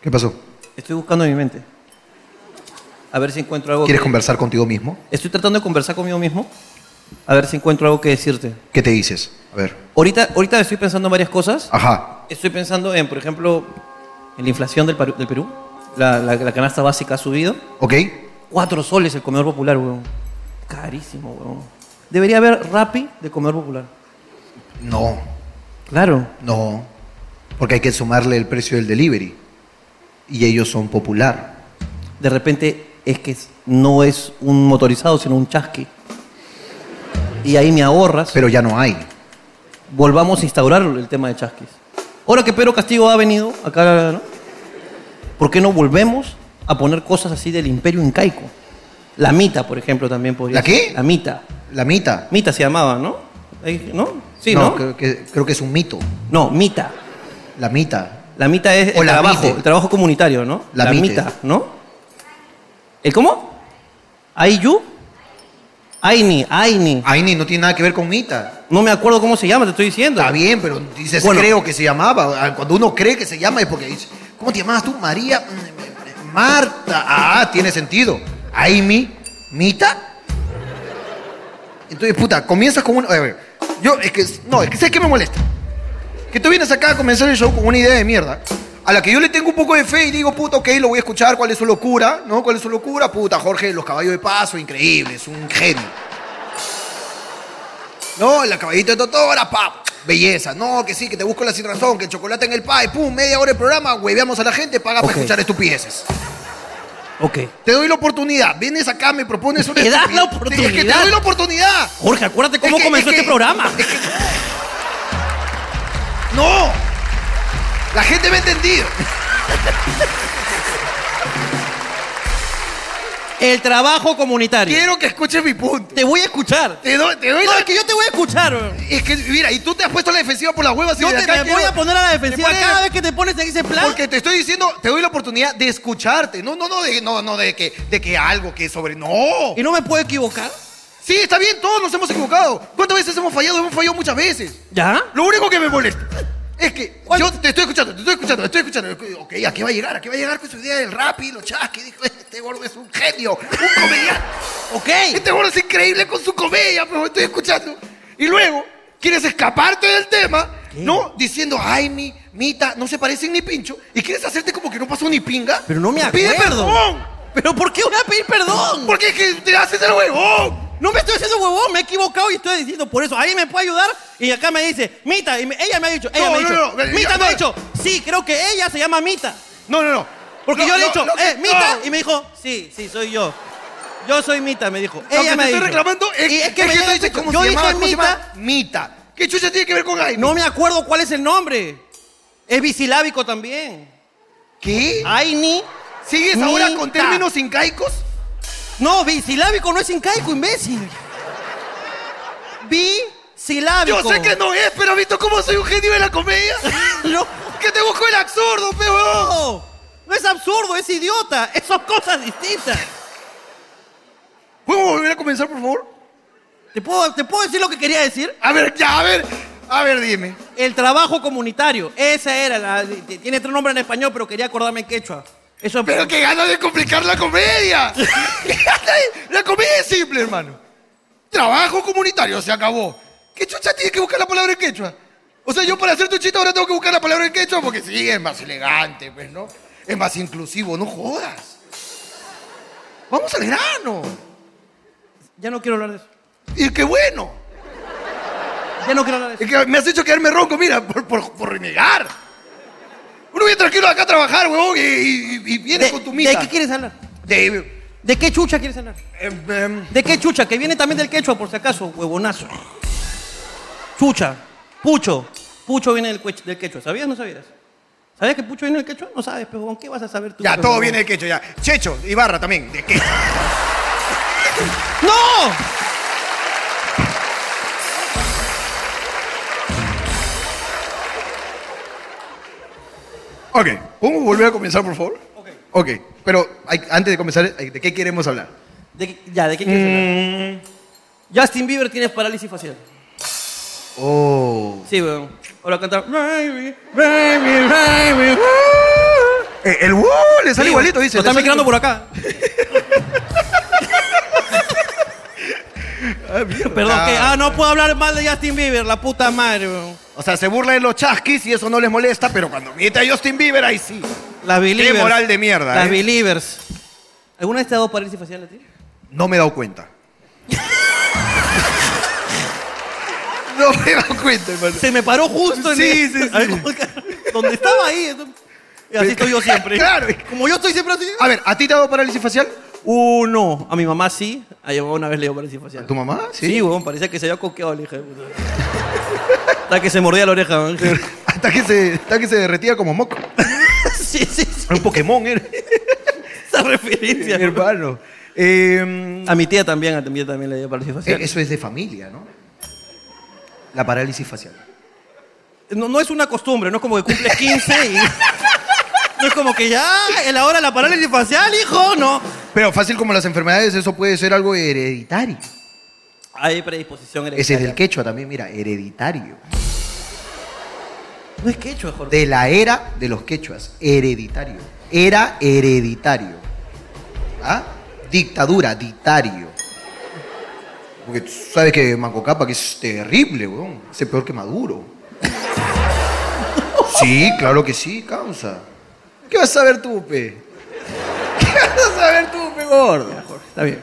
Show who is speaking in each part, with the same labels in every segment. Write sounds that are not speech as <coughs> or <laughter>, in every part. Speaker 1: ¿Qué pasó?
Speaker 2: Estoy buscando en mi mente. A ver si encuentro algo.
Speaker 1: ¿Quieres
Speaker 2: que-
Speaker 1: conversar contigo mismo?
Speaker 2: Estoy tratando de conversar conmigo mismo. A ver si encuentro algo que decirte.
Speaker 1: ¿Qué te dices? A ver.
Speaker 2: Ahorita, ahorita estoy pensando en varias cosas.
Speaker 1: Ajá.
Speaker 2: Estoy pensando en, por ejemplo, en la inflación del, Perú- del Perú. La, la- la canasta básica ha subido.
Speaker 1: ¿Ok?
Speaker 2: Cuatro soles el comedor popular, weón. Carísimo, weón. Debería haber Rappi de comedor popular.
Speaker 1: No,
Speaker 2: Claro.
Speaker 1: no. Porque hay que sumarle el precio del delivery. Y ellos son popular.
Speaker 2: De repente es que es- no es un motorizado, sino un chasqui. Y ahí me ahorras.
Speaker 1: Pero ya no hay.
Speaker 2: volvamos a instaurar el tema de chasquis. Ahora que Pedro Castillo ha venido acá, ¿no? ¿por qué no volvemos a poner cosas así del imperio incaico? La mita, por ejemplo, también podría
Speaker 1: ¿La qué?
Speaker 2: ser. La mita.
Speaker 1: La mita.
Speaker 2: Mita se llamaba, ¿no? Ahí- ¿No? Sí, ¿no?
Speaker 1: Creo, que, creo que es un mito.
Speaker 2: No, mita.
Speaker 1: La mita.
Speaker 2: La mita es
Speaker 1: O
Speaker 2: el
Speaker 1: la
Speaker 2: trabajo,
Speaker 1: mite.
Speaker 2: el trabajo comunitario, ¿no?
Speaker 1: La mite.
Speaker 2: mita, ¿no? ¿El cómo? Ayu. Aini, Aini.
Speaker 1: Aini no tiene nada que ver con mita.
Speaker 2: No me acuerdo cómo se llama, te estoy diciendo.
Speaker 1: Está bien, pero dices
Speaker 2: Bueno.
Speaker 1: creo que se llamaba. Ah, Cuando uno cree que se llama es porque dice, ¿cómo te llamabas tú? María, mm, mm, Marta. Ah, tiene sentido. Aimi, Mita. Entonces, puta, comienzas con un... A ver, yo, es que, no, es que, ¿sabes qué me molesta? Que tú vienes acá a comenzar el show con una idea de mierda, a la que yo le tengo un poco de fe y digo, puta, ok, lo voy a escuchar, cuál es su locura, ¿no? ¿Cuál es su locura? Puta, Jorge, los caballos de paso, increíble, es un genio. No, la caballito de Totora, pa, belleza. No, que sí, que te busco la sin razón, que el chocolate en el pie, pum, media hora de programa, hueveamos a la gente, paga
Speaker 2: Ok.
Speaker 1: para escuchar estupideces.
Speaker 2: Ok.
Speaker 1: Te doy la oportunidad, vienes acá, me propones
Speaker 2: <laughs>
Speaker 1: una
Speaker 2: Me das la
Speaker 1: estupidez. Es que te
Speaker 2: oportunidad.
Speaker 1: doy la oportunidad.
Speaker 2: Jorge, acuérdate cómo
Speaker 1: Es que-
Speaker 2: comenzó
Speaker 1: es que-
Speaker 2: este programa.
Speaker 1: es que- ¡No! La gente me ha entendido.
Speaker 2: El trabajo comunitario.
Speaker 1: Quiero que escuches mi punto.
Speaker 2: Te voy a escuchar.
Speaker 1: Te doy, te doy
Speaker 2: No,
Speaker 1: la-
Speaker 2: es que yo te voy a escuchar. weón.
Speaker 1: Es que, mira, y tú te has puesto a la defensiva por las huevas. y
Speaker 2: Yo
Speaker 1: de
Speaker 2: te
Speaker 1: acá
Speaker 2: me
Speaker 1: quiero-
Speaker 2: voy a poner a la defensiva
Speaker 1: Te pones-
Speaker 2: cada vez que te pones en ese plan.
Speaker 1: Porque te estoy diciendo, te doy la oportunidad de escucharte. No, no, no, de, no, no, de que, de que algo que sobre. No.
Speaker 2: Y no me puedo equivocar.
Speaker 1: Sí, está bien, todos nos hemos equivocado. ¿Cuántas veces hemos fallado? Hemos fallado muchas veces.
Speaker 2: ¿Ya?
Speaker 1: Lo único que me molesta es que
Speaker 2: ¿Cuál?
Speaker 1: yo te estoy escuchando, te estoy escuchando, te estoy escuchando. Ok, ¿a qué va a llegar? ¿A qué va a llegar con su idea del rap y los chasques? Dijo, este gordo es un genio, un comediante.
Speaker 2: Ok.
Speaker 1: Este gordo es increíble con su comedia, pero estoy escuchando. Y luego, quieres escaparte del tema, ¿no? Diciendo, ay, mi, mita, no se parecen ni pincho. Y quieres hacerte como que no pasó ni pinga.
Speaker 2: Pero no me acuerdo.
Speaker 1: Pide perdón.
Speaker 2: ¿Pero por qué voy a pedir perdón?
Speaker 1: Porque es que te haces el huevón.
Speaker 2: No me estoy haciendo huevón, me he equivocado y estoy diciendo por eso. ¿Alguien me puede ayudar? Y acá me dice, Mita. Y me- ella me ha dicho, ella
Speaker 1: No,
Speaker 2: me ha
Speaker 1: no,
Speaker 2: dicho.
Speaker 1: no, no,
Speaker 2: Mita
Speaker 1: ya,
Speaker 2: me ha
Speaker 1: no.
Speaker 2: dicho, sí, creo que ella se llama Mita.
Speaker 1: No, no, no.
Speaker 2: Porque
Speaker 1: No,
Speaker 2: yo le he
Speaker 1: no,
Speaker 2: dicho,
Speaker 1: lo que-
Speaker 2: eh, Mita.
Speaker 1: no.
Speaker 2: Y me dijo, sí, sí, soy yo. Yo soy Mita, me dijo.
Speaker 1: Lo
Speaker 2: ella
Speaker 1: que
Speaker 2: me
Speaker 1: te
Speaker 2: ha
Speaker 1: estoy
Speaker 2: dicho.
Speaker 1: reclamando es,
Speaker 2: Y
Speaker 1: es que
Speaker 2: me llega
Speaker 1: me gente
Speaker 2: y
Speaker 1: dice
Speaker 2: dice,
Speaker 1: cómo
Speaker 2: yo
Speaker 1: se
Speaker 2: dije
Speaker 1: llamaba, cómo se
Speaker 2: Mita.
Speaker 1: llama. Mita. ¿Qué chucha tiene que ver con Aimi?
Speaker 2: No me acuerdo cuál es el nombre. Es bisilábico también.
Speaker 1: ¿Qué?
Speaker 2: Aini.
Speaker 1: ¿Sigues ahora con
Speaker 2: Mita.
Speaker 1: términos incaicos?
Speaker 2: No, bisilábico no es incaico, imbécil. Bisilábico.
Speaker 1: Yo sé que no es, pero ¿has visto cómo soy un genio de la comedia?
Speaker 2: <laughs> no.
Speaker 1: ¡Que te busco el absurdo, pe huevón!
Speaker 2: No, no es absurdo, es idiota. Es- Son cosas distintas.
Speaker 1: ¿Podemos volver a comenzar, por favor?
Speaker 2: ¿Te puedo, ¿Te puedo decir lo que quería decir?
Speaker 1: A ver, ya, a ver. A ver, dime.
Speaker 2: El trabajo comunitario. Esa era la. t- Tiene otro nombre en español, pero quería acordarme en quechua. Eso es.
Speaker 1: Pero qué ganas de complicar la
Speaker 2: <laughs>
Speaker 1: comedia. ¡Qué ganas de- la comedia es simple, hermano. Trabajo comunitario se acabó. ¿Qué chucha tienes que buscar la palabra en quechua? O sea, yo para hacer tu chiste ahora tengo que buscar la palabra en quechua porque sí, es más elegante, pues, ¿no? Es más inclusivo, no jodas. Vamos al grano.
Speaker 2: Ya no quiero hablar de eso.
Speaker 1: Y qué bueno.
Speaker 2: Ya no quiero hablar de eso.
Speaker 1: Es que me has hecho quedarme ronco, mira, por, por, por renegar. Uno viene tranquilo acá a trabajar, huevón, y, y, y vienes
Speaker 2: ¿De,
Speaker 1: con tu
Speaker 2: ¿De
Speaker 1: mita.
Speaker 2: qué quieres hablar?
Speaker 1: De-
Speaker 2: ¿De qué chucha quieres hablar?
Speaker 1: em, em,
Speaker 2: ¿De qué chucha? Que viene también del quechua, por si acaso, huevonazo. Chucha, pucho. Pucho viene del, cuech- del quechua. ¿Sabías o no sabías? ¿Sabías que pucho viene del quechua? No sabes, pero ¿con qué vas a saber tú?
Speaker 1: ya,
Speaker 2: pues,
Speaker 1: todo
Speaker 2: huevón?
Speaker 1: viene de quecho, ya. Checho, Ibarra también, de quecho.
Speaker 2: ¡No!
Speaker 1: Ok, ¿podemos volver a comenzar, por favor? Ok. Ok, pero hay- antes de comenzar, hay- ¿de qué queremos hablar?
Speaker 2: ¿De qué- ya, ¿de qué quieres hablar? Justin Bieber tiene parálisis facial.
Speaker 1: Oh.
Speaker 2: Sí, weón. Ahora canta. Baby, baby, baby. uh".
Speaker 1: Eh, el wow le sale
Speaker 2: Sí,
Speaker 1: igualito, dice.
Speaker 2: Lo
Speaker 1: le
Speaker 2: están
Speaker 1: sale-
Speaker 2: mezclando por acá.
Speaker 1: Ah, mierda.
Speaker 2: Perdón, que. Ah, no puedo hablar mal de Justin Bieber, la puta madre, weón.
Speaker 1: O sea, se burla de los chasquis y eso no les molesta, pero cuando mete a Justin Bieber, ahí sí.
Speaker 2: Las believers.
Speaker 1: moral de mierda,
Speaker 2: Las
Speaker 1: eh.
Speaker 2: believers. ¿Alguna vez te ha dado parálisis facial a ti?
Speaker 1: No me he dado cuenta. no <laughs> me he dado cuenta, hermano.
Speaker 2: Se me paró justo en
Speaker 1: Sí,
Speaker 2: el- <laughs>
Speaker 1: sí, sí.
Speaker 2: A ver, ¿cómo que- Donde estaba ahí. entonces- Y así estoy yo siempre.
Speaker 1: <laughs> Claro.
Speaker 2: Como yo estoy siempre así.
Speaker 1: A ver, ¿a ti te ha dado parálisis facial?
Speaker 2: Uno. A mi mamá sí. A mi mamá una vez le dio parálisis
Speaker 1: ¿A
Speaker 2: facial.
Speaker 1: tu mamá?
Speaker 2: Sí, weón, parecía que se había coqueado la hija de
Speaker 1: <laughs>
Speaker 2: puta. La que se mordía la oreja, weón.
Speaker 1: Hasta que se, hasta que se derretía como moco.
Speaker 2: Sí, sí, sí,
Speaker 1: Un Pokémon, ¿eh?
Speaker 2: <laughs> esa referencia.
Speaker 1: hermano. Eh,
Speaker 2: A mi tía también, a mi tía también le dio parálisis
Speaker 1: eh,
Speaker 2: facial.
Speaker 1: eso es de familia, ¿no? La parálisis facial.
Speaker 2: No, no es una costumbre, no es como que cumples 15 y... <laughs> No es como que ya, es la hora de la parálisis facial, hijo, no.
Speaker 1: Pero fácil como las enfermedades, eso puede ser algo hereditario.
Speaker 2: Hay predisposición hereditaria.
Speaker 1: Ese es del quechua también, mira, hereditario.
Speaker 2: No es quechua, Jorge.
Speaker 1: De la era de los quechuas, hereditario. Era hereditario. ¿Ah? Dictadura, dictario. Porque tú sabes que Macocapa que es terrible, weón. Es peor que Maduro.
Speaker 2: <laughs>
Speaker 1: Sí, claro que sí, causa. ¿Qué vas a saber tú, pe? <laughs> ¿Qué vas a saber tú, pe, gordo?
Speaker 2: Jorge, está bien.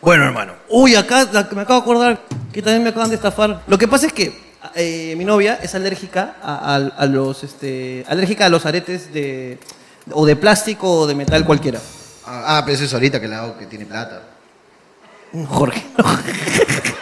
Speaker 1: Bueno, hermano.
Speaker 2: Uy, acá la- me acabo de acordar que también me acaban de estafar. Lo que pasa es que eh, mi novia es alérgica a, a- a los este, alérgica a los aretes de o de plástico o de metal cualquiera.
Speaker 1: Ah, ah, pero eso es ahorita que la hago que tiene plata.
Speaker 2: Jorge. no. <laughs>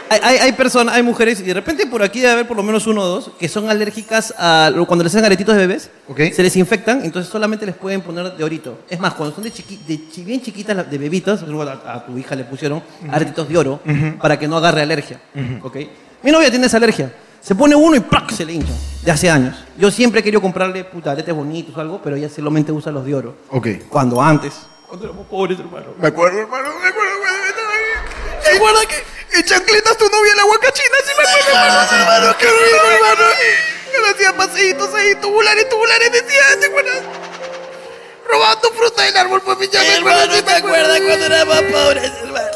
Speaker 2: hay, hay, hay personas, hay mujeres, y de repente por aquí debe haber por lo menos uno o dos, que son alérgicas a lo- cuando les hacen aretitos de bebés,
Speaker 1: Ok.
Speaker 2: se les infectan, entonces solamente les pueden poner de orito. Es más, cuando son de, chiqui- de chi- bien chiquitas, las- de bebitas, por ejemplo, a, a tu hija le pusieron aretitos de oro para que no agarre alergia. ¿ok? Mi novia tiene esa alergia. Se pone uno y ¡prac! se le hincha. De hace años. Yo siempre he querido comprarle puta, aretes bonitos o algo, pero ella solamente usa los de oro.
Speaker 1: Ok.
Speaker 2: Cuando antes. Cuando éramos pobres, hermano.
Speaker 1: Me acuerdo, hermano, me acuerdo cuando estaba ahí.
Speaker 2: ¿Te acuerdas que
Speaker 1: En chancletas tu novia en la guacachina, sí me acuerdo,
Speaker 2: Ah,
Speaker 1: hermano, hermano, qué horrible, hermano. Que le hacía pasitos ahí, tubulares, tubulares, decía, ¿te acuerdas? Robando fruta del árbol, pues mi llave,
Speaker 2: Hermano, ¿te acuerdas cuando éramos pobres, hermano?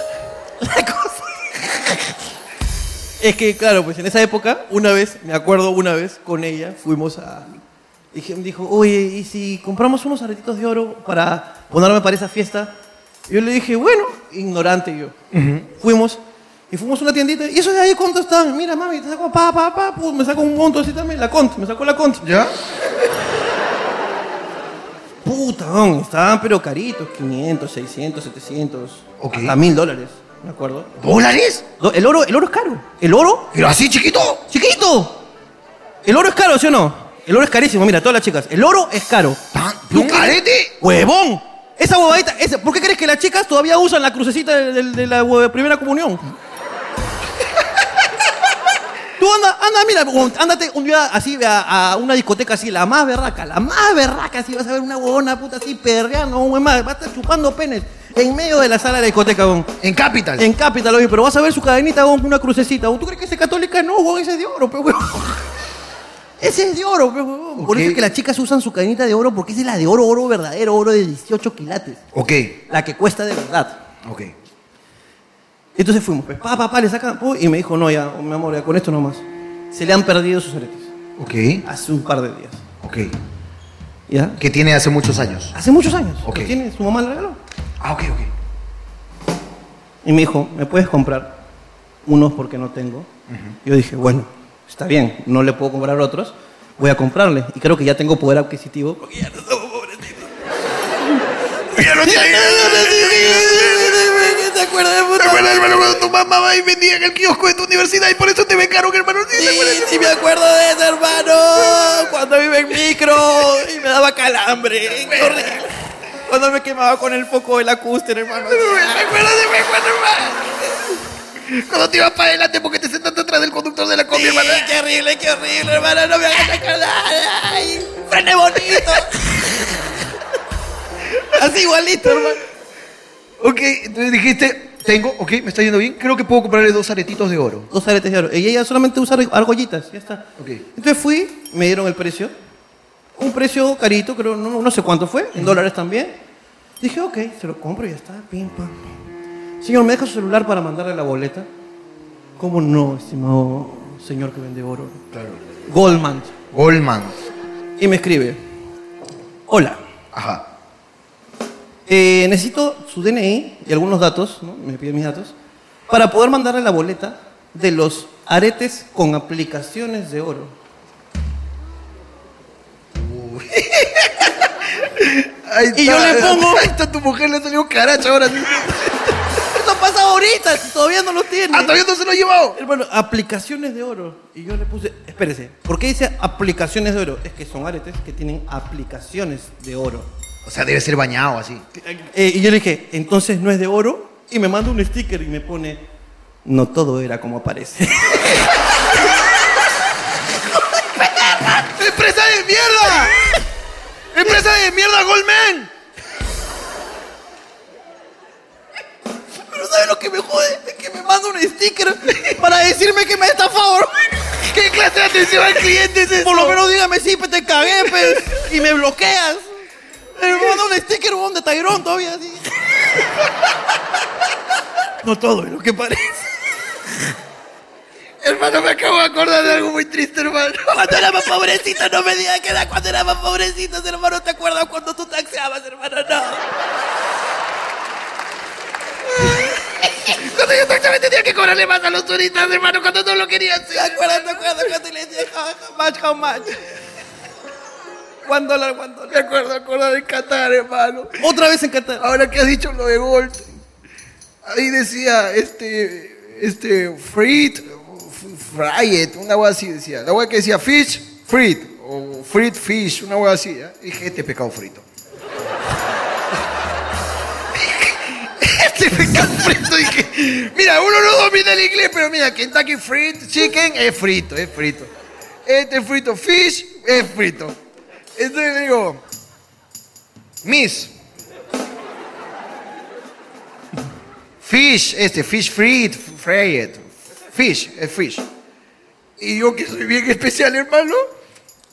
Speaker 2: La cosa. Es que, claro, pues en esa época, una vez, me acuerdo una vez, con ella, fuimos a. Dije, me dijo, oye, ¿y si compramos unos aretitos de oro para ponerme para esa fiesta? Yo le dije, bueno, ignorante yo. Fuimos. Y fuimos a una tiendita, y eso de ahí, ¿cuánto están? Mira, mami, te saco, pa, pa, pa, pum, me saco un monto así también, la cont, me sacó la cont.
Speaker 1: ¿Ya?
Speaker 2: Puta, don, estaban pero caritos, 500, 600, 700,
Speaker 1: Ok.
Speaker 2: hasta mil dólares, me acuerdo.
Speaker 1: ¿Dólares?
Speaker 2: Do- El oro, el oro es caro. ¿El oro?
Speaker 1: ¿Pero así, chiquito?
Speaker 2: ¡Chiquito! El oro es caro, ¿sí o no? El oro es carísimo, mira, todas las chicas. El oro es caro.
Speaker 1: ¿Tan-
Speaker 2: ¿Tú
Speaker 1: ¿Un
Speaker 2: crees-
Speaker 1: carete?
Speaker 2: ¡Huevón! Esa huevadita, esa- ¿por qué crees que las chicas todavía usan la crucecita de, de- de la hue- primera comunión? Tú anda, anda, mira, huevón, ándate un día así a, a una discoteca así, la más berraca, la más berraca, así vas a ver una huevona puta así perreando, un huevón más, va a estar chupando penes en medio de la sala de la discoteca, huevón.
Speaker 1: En Capital.
Speaker 2: En Capital, oye, pero vas a ver su cadenita con una crucecita. ¿Tú crees que esa es católica? No, huevón, ese es de oro, pero huevón. <laughs> Ese es de oro, pero huevón. Por eso
Speaker 1: Ok.
Speaker 2: es que las chicas usan su cadenita de oro porque esa es la de oro, oro verdadero, oro de 18 quilates.
Speaker 1: Ok,
Speaker 2: La que cuesta de verdad.
Speaker 1: ok.
Speaker 2: Entonces fuimos, pues, pa, pa, pa, le sacan, pu, y me dijo, no, ya, mi amor, ya con esto nomás. Se le han perdido sus aretes
Speaker 1: Ok,
Speaker 2: hace un par de días.
Speaker 1: ok.
Speaker 2: ¿Ya?
Speaker 1: Que tiene hace muchos años.
Speaker 2: Hace muchos años.
Speaker 1: Ok.
Speaker 2: que tiene, su mamá le regaló.
Speaker 1: Ah, ok, ok.
Speaker 2: Y me dijo, ¿me puedes comprar unos porque no tengo? Yo dije, bueno, está bien, no le puedo comprar otros, voy a comprarle. Y creo que ya tengo poder adquisitivo. porque ya no somos pobrecitos.
Speaker 1: Ya no
Speaker 2: ¿Te acuerdas de puta?
Speaker 1: ¿Te acuerdas, hermano, cuando tu mamá va y vendía en el kiosco de tu universidad y por eso <laughs> te becaron, hermano? ¿Sí, te acuerdas?
Speaker 2: Sí, sí me acuerdo de eso, hermano. Cuando vive en micro y me daba calambre.
Speaker 1: <laughs>
Speaker 2: Qué horrible. Cuando me quemaba con el foco del acúster, hermano.
Speaker 1: ¿Te acuerdas de mí, hermano, hermano? Cuando te ibas para adelante porque te sentaste atrás del conductor de la combi, hermano.
Speaker 2: Sí, qué horrible, qué horrible, hermano. No me hagas acordar. Ay, frene
Speaker 1: <laughs>
Speaker 2: bonito. Así igualito, hermano.
Speaker 1: Ok, entonces dijiste, tengo, ok, me está yendo bien, creo que puedo comprarle dos aretitos de oro.
Speaker 2: Dos aretes de oro. Y ella solamente usa argollitas, ya está.
Speaker 1: Ok.
Speaker 2: Entonces fui, me dieron el precio. un precio carito, creo, no, no sé cuánto fue, en dólares también. Dije, ok, se lo compro y ya está, pim, pam, pam. Señor, ¿me deja su celular para mandarle la boleta? ¿Cómo no, estimado señor que vende oro?
Speaker 3: Claro.
Speaker 2: Goldman.
Speaker 3: Goldman.
Speaker 2: Y me escribe, hola,
Speaker 3: Ajá.
Speaker 2: eh, necesito su DNI y algunos datos, ¿no? me pide mis datos, para poder mandarle la boleta de los aretes con aplicaciones de oro.
Speaker 3: Ahí
Speaker 2: Y yo le pongo-
Speaker 3: Ahí está tu mujer, le salió caracha ahora.
Speaker 2: Eso pasa ahorita, todavía no lo tiene.
Speaker 3: Ah, todavía no se lo ha llevado.
Speaker 2: Hermano, aplicaciones de oro. Y yo le puse, espérese, ¿por qué dice aplicaciones de oro? Es que son aretes que tienen aplicaciones de oro.
Speaker 3: O sea, debe ser bañado así.
Speaker 2: Eh, y yo le dije, entonces no es de oro. Y me manda un sticker y me pone, no todo era como parece. <laughs>
Speaker 3: ¡Empresa de mierda! ¡Empresa de mierda, Goldman!
Speaker 2: Pero ¿sabes lo que me jode? Es que me manda un sticker para decirme que me ha estafado.
Speaker 3: ¿Qué clase de atención al cliente es eso?
Speaker 2: Por lo menos dígame sí, pues te cagué, pues, y me bloqueas. Pero me manda un sticker, huevón, de Tairón todavía así. No todo es lo que parece.
Speaker 3: Hermano, me acabo de acordar de algo muy triste, hermano.
Speaker 2: Cuando era más pobrecito, no me digas que era cuando era más pobrecito, hermano. ¿Te acuerdas cuando tú taxeabas, hermano? No.
Speaker 3: Cuando yo exactamente tenía que cobrarle más a los turistas, hermano, cuando no lo quería
Speaker 2: ¿Te
Speaker 3: hacer.
Speaker 2: acuerdas, te acuerdas cuando le decía how much, how much? One dollar, one dollar.
Speaker 3: Me acuerdo, acuerdo de Qatar, hermano.
Speaker 2: Otra vez en Qatar.
Speaker 3: Ahora que has dicho lo de Gold, ahí decía, este, este, Frit, Fried, una hueá así decía. La hueá que decía Fish, Frit, o Frit Fish, una hueá así. ¿eh? Dije, este pescado frito. este pescado frito, dije, mira, uno no domina el inglés, pero mira, Kentucky Frit Chicken es frito, es frito. Este frito Fish es frito. Entonces le digo, Miss, <laughs> Fish, este, fish fried, fried. Fish, es fish. Y yo que soy bien especial, hermano,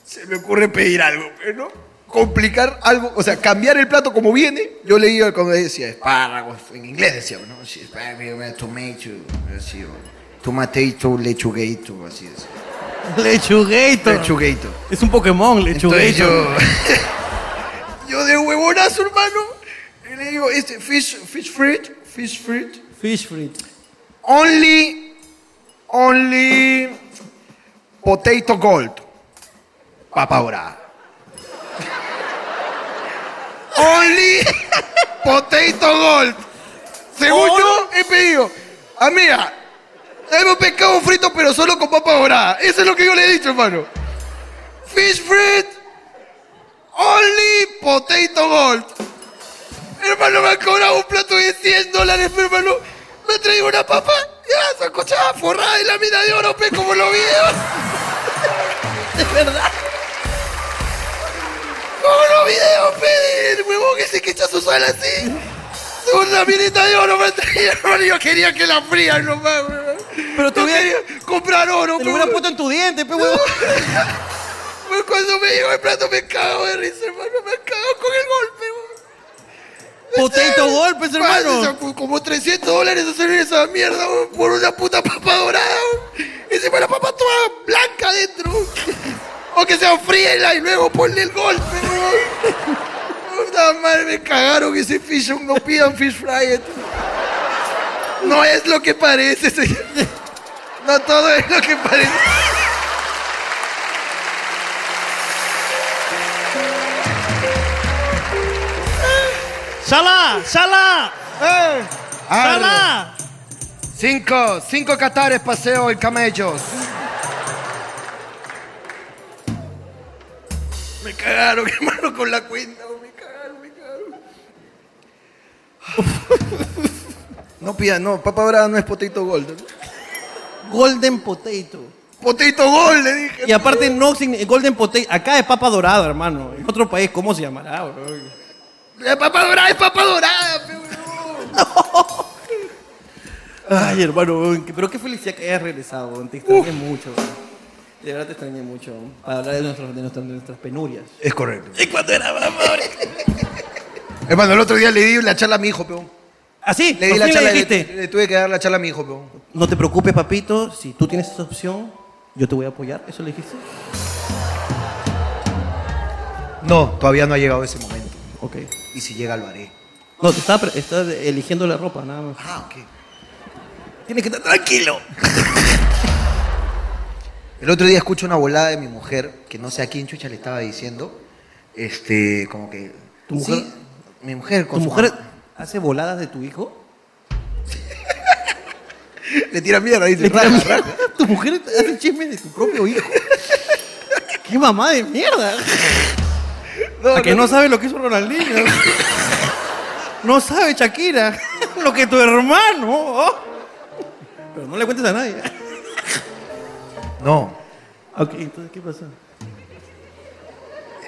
Speaker 3: se me ocurre pedir algo, pues, ¿no? Complicar algo, o sea, cambiar el plato como viene. Yo leía cuando decía espárragos, en inglés decía, ¿no? Sí, Espárragos, tomato, así, o tomato, lechugueito, así es.
Speaker 2: Lechugueito.
Speaker 3: Lechugueito.
Speaker 2: Es un Pokémon,
Speaker 3: Entonces yo,
Speaker 2: <laughs>
Speaker 3: yo de huevonazo, hermano, y le digo, este, fish, fish fried, fish fried.
Speaker 2: Fish frit.
Speaker 3: Only, only potato gold. Papa dorada. Only potato gold. Según yo, he pedido. Amiga, dame un pescado frito, pero solo con papa dorada. Eso es lo que yo le he dicho, hermano. Fish frit, only potato gold. Hermano, me han cobrado un plato de 100 dólares, pero, hermano. Me traigo una papa, ya, sancochada, forrada y la mina de oro, pe, como los <laughs> videos.
Speaker 2: De verdad.
Speaker 3: Como los videos, pe, el huevón ese que echa su sal así. Son la minita de oro, me traía, hermano. Yo quería que la frían nomás, hermano.
Speaker 2: Pero te
Speaker 3: Yo
Speaker 2: hubiera-
Speaker 3: quería comprar oro,
Speaker 2: Te
Speaker 3: pe,
Speaker 2: lo hubieran
Speaker 3: huevón.
Speaker 2: puesto en tu diente, pe huevón.
Speaker 3: <laughs> Pues Cuando me llegó el plato me cago de risa, hermano. Me cago con el golpe, huevón. Este,
Speaker 2: Potato golpes,
Speaker 3: Madre,
Speaker 2: hermano.
Speaker 3: son Como 300 dólares hacer esa mierda weón, por una puta papa dorada. weón. Encima la papa toda blanca adentro. O que sea fría y luego ponle el golpe. weón. Puta madre, me cagaron ese fish. No pidan fish fry. este. No es lo que parece, señor. No todo es lo que parece.
Speaker 4: ¡Sala! ¡Sala! ¡Sala!
Speaker 3: Eh, Cinco, cinco catares paseo el camellos. Me cagaron, <laughs> hermano, con la cuenta. Me cagaron, me cagaron. No pida, no, papa brava no es potato gold.
Speaker 2: Golden potato.
Speaker 3: Potato gold, le dije.
Speaker 2: Y aparte, no signi- Golden potato. Acá es papa dorada, hermano. En otro país, ¿cómo se llamará, bro?
Speaker 3: La papa dorada es papa dorada, pe, huevón.
Speaker 2: Ay, hermano, weón, que- pero qué felicidad que hayas regresado, weón. Te extrañé mucho, weón. De verdad te extrañé mucho para hablar de, nuestros- de nuestras, de nuestras penurias.
Speaker 1: Es correcto.
Speaker 2: ¿Y cuando era más pobre?
Speaker 1: Hermano, el otro día le di la charla a mi hijo, peón.
Speaker 2: ¿Así?
Speaker 1: Le di la charla,
Speaker 2: le
Speaker 1: le,
Speaker 2: dijiste?
Speaker 1: le tuve que dar la charla a mi hijo, peón.
Speaker 2: No te preocupes, papito. Si tú tienes esa opción, yo te voy a apoyar. ¿Eso le dijiste?
Speaker 1: No, todavía no ha llegado ese momento.
Speaker 2: Ok.
Speaker 1: Y si llega, lo haré.
Speaker 2: No, te estaba, pre- estaba eligiendo la ropa, nada más.
Speaker 1: Ah, ok.
Speaker 2: Tienes que estar tranquilo.
Speaker 1: El otro día escucho una volada de mi mujer, que no sé a quién chucha le estaba diciendo, este, como que...
Speaker 2: ¿Tu mujer?
Speaker 1: <laughs> Sí, mi mujer con
Speaker 2: ¿Tu
Speaker 1: su
Speaker 2: mujer
Speaker 1: mamá.
Speaker 2: hace voladas de tu hijo?
Speaker 1: Le tira mierda, dice.
Speaker 2: Le tira
Speaker 1: "Raja,
Speaker 2: mierda.
Speaker 1: raja".
Speaker 2: Tu mujer hace chismes de tu propio hijo. ¡Qué mamá de mierda!
Speaker 1: No,
Speaker 2: ¿A que <laughs>
Speaker 1: no,
Speaker 2: no sabe lo que hizo <laughs> Ronaldinho? No sabe, Shakira, <laughs> lo que tu hermano. oh. Pero no le cuentes a nadie.
Speaker 1: no,
Speaker 2: Ok, entonces, ¿qué pasó?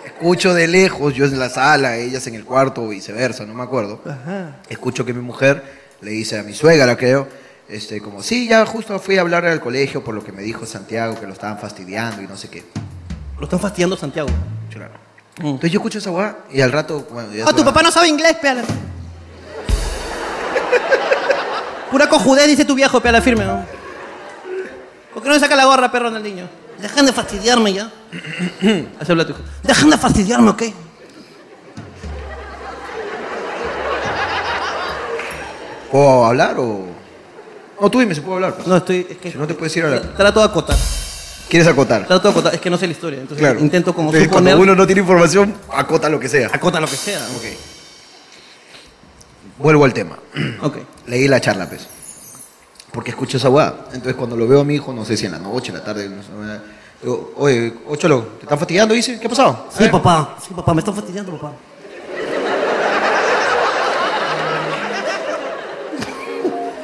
Speaker 1: escucho de lejos, yo en la sala, ellas en el cuarto o viceversa, no me acuerdo.
Speaker 2: Ajá.
Speaker 1: Escucho que mi mujer le dice a mi suegra, creo, este, como, sí, ya justo fui a hablarle al colegio por lo que me dijo Santiago, que lo estaban fastidiando y no sé qué.
Speaker 2: Lo están fastidiando Santiago. Mm.
Speaker 1: Claro. Entonces yo escucho esa guada y al rato... Bueno, ya
Speaker 2: Ah, tu
Speaker 1: se va.
Speaker 2: papá no sabe inglés, peala. Pura cojudez, dice tu viejo, peala firme. ¿no? ¿Por qué no le saca la gorra, perro, Ronaldinho? Dejan de fastidiarme <clears throat> ya. Así habla tu hijo. Dejan de fastidiarme, ¿ok?
Speaker 1: ¿Puedo hablar o...? No, tú dime si puedo hablar. pues.
Speaker 2: No, estoy. Es que
Speaker 1: Si no te puedes ir a la-
Speaker 2: Trato de acotar.
Speaker 1: ¿Quieres acotar?
Speaker 2: Trato de acotar. Es que no sé la historia. Entonces
Speaker 1: Claro.
Speaker 2: intento como
Speaker 1: Entonces,
Speaker 2: suponer.
Speaker 1: Cuando uno no tiene información, acota lo que sea.
Speaker 2: Acota lo que sea.
Speaker 1: Ok. Vuelvo al tema.
Speaker 2: <clears throat> Ok.
Speaker 1: Leí la charla, pues. Porque escucho esa guada. Entonces, cuando lo veo a mi hijo, no sé si en la noche, en la tarde, no sé, digo, oye, Ocholo, ¿te están fastidiando? Dice, ¿qué ha pasado? Eh,
Speaker 2: Sí, papá. Sí, papá. Me están fastidiando, papá.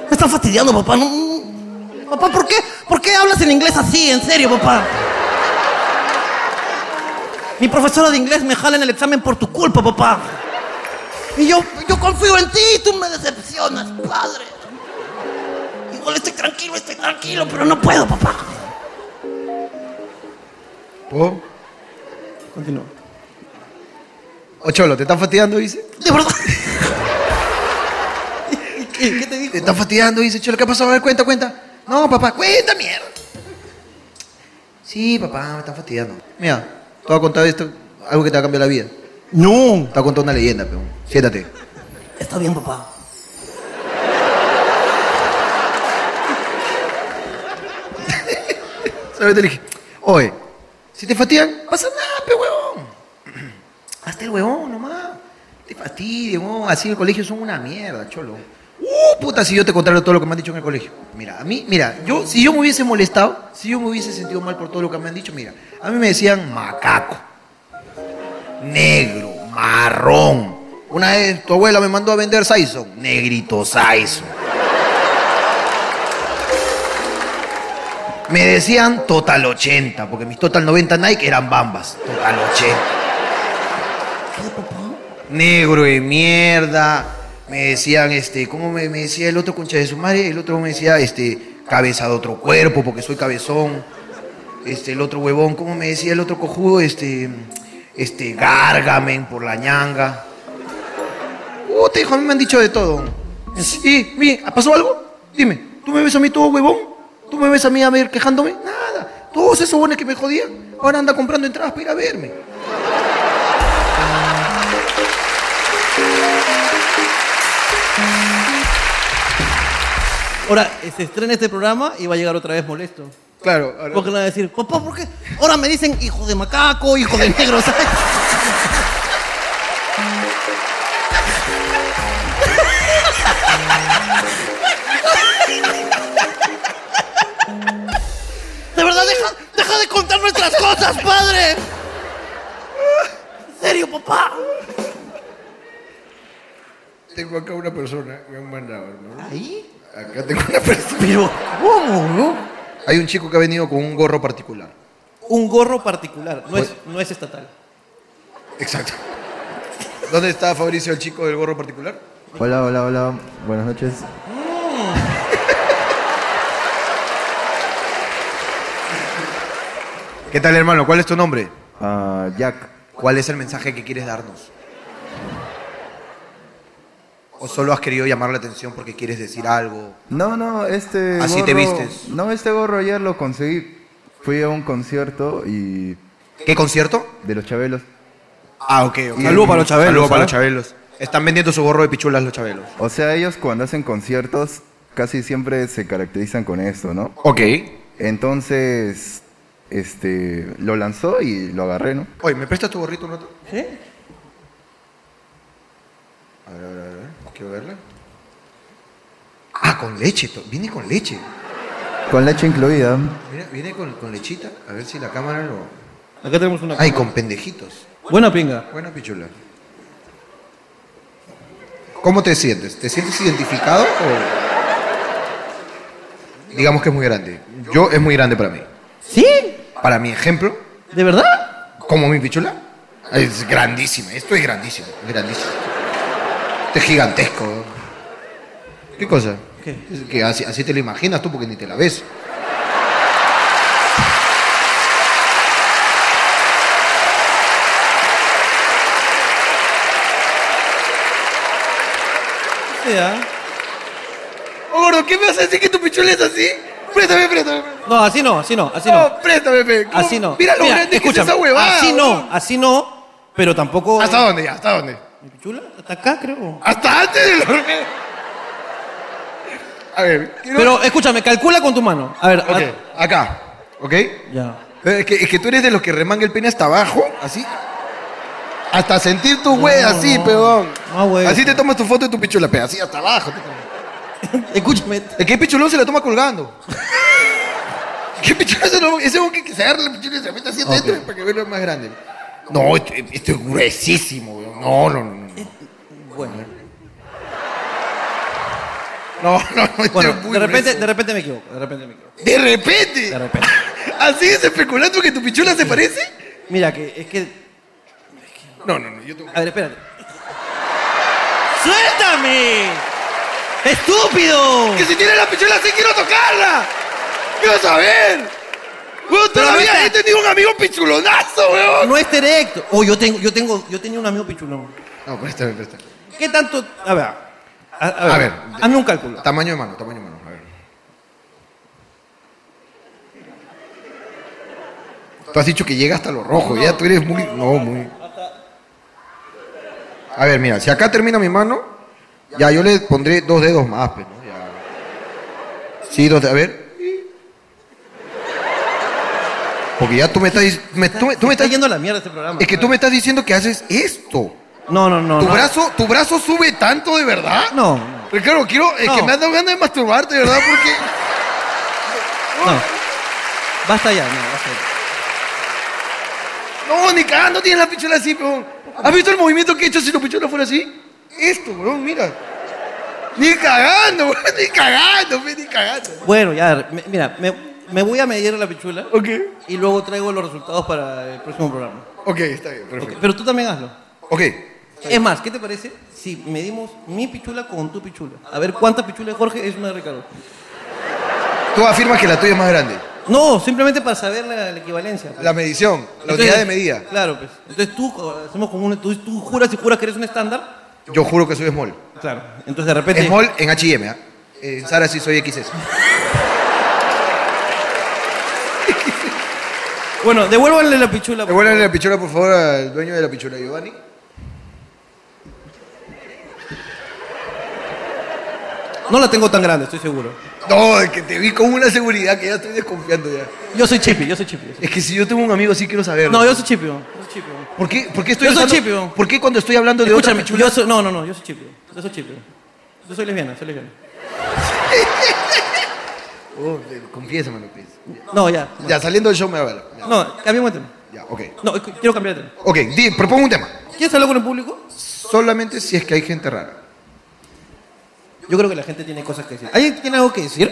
Speaker 2: Me están fastidiando, papá. No, no, no. Papá, ¿por qué? ¿Por qué hablas en inglés así? En serio, papá. Mi profesora de inglés me jala en el examen por tu culpa, papá. Y yo, yo confío en ti y tú me decepcionas, padre. Igual estoy tranquilo, estoy tranquilo, pero no puedo, papá.
Speaker 1: ¿Puedo?
Speaker 2: Continúa.
Speaker 1: Ocholo, ¿te están fastidiando? Dice.
Speaker 2: De verdad.
Speaker 1: <laughs>
Speaker 2: ¿Qué, te dijo?
Speaker 1: Te están fastidiando, dice Cholo, ¿qué ha pasado? A ver, cuenta, cuenta. No, papá, cuenta, mierda. Sí, papá, me están fastidiando. Mira, te voy a contar esto, algo que te va a cambiar la vida.
Speaker 2: No.
Speaker 1: Te voy a contar una leyenda, peón. Siéntate.
Speaker 2: Está bien, papá.
Speaker 1: <laughs> Solamente le dije, oye, si te fastidian, pasa nada, pe huevón. Hazte el huevón nomás. Te fastidien, huevón. Así el colegio son una mierda, cholo. Uh, puta, si yo te contara todo lo que me han dicho en el colegio. Mira, a mí, mira, yo, si yo me hubiese molestado, si yo me hubiese sentido mal por todo lo que me han dicho, mira, a mí me decían macaco, negro, marrón. Una vez tu abuela me mandó a vender Saison, negrito Saison. Me decían total 80, porque mis total 90 Nike eran bambas. Total 80. Negro de mierda. Me decían, este, ¿cómo me, me decía el otro concha de su madre? El otro me decía, este, cabeza de otro cuerpo, porque soy cabezón. Este, el otro huevón, ¿cómo me decía el otro cojudo? Este, este, gárgamen por la ñanga. Uh, te dijo, a mí me han dicho de todo. Sí, mi, ¿pasó algo? Dime, ¿tú me ves a mí todo huevón? ¿Tú me ves a mí a ver quejándome? Nada. Todos esos huevones que me jodían, ahora anda comprando entradas para ir a verme.
Speaker 2: Ahora, eh, se estrena este programa y va a llegar otra vez molesto.
Speaker 1: Claro,
Speaker 2: Porque le va a decir, papá, ¿por qué? Ahora me dicen hijo de macaco, hijo de negro, ¿sabes? De verdad, deja, deja de contar nuestras cosas, padre. En serio, papá.
Speaker 1: Tengo acá una persona, me han mandado, hermano.
Speaker 2: ¿Ahí?
Speaker 1: Acá tengo una persona.
Speaker 2: Pero, ¿cómo, no?
Speaker 1: Hay un chico que ha venido con un gorro particular.
Speaker 2: Un gorro particular, no es,
Speaker 1: Pues-
Speaker 2: no es estatal.
Speaker 1: Exacto. ¿Dónde está Fabricio, el chico del gorro particular?
Speaker 5: Hola, hola, hola. Buenas noches.
Speaker 1: ¿Qué tal, hermano? ¿Cuál es tu nombre?
Speaker 5: Ah, Jack.
Speaker 1: ¿Cuál es el mensaje que quieres darnos? ¿O solo has querido llamar la atención porque quieres decir algo?
Speaker 5: No, no, este.
Speaker 1: Así Ah, te
Speaker 5: gorro-
Speaker 1: vistes.
Speaker 5: No, este gorro ayer lo conseguí. Fui a un concierto y.
Speaker 1: ¿Qué concierto?
Speaker 5: de los chabelos.
Speaker 1: Ah, ok, ok.
Speaker 2: Saludo para los chabelos,
Speaker 1: Saludo para
Speaker 2: ¿ah?
Speaker 1: los chabelos. Están vendiendo su gorro de pichulas los chabelos.
Speaker 5: O sea, ellos cuando hacen conciertos casi siempre se caracterizan con esto, ¿no?
Speaker 1: Ok.
Speaker 5: Entonces, este, lo lanzó y lo agarré, ¿no?
Speaker 1: Oye, ¿me prestas tu gorrito un rato?
Speaker 2: ¿Sí?
Speaker 1: A ver, a ver, a ver. Quiero verla. Ah, con leche. to- Viene con leche.
Speaker 5: Con leche incluida.
Speaker 1: Mira, viene con, con lechita. A ver si la cámara lo...
Speaker 2: Acá tenemos una.
Speaker 1: Ay, con pendejitos.
Speaker 2: Buena pinga.
Speaker 1: Buena pichula. ¿Cómo te sientes? ¿Te sientes identificado o...? Digamos que es muy grande. Yo es muy grande para mí.
Speaker 2: ¿Sí?
Speaker 1: Para mi ejemplo,
Speaker 2: ¿De verdad?
Speaker 1: como mi pichula, es grandísima. Esto es grandísimo, grandísimo. Esto es gigantesco. ¿Qué cosa?
Speaker 2: ¿Qué?
Speaker 1: Es que así, así te lo imaginas tú porque ni te la ves.
Speaker 2: Sí, ¿ah?
Speaker 1: Oh, gordo, ¿qué me vas a decir que tu pichula es así? Préstame, préstame. préstame.
Speaker 2: No, así no, así no, así no.
Speaker 1: préstame, pe. ¿Cómo?
Speaker 2: Así no.
Speaker 1: Mira lo
Speaker 2: Mira,
Speaker 1: grande que es
Speaker 2: escúchame,
Speaker 1: esa huevada.
Speaker 2: Así
Speaker 1: gordo.
Speaker 2: no, así no, pero tampoco.
Speaker 1: ¿Hasta dónde ya? ¿Hasta dónde?
Speaker 2: ¿Mi pichula? Hasta acá, creo.
Speaker 1: Hasta antes de dormir. A ver, quiero-
Speaker 2: Pero escúchame, calcula con tu mano. A ver,
Speaker 1: Ok,
Speaker 2: a-
Speaker 1: acá. ¿Ok? Eh,
Speaker 2: ya.
Speaker 1: Es que, es que tú eres de los que remanga el pene hasta abajo, así. Hasta sentir tu güey
Speaker 2: no,
Speaker 1: así,
Speaker 2: no.
Speaker 1: peón.
Speaker 2: No, güey.
Speaker 1: Así te tomas tu foto de tu pichula, pe, así hasta abajo.
Speaker 2: <laughs> Escúchame.
Speaker 1: El que es pichulón se la toma colgando. <laughs> ¿Qué pichulón se lo Ese es un que se agarra la pichula y se la mete así adentro para que vea más grande. No, esto, esto es gruesísimo, weón. No, no, no. no.
Speaker 2: Bueno,
Speaker 1: No, no, no. esto
Speaker 2: bueno,
Speaker 1: es muy
Speaker 2: de repente,
Speaker 1: grueso.
Speaker 2: de repente me equivoco, de repente me equivoco.
Speaker 1: ¿De repente?
Speaker 2: De repente.
Speaker 1: <laughs> ¿Así es especulando que tu pichula se parece?
Speaker 2: Mira que es que.
Speaker 1: No, no, no, yo tengo
Speaker 2: A ver, espérate. ¡Suéltame! ¡Estúpido!
Speaker 1: ¡Que si tiene la pichula así quiero tocarla! ¡Quiero saber! ¡Weón,
Speaker 2: Pero
Speaker 1: todavía
Speaker 2: no
Speaker 1: he
Speaker 2: está-
Speaker 1: tenido un amigo pichulonazo, weón!
Speaker 2: No es directo. Oh, yo tengo, yo tengo, yo tenía un amigo pichulón.
Speaker 1: No, préstame, préstame.
Speaker 2: ¿Qué tanto? A ver. A, a
Speaker 1: A
Speaker 2: ver,
Speaker 1: ver.
Speaker 2: hazme un cálculo.
Speaker 1: Tamaño de mano, tamaño de mano, a ver. Tú has dicho que llega hasta lo rojo, ya tú eres muy... No, muy... A ver, mira, si acá termina mi mano, ya yo le pondré dos dedos más, pues, ¿no? Ya. Sí, dos de- A ver. Porque ya tú me estás... dic- me- tú, me- tú
Speaker 2: Se
Speaker 1: me
Speaker 2: está
Speaker 1: estás...
Speaker 2: yendo a la mierda este programa.
Speaker 1: Es que tú me estás diciendo que haces esto.
Speaker 2: No, no, no.
Speaker 1: ¿Tu
Speaker 2: no.
Speaker 1: brazo, tu brazo sube tanto de verdad?
Speaker 2: No, no.
Speaker 1: Ricardo, quiero. Es
Speaker 2: No.
Speaker 1: que me han dado ganas de masturbarte, ¿verdad?
Speaker 2: <laughs>
Speaker 1: Porque.
Speaker 2: no. Basta ya, no, basta ya.
Speaker 1: No, ni cagando tienes la pichula así, peón. ¿Has visto el movimiento que he hecho si la pichula fuera así? Esto, weón, mira. Ni cagando, weón, ni cagando, pe, ni cagando.
Speaker 2: Bueno, ya, me- mira, me, me voy a medir la pichula
Speaker 1: Ok.
Speaker 2: y luego traigo los resultados para el próximo programa.
Speaker 1: Ok, está bien, perfecto.
Speaker 2: Pero tú también hazlo.
Speaker 1: Ok.
Speaker 2: Es más, ¿qué te parece si medimos mi pichula con tu pichula? A ver cuánta pichula de Jorge es una de Ricardo.
Speaker 1: Tú afirmas que la tuya es más grande.
Speaker 2: No, simplemente para saber la, la equivalencia.
Speaker 1: La medición, la
Speaker 2: Entonces,
Speaker 1: unidad de medida.
Speaker 2: Claro, pues. Entonces tú co- hacemos como un, tú, tú juras y juras que eres un estándar.
Speaker 1: Yo juro que soy small.
Speaker 2: Claro. Entonces de repente.
Speaker 1: Small en HM, ¿ah? En Sara sí soy XS.
Speaker 2: <laughs> Bueno, devuélvanle la pichula. por
Speaker 1: Devuélvele la pichula, por favor, al dueño de la pichula, Giovanni.
Speaker 2: favor. No la tengo tan grande, estoy seguro.
Speaker 1: No, es que te vi con una seguridad que ya estoy desconfiando ya.
Speaker 2: Yo soy chipi, yo soy chipi. yo soy-
Speaker 1: Es que si yo tengo un amigo así quiero saberlo.
Speaker 2: No, yo soy chipi. yo soy chipi.
Speaker 1: ¿Por qué, por qué estoy
Speaker 2: Yo soy
Speaker 1: hablando-
Speaker 2: chipi, weón.
Speaker 1: ¿Por qué cuando estoy hablando de
Speaker 2: Escúchame,
Speaker 1: otra pichula?
Speaker 2: yo soy, no, no, no, yo soy chipi. Yo soy chipi. Yo soy lesbiana, soy lesbiana.
Speaker 1: Oh, eh, confiésame, lo que es.
Speaker 2: No, ya.
Speaker 1: Ya, saliendo del show me va a ver. Ya,
Speaker 2: No, cambiemos de tema.
Speaker 1: ya, ok.
Speaker 2: No, es que quiero cambiar de tema.
Speaker 1: Ok, di, propongo un tema.
Speaker 2: ¿Quieres hablar con el público?
Speaker 1: Solamente si es que hay gente rara.
Speaker 2: Yo creo que la gente tiene cosas que decir. ¿Alguien tiene algo que decir?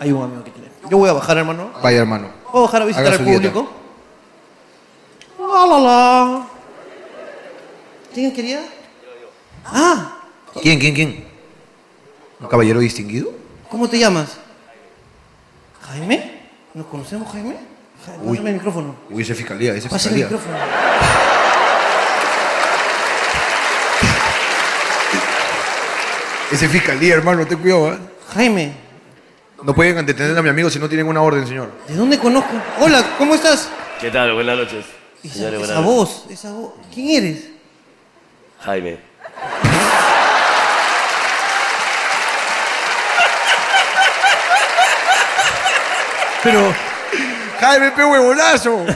Speaker 2: Hay un amigo que tiene. Yo voy a bajar, hermano.
Speaker 1: Vaya, hermano.
Speaker 2: Voy a bajar a visitar
Speaker 1: Haga
Speaker 2: al
Speaker 1: su dieta.
Speaker 2: público. Ah, La la la. ¿Quién quería? Ah,
Speaker 1: ¿Quién, quién, quién? ¿Un caballero distinguido?
Speaker 2: ¿cómo te llamas? ¿Jaime? ¿Nos conocemos, Jaime? Pásame el micrófono.
Speaker 1: Uy, ese es fiscalía, ese es
Speaker 2: Pásame el
Speaker 1: fiscalía.
Speaker 2: micrófono.
Speaker 1: Ese es fiscalía, hermano, ten cuidado, ¿eh?
Speaker 2: Jaime,
Speaker 1: No pueden detener a mi amigo si no tienen una orden, señor.
Speaker 2: ¿de dónde conozco? Hola, ¿cómo estás?
Speaker 6: ¿Qué tal? Buenas noches.
Speaker 2: Esa, esa
Speaker 6: Señores, buenas noches.
Speaker 2: voz, esa voz. ¿Quién eres?
Speaker 6: Jaime.
Speaker 2: Pero...
Speaker 1: ¡Jaime, pe huevonazo!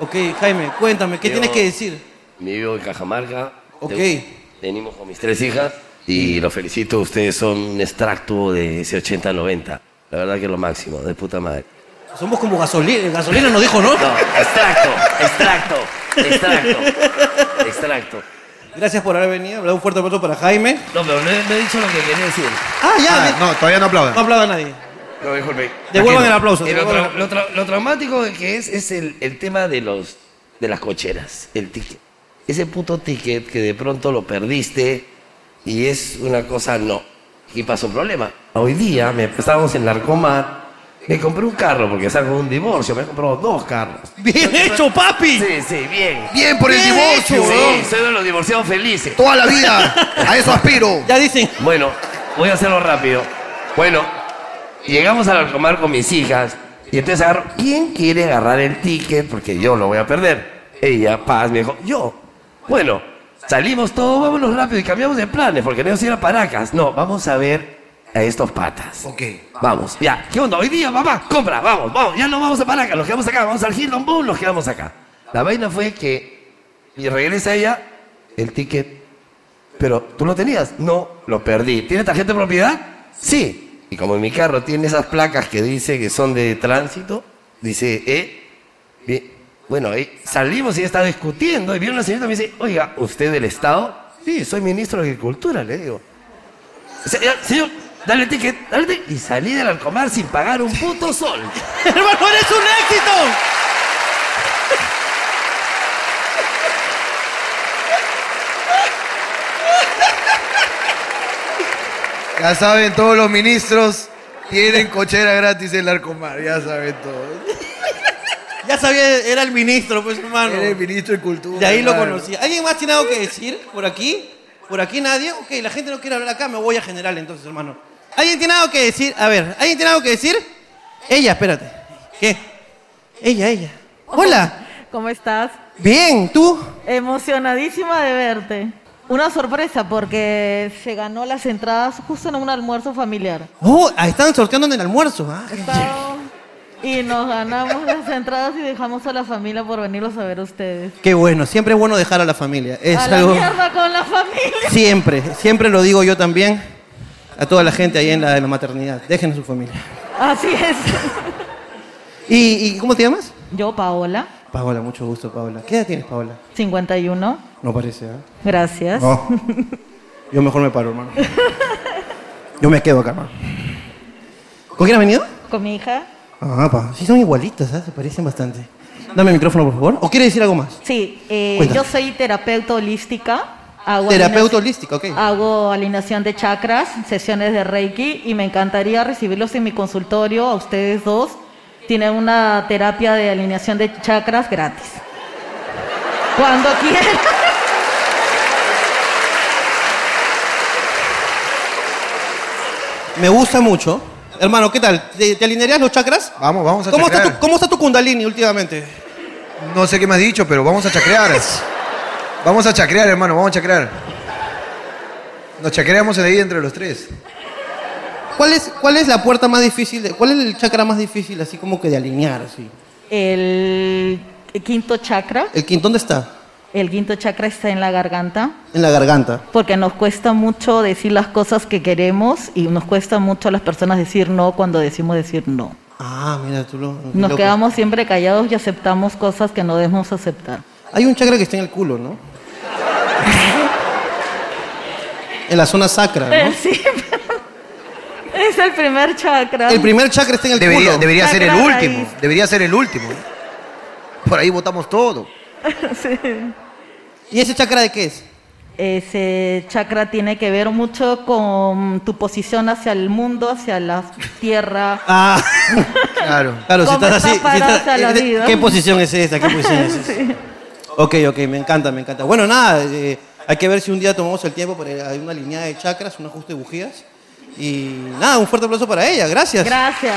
Speaker 2: Ok, Jaime, cuéntame, ¿qué
Speaker 6: Yo-
Speaker 2: tienes que decir?
Speaker 6: Vivo en Cajamarca.
Speaker 2: Ok.
Speaker 6: Te- Venimos con mis tres hijas y los felicito. Ustedes son un extracto de ese 80-90. La verdad que es lo máximo, de puta madre.
Speaker 2: Somos como gasolina, gasolina nos dijo, ¿no?
Speaker 6: No, extracto, extracto, extracto, extracto.
Speaker 2: Gracias por haber venido, ¿verdad? Un fuerte aplauso para Jaime.
Speaker 6: No, pero no he, no he dicho lo que quería decir.
Speaker 2: Ah, ya,
Speaker 1: Ah,
Speaker 2: ve-
Speaker 1: no, todavía no
Speaker 2: no
Speaker 1: aplaudan.
Speaker 2: aplauda a nadie.
Speaker 6: No, disculpe.
Speaker 2: Devuelvan
Speaker 6: Tranquilo.
Speaker 2: el aplauso,
Speaker 6: Eh, Lo,
Speaker 2: devuelvan
Speaker 6: tra- lo tra- lo traumático que es es el, el tema de los de las cocheras, el ticket. Ese puto ticket que de pronto lo perdiste y es una cosa no. Y pasó un problema. Hoy día me estábamos en Larcomar, me compré un carro porque salgo de un divorcio, me he comprado dos carros.
Speaker 2: Bien hecho, papi.
Speaker 6: Sí, sí, bien.
Speaker 1: Bien por el
Speaker 2: Bien
Speaker 1: divorcio,
Speaker 2: hecho,
Speaker 1: weón.
Speaker 6: Sí, soy de los divorciados felices.
Speaker 1: Toda la vida. A
Speaker 6: <laughs>
Speaker 1: eso aspiro.
Speaker 2: Ya dicen,
Speaker 6: Bueno, voy a hacerlo rápido. Bueno, llegamos al Alcomar con mis hijas y entonces agarro, ¿quién quiere agarrar el ticket? Porque yo lo voy a perder. Ella, paz, me dijo, yo. Bueno, salimos todos, vámonos rápido y cambiamos de planes porque no íbamos a ir a Paracas. No, vamos a ver a estos patas.
Speaker 1: Ok.
Speaker 6: Vamos, ya. ¿Qué onda? Hoy día, mamá, compra, vamos, vamos. Ya no vamos a Paracas, nos quedamos acá. Vamos al Hilton Boom, nos quedamos acá. La vaina fue que y regresa ella, el ticket pero tú lo tenías. No, lo perdí. ¿Tiene tarjeta de propiedad? Sí. Y como en mi carro tiene esas placas que dice que son de tránsito, dice, eh, bien. bueno, eh, salimos y ella está discutiendo. Y viene una señora y me dice, oiga, ¿usted del Estado? Sí, soy ministro de Agricultura, le digo. "Se- ya, Señor, dale el ticket, dale el ticket. Y salí del Alcomar sin pagar un puto sol.
Speaker 2: <laughs> hermano, eres un éxito.
Speaker 1: Ya saben, todos los ministros tienen cochera gratis en Larcomar. Ya saben todos.
Speaker 2: <laughs> Ya sabía, era el ministro, pues, hermano.
Speaker 1: Eres ministro de Cultura.
Speaker 2: De ahí lo
Speaker 1: hermano.
Speaker 2: conocí. ¿Alguien más tiene algo que decir por aquí? ¿Por aquí nadie? Ok, la gente no quiere hablar acá, me voy a general entonces, hermano. ¿Alguien tiene algo que decir? A ver, ¿alguien tiene algo que decir? Ella, espérate. ¿Qué? Ella, ella. Hola.
Speaker 7: ¿Cómo estás?
Speaker 2: Bien, ¿tú?
Speaker 7: Emocionadísima de verte. Una sorpresa porque se ganó las entradas justo en un almuerzo familiar.
Speaker 2: Oh, ah, están sorteando en el almuerzo. ah.
Speaker 7: Estábamos- Y nos ganamos las entradas y dejamos a la familia por venirlos a ver ustedes.
Speaker 2: Qué bueno, siempre es bueno dejar a la familia. Es
Speaker 7: a
Speaker 2: algo...
Speaker 7: la mierda con la familia.
Speaker 2: Siempre, siempre lo digo yo también a toda la gente ahí en la, en la maternidad. Dejen a su familia.
Speaker 7: Así es.
Speaker 2: ¿Y, y cómo te llamas?
Speaker 7: Yo, Paola,
Speaker 2: Paola, mucho gusto, Paola. ¿Qué edad tienes, Paola?
Speaker 7: 51.
Speaker 2: No parece, ¿ah?
Speaker 7: Gracias.
Speaker 2: No. Yo mejor me paro,
Speaker 7: <laughs>
Speaker 2: hermano. Yo me quedo acá, hermano. ¿Con quién ha venido?
Speaker 7: Con mi hija.
Speaker 2: Ah, pa. Sí, son igualitas, ¿ah? Se parecen bastante. Dame el micrófono, por favor. ¿O quiere decir algo más?
Speaker 7: Sí, eh,
Speaker 2: Cuéntame.
Speaker 7: yo soy terapeuta holística. Hago
Speaker 2: Terapeuta
Speaker 7: alineación-
Speaker 2: holística, ok.
Speaker 7: Hago alineación de chakras, sesiones de Reiki y me encantaría recibirlos en mi consultorio a ustedes dos. Tienen una terapia de alineación de chakras gratis. Cuando quieran.
Speaker 2: Me gusta mucho. Hermano, ¿qué tal? ¿Te, te alinearías los chakras?
Speaker 1: Vamos, vamos a
Speaker 2: ¿Cómo está,
Speaker 1: chacrear.
Speaker 2: tu, ¿Cómo está tu kundalini últimamente?
Speaker 1: No sé qué me has dicho, pero vamos a
Speaker 2: <laughs>
Speaker 1: chacrear. Vamos a chacrear, hermano, vamos a chacrear. Nos chacreamos de ahí entre los tres.
Speaker 2: ¿Cuál es, ¿Cuál es la puerta más difícil? de- ¿Cuál es el chakra más difícil así como que de alinear? Así?
Speaker 7: El quinto chakra,
Speaker 2: ¿El quinto dónde está?
Speaker 7: el quinto chakra está en la garganta.
Speaker 2: En la garganta.
Speaker 7: Porque nos cuesta mucho decir las cosas que queremos y nos cuesta mucho a las personas decir no cuando decimos decir no.
Speaker 2: Ah, mira, tú lo... qué
Speaker 7: Nos
Speaker 2: loco.
Speaker 7: quedamos siempre callados y aceptamos cosas que no debemos aceptar.
Speaker 2: Hay un chakra que está en el culo, ¿no? en la zona sacra,
Speaker 7: Eh,
Speaker 2: ¿no?
Speaker 7: <laughs> sí. es el primer chakra.
Speaker 2: El primer chakra está en el
Speaker 1: Debería,
Speaker 2: culo.
Speaker 1: debería ser el
Speaker 7: Chacrar
Speaker 1: último,
Speaker 7: ahí.
Speaker 1: debería ser el último. Por ahí votamos todo.
Speaker 7: <laughs> Sí.
Speaker 2: ¿Y ese chakra de qué es?
Speaker 7: Ese chakra tiene que ver mucho con tu posición hacia el mundo, hacia la tierra.
Speaker 2: Ah,
Speaker 1: Claro.
Speaker 2: claro, si
Speaker 7: ¿Cómo
Speaker 2: estás así.
Speaker 7: estás
Speaker 2: si
Speaker 7: parado
Speaker 2: estás-
Speaker 7: hacia la
Speaker 2: eh, de-
Speaker 7: vida?
Speaker 2: ¿Qué posición es esta? ¿Qué posición
Speaker 7: <laughs>
Speaker 2: es esta?
Speaker 7: Sí.
Speaker 2: Ok, ok, me encanta, me encanta. Bueno, nada, eh, hay que ver si un día tomamos el tiempo para ir a una alineada de chakras, un ajuste de bujías. Y nada, un fuerte aplauso para ella, gracias.
Speaker 7: Gracias.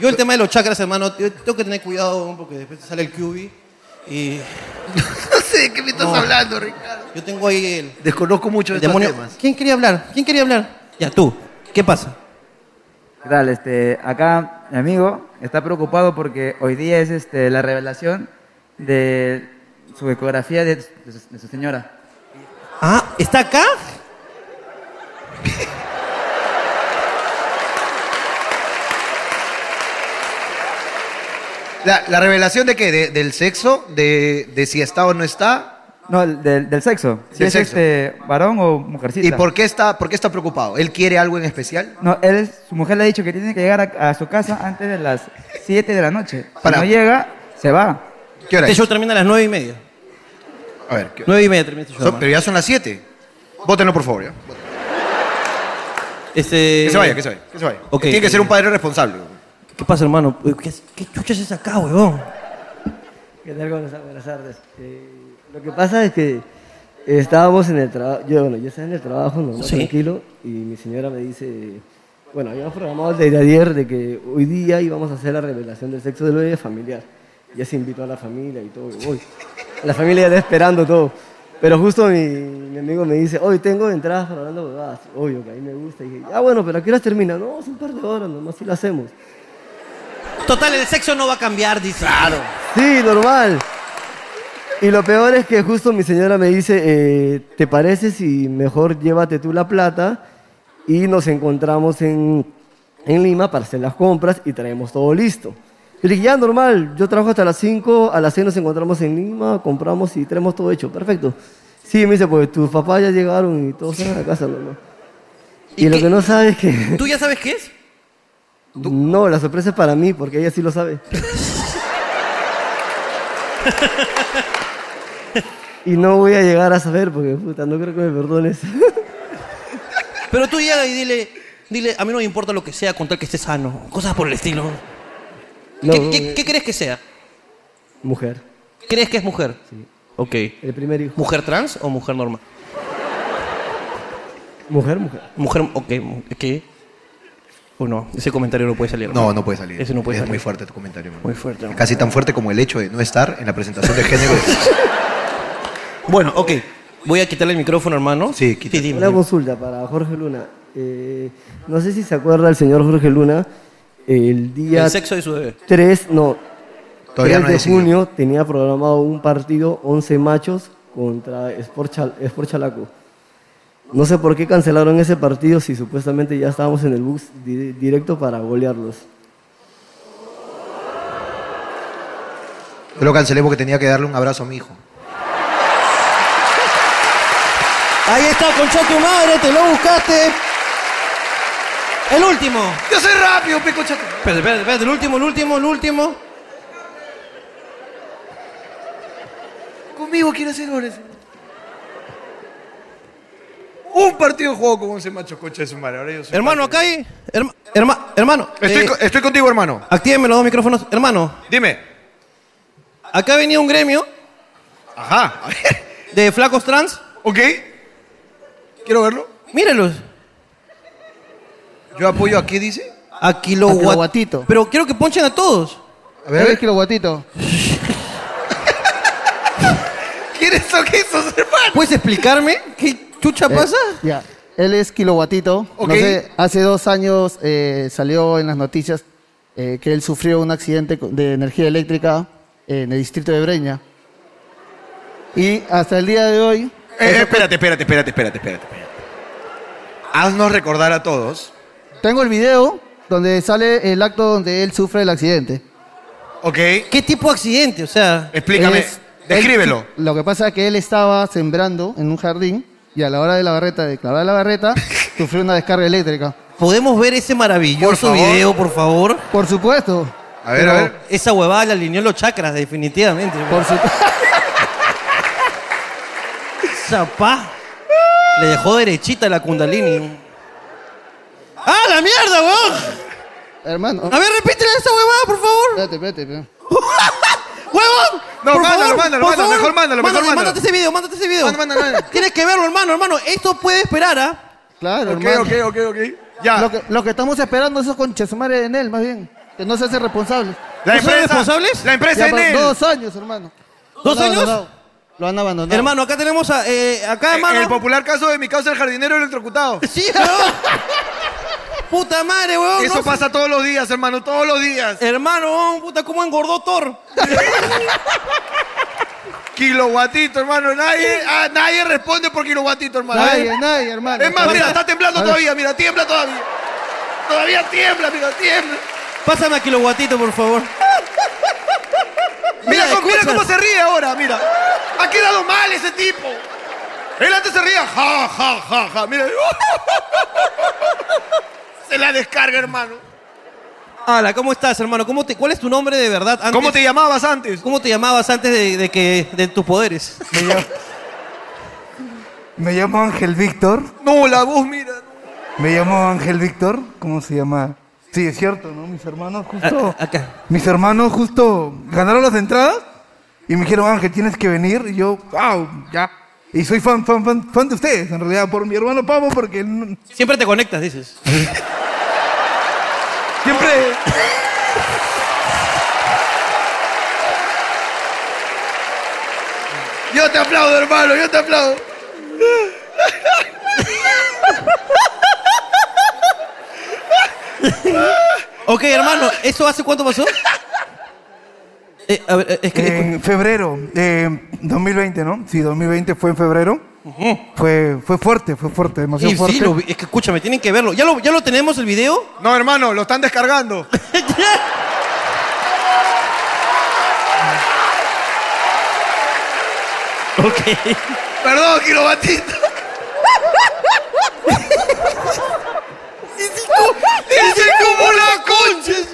Speaker 2: Yo el tema de los chakras, hermano, yo tengo que tener cuidado porque después te sale el QB. Y
Speaker 1: <laughs> No sé de qué me estás
Speaker 2: No.
Speaker 1: hablando, Ricardo.
Speaker 2: yo tengo ahí el,
Speaker 1: Desconozco mucho
Speaker 2: el
Speaker 1: de estos
Speaker 2: demonio.
Speaker 1: temas.
Speaker 2: ¿Quién quería hablar? ¿Quién quería hablar? Ya, tú. ¿Qué pasa?
Speaker 8: ¿Qué tal? Este, acá mi amigo está preocupado porque hoy día es este, la revelación de su ecografía de, de su, de su señora.
Speaker 2: Ah, ¿está acá?
Speaker 1: La, la revelación de qué? De- del sexo, de, de si está o no está.
Speaker 8: No, el del, del sexo. Si
Speaker 1: Del
Speaker 8: es
Speaker 1: sexo.
Speaker 8: este varón o mujercita.
Speaker 1: ¿Y por qué está, por qué está preocupado? ¿Él quiere algo en especial?
Speaker 8: No, él, su mujer le ha dicho que tiene que llegar a, a su casa antes de las 7 de la noche. Si
Speaker 1: Para.
Speaker 8: no llega, se va.
Speaker 1: ¿Qué hora
Speaker 2: Este
Speaker 1: es?
Speaker 2: show termina a las nueve y media.
Speaker 1: A ver, ¿qué-
Speaker 2: Nueve y media termina este show.
Speaker 1: son-
Speaker 2: hermano.
Speaker 1: pero ya son las 7. Vótenlo, por favor. ya.
Speaker 2: Este...
Speaker 1: Que se vaya, que se vaya. Que se vaya.
Speaker 2: Ok.
Speaker 1: Tiene que ser un padre responsable.
Speaker 2: ¿Qué pasa, hermano? ¿Qué, qué chuchas es acá, huevón?
Speaker 9: ¿Qué tal? Buenas, buenas tardes. Eh, lo que pasa es que estábamos en el trabajo, yo, bueno, yo estaba en el trabajo normal,
Speaker 2: Sí.
Speaker 9: tranquilo, y mi señora me dice, bueno, habíamos programado desde ayer de que hoy día íbamos a hacer la revelación del sexo del bebé familiar. Ya se invitó a la familia y todo, y voy. La familia ya está esperando todo. Pero justo mi, mi amigo me dice, hoy tengo entradas para hablando huevadas. Obvio que a mí me gusta. Y dije, ah, bueno, pero ¿a qué horas termina? No, es un par de horas, nomás si lo hacemos.
Speaker 2: Total, el sexo no va a cambiar, dice. Claro.
Speaker 9: Sí, normal. Y lo peor es que justo mi señora me dice, eh, ¿te parece si mejor llévate tú la plata y nos encontramos en, en Lima para hacer las compras y traemos todo listo? Yo le dije, ya, normal, yo trabajo hasta las 5, a las 6 nos encontramos en Lima, compramos y traemos todo hecho, perfecto. Sí, me dice, pues tus papás ya llegaron y todos están a la casa, ¿no?
Speaker 2: ¿Y
Speaker 9: Y, lo
Speaker 2: qué-
Speaker 9: que no sabe es que...
Speaker 2: ¿Tú ya sabes qué es?
Speaker 9: No, la sorpresa es para mí, porque ella sí lo sabe. y no voy a llegar a saber, porque puta, no creo que me perdones. <laughs>
Speaker 2: Pero tú llega y dile, dile, a mí no me importa lo que sea con tal que esté sano. Cosas por el estilo.
Speaker 9: No,
Speaker 2: ¿Qué,
Speaker 9: no,
Speaker 2: qué-
Speaker 9: eh,
Speaker 2: qué crees que sea?
Speaker 9: Mujer,
Speaker 2: ¿Crees que es mujer? Sí. Ok.
Speaker 9: el primer hijo.
Speaker 2: ¿Mujer trans o mujer normal?
Speaker 9: Mujer, mujer.
Speaker 2: Mujer, ok, mu- ¿qué? O no, ese comentario no puede salir.
Speaker 1: No, no puede salir.
Speaker 2: Ese no puede
Speaker 1: es
Speaker 2: salir.
Speaker 1: muy fuerte tu comentario. hermano.
Speaker 2: Muy fuerte. ¿no?
Speaker 1: Casi tan fuerte como el hecho de no estar en la presentación
Speaker 2: <laughs>
Speaker 1: de género.
Speaker 2: Bueno, ok. Voy a quitarle el micrófono, hermano.
Speaker 1: Sí, quítale.
Speaker 2: dime.
Speaker 9: Una consulta para Jorge Luna. Eh, no sé si se acuerda el señor Jorge Luna, el día
Speaker 2: El sexo de su bebé.
Speaker 9: 3, no,
Speaker 1: Todavía
Speaker 9: 3
Speaker 1: no
Speaker 9: de
Speaker 1: decidió.
Speaker 9: junio tenía programado un partido 11 machos contra Sport, Chal- Sport Chalaco. No sé por qué cancelaron ese partido si supuestamente ya estábamos en el bus di- directo para golearlos.
Speaker 1: Yo lo cancelé porque tenía que darle un abrazo a mi hijo.
Speaker 2: Ahí está, concha tu madre, te lo buscaste. El último.
Speaker 1: Yo soy rápido, pico chato.
Speaker 2: Espérate, espérate, espérate, el último, el último, el último.
Speaker 1: Conmigo quiere hacer goles. Un partido jugó con 11 machos coche de su madre. Ahora yo soy
Speaker 2: Hermano, acá hay. herma- herma- hermano.
Speaker 1: Estoy,
Speaker 2: eh,
Speaker 1: co- estoy contigo, hermano.
Speaker 2: actívenme los dos micrófonos. Hermano,
Speaker 1: Dime.
Speaker 2: acá ha venido un gremio
Speaker 1: Ajá. A ver.
Speaker 2: de flacos trans.
Speaker 1: ¿Ok? Quiero verlo.
Speaker 2: Mírenlos.
Speaker 1: Yo apoyo aquí, dice.
Speaker 2: A kilowatt-
Speaker 10: A kilowattito.
Speaker 2: Pero quiero que ponchen a todos.
Speaker 1: A ver, a ver.
Speaker 10: que lo guatito.
Speaker 1: ¿Quiénes son esos, hermano?
Speaker 2: ¿Puedes explicarme qué chucha pasa?
Speaker 10: Eh, Ya. Él es kilovatito.
Speaker 1: Ok.
Speaker 10: No sé, hace dos años eh, salió en las noticias eh, que él sufrió un accidente co- de energía eléctrica en el distrito de Breña. Y hasta el día de hoy,
Speaker 1: Eh, eh, espérate, espérate, espérate, espérate, espérate. espérate. Haznos recordar a todos.
Speaker 10: tengo el video donde sale el acto donde él sufre el accidente.
Speaker 1: ¿Ok?
Speaker 2: ¿Qué tipo de accidente? O sea,
Speaker 1: Explícame.
Speaker 10: Es-
Speaker 1: Descríbelo.
Speaker 10: Lo que pasa es que él estaba sembrando en un jardín y a la hora de la barreta, de clavar la barreta, <laughs> sufrió una descarga eléctrica.
Speaker 2: ¿podemos ver ese maravilloso
Speaker 1: Por favor.
Speaker 2: video, por favor?
Speaker 10: Por supuesto.
Speaker 1: A ver, a
Speaker 10: Pero-
Speaker 1: ver.
Speaker 2: Esa huevada le alineó los chakras, definitivamente.
Speaker 10: Por
Speaker 2: <laughs>
Speaker 10: su-
Speaker 2: Zapá. Le dejó derechita la Kundalini. ¡Ah, la mierda, weón!
Speaker 10: Hermano,
Speaker 2: A ver, repítele esa huevada, por favor.
Speaker 10: espérate, espérate. espérate.
Speaker 2: ¡Huevón!
Speaker 1: No,
Speaker 2: por
Speaker 1: mándalo,
Speaker 2: favor,
Speaker 1: mándalo,
Speaker 2: por
Speaker 1: mándalo,
Speaker 2: favor.
Speaker 1: mejor mándalo, mejor mándalo.
Speaker 2: Mándate ese video, mándate ese video.
Speaker 1: Mándalo, mándalo, mándalo.
Speaker 2: Tienes que verlo, hermano, hermano. Esto puede esperar, ¿ah?
Speaker 10: Claro,
Speaker 1: Ok,
Speaker 10: hermano.
Speaker 1: ok, ok, ok. Ya.
Speaker 10: Lo, que, lo que estamos esperando es esos conchesumare en él, más bien. Que no se hace responsable.
Speaker 1: La
Speaker 2: ¿No son
Speaker 1: empresa,
Speaker 2: responsables?
Speaker 1: La empresa
Speaker 10: Ya
Speaker 1: en
Speaker 10: van
Speaker 1: él.
Speaker 10: Dos años, hermano.
Speaker 2: ¿Dos
Speaker 10: Lo han
Speaker 2: años?
Speaker 10: abandonado. Lo han abandonado.
Speaker 2: Hermano, acá tenemos a. eh, acá,
Speaker 1: En el
Speaker 2: hermano.
Speaker 1: popular caso de mi causa, el jardinero electrocutado.
Speaker 2: <laughs> Sí, huevón. Puta madre, huevón.
Speaker 1: Eso
Speaker 2: no sé-
Speaker 1: pasa todos los días, hermano, todos los días.
Speaker 2: Hermano, huevón, puta, cómo engordó Thor.
Speaker 1: Kilowatito, hermano. Nadie, ah, nadie responde por kilowatito, hermano.
Speaker 10: Nadie, nadie, hermano.
Speaker 1: Es más, mira, está temblando
Speaker 10: A ver.
Speaker 1: todavía, mira, tiembla todavía. Todavía tiembla, mira, tiembla.
Speaker 2: Pásame a Kiloguatito, por favor.
Speaker 1: Mira, cómo, mira
Speaker 2: escucha.
Speaker 1: cómo se ríe ahora, mira.
Speaker 2: <laughs>
Speaker 1: Ha quedado mal ese tipo. Él antes se ría, ja, ja, ja, ja. Mira. <laughs> Se la descarga, hermano.
Speaker 2: Ala, ¿cómo estás, hermano? ¿Cómo te, ¿Cuál es tu nombre de verdad? Antes-
Speaker 1: ¿Cómo te llamabas antes?
Speaker 2: ¿Cómo te llamabas antes de, de que de tus poderes?
Speaker 5: Me llamo, me llamo Ángel Víctor.
Speaker 1: No, la voz, mira. no.
Speaker 5: Me llamo Ángel Víctor. ¿Cómo se llama? Sí, es cierto, ¿no? Mis hermanos justo.
Speaker 1: Ah,
Speaker 2: A- acá.
Speaker 5: Mis hermanos justo ganaron las entradas y me dijeron, Ángel, tienes que venir. Y yo, wow, ya. Y soy fan, fan, fan, fan de ustedes, en realidad, por mi hermano Pavo, porque n-
Speaker 2: Siempre te conectas, dices.
Speaker 5: siempre.
Speaker 1: Yo te aplaudo, hermano, yo te aplaudo.
Speaker 2: <laughs> Ok, hermano, ¿eso hace cuánto pasó? Eh, a ver, eh, es que.
Speaker 5: En febrero, eh, 2020, ¿no? Sí, 2020 fue en febrero. Fue, fue fuerte, fue fuerte, demasiado
Speaker 2: Sí,
Speaker 5: fuerte.
Speaker 2: sí, lo vi- es que escúchame, tienen que verlo. ¿Ya lo, ya lo tenemos el video?
Speaker 1: No, hermano, lo están descargando.
Speaker 2: <laughs> ok.
Speaker 1: Perdón, kilovatito. Dice como la conches.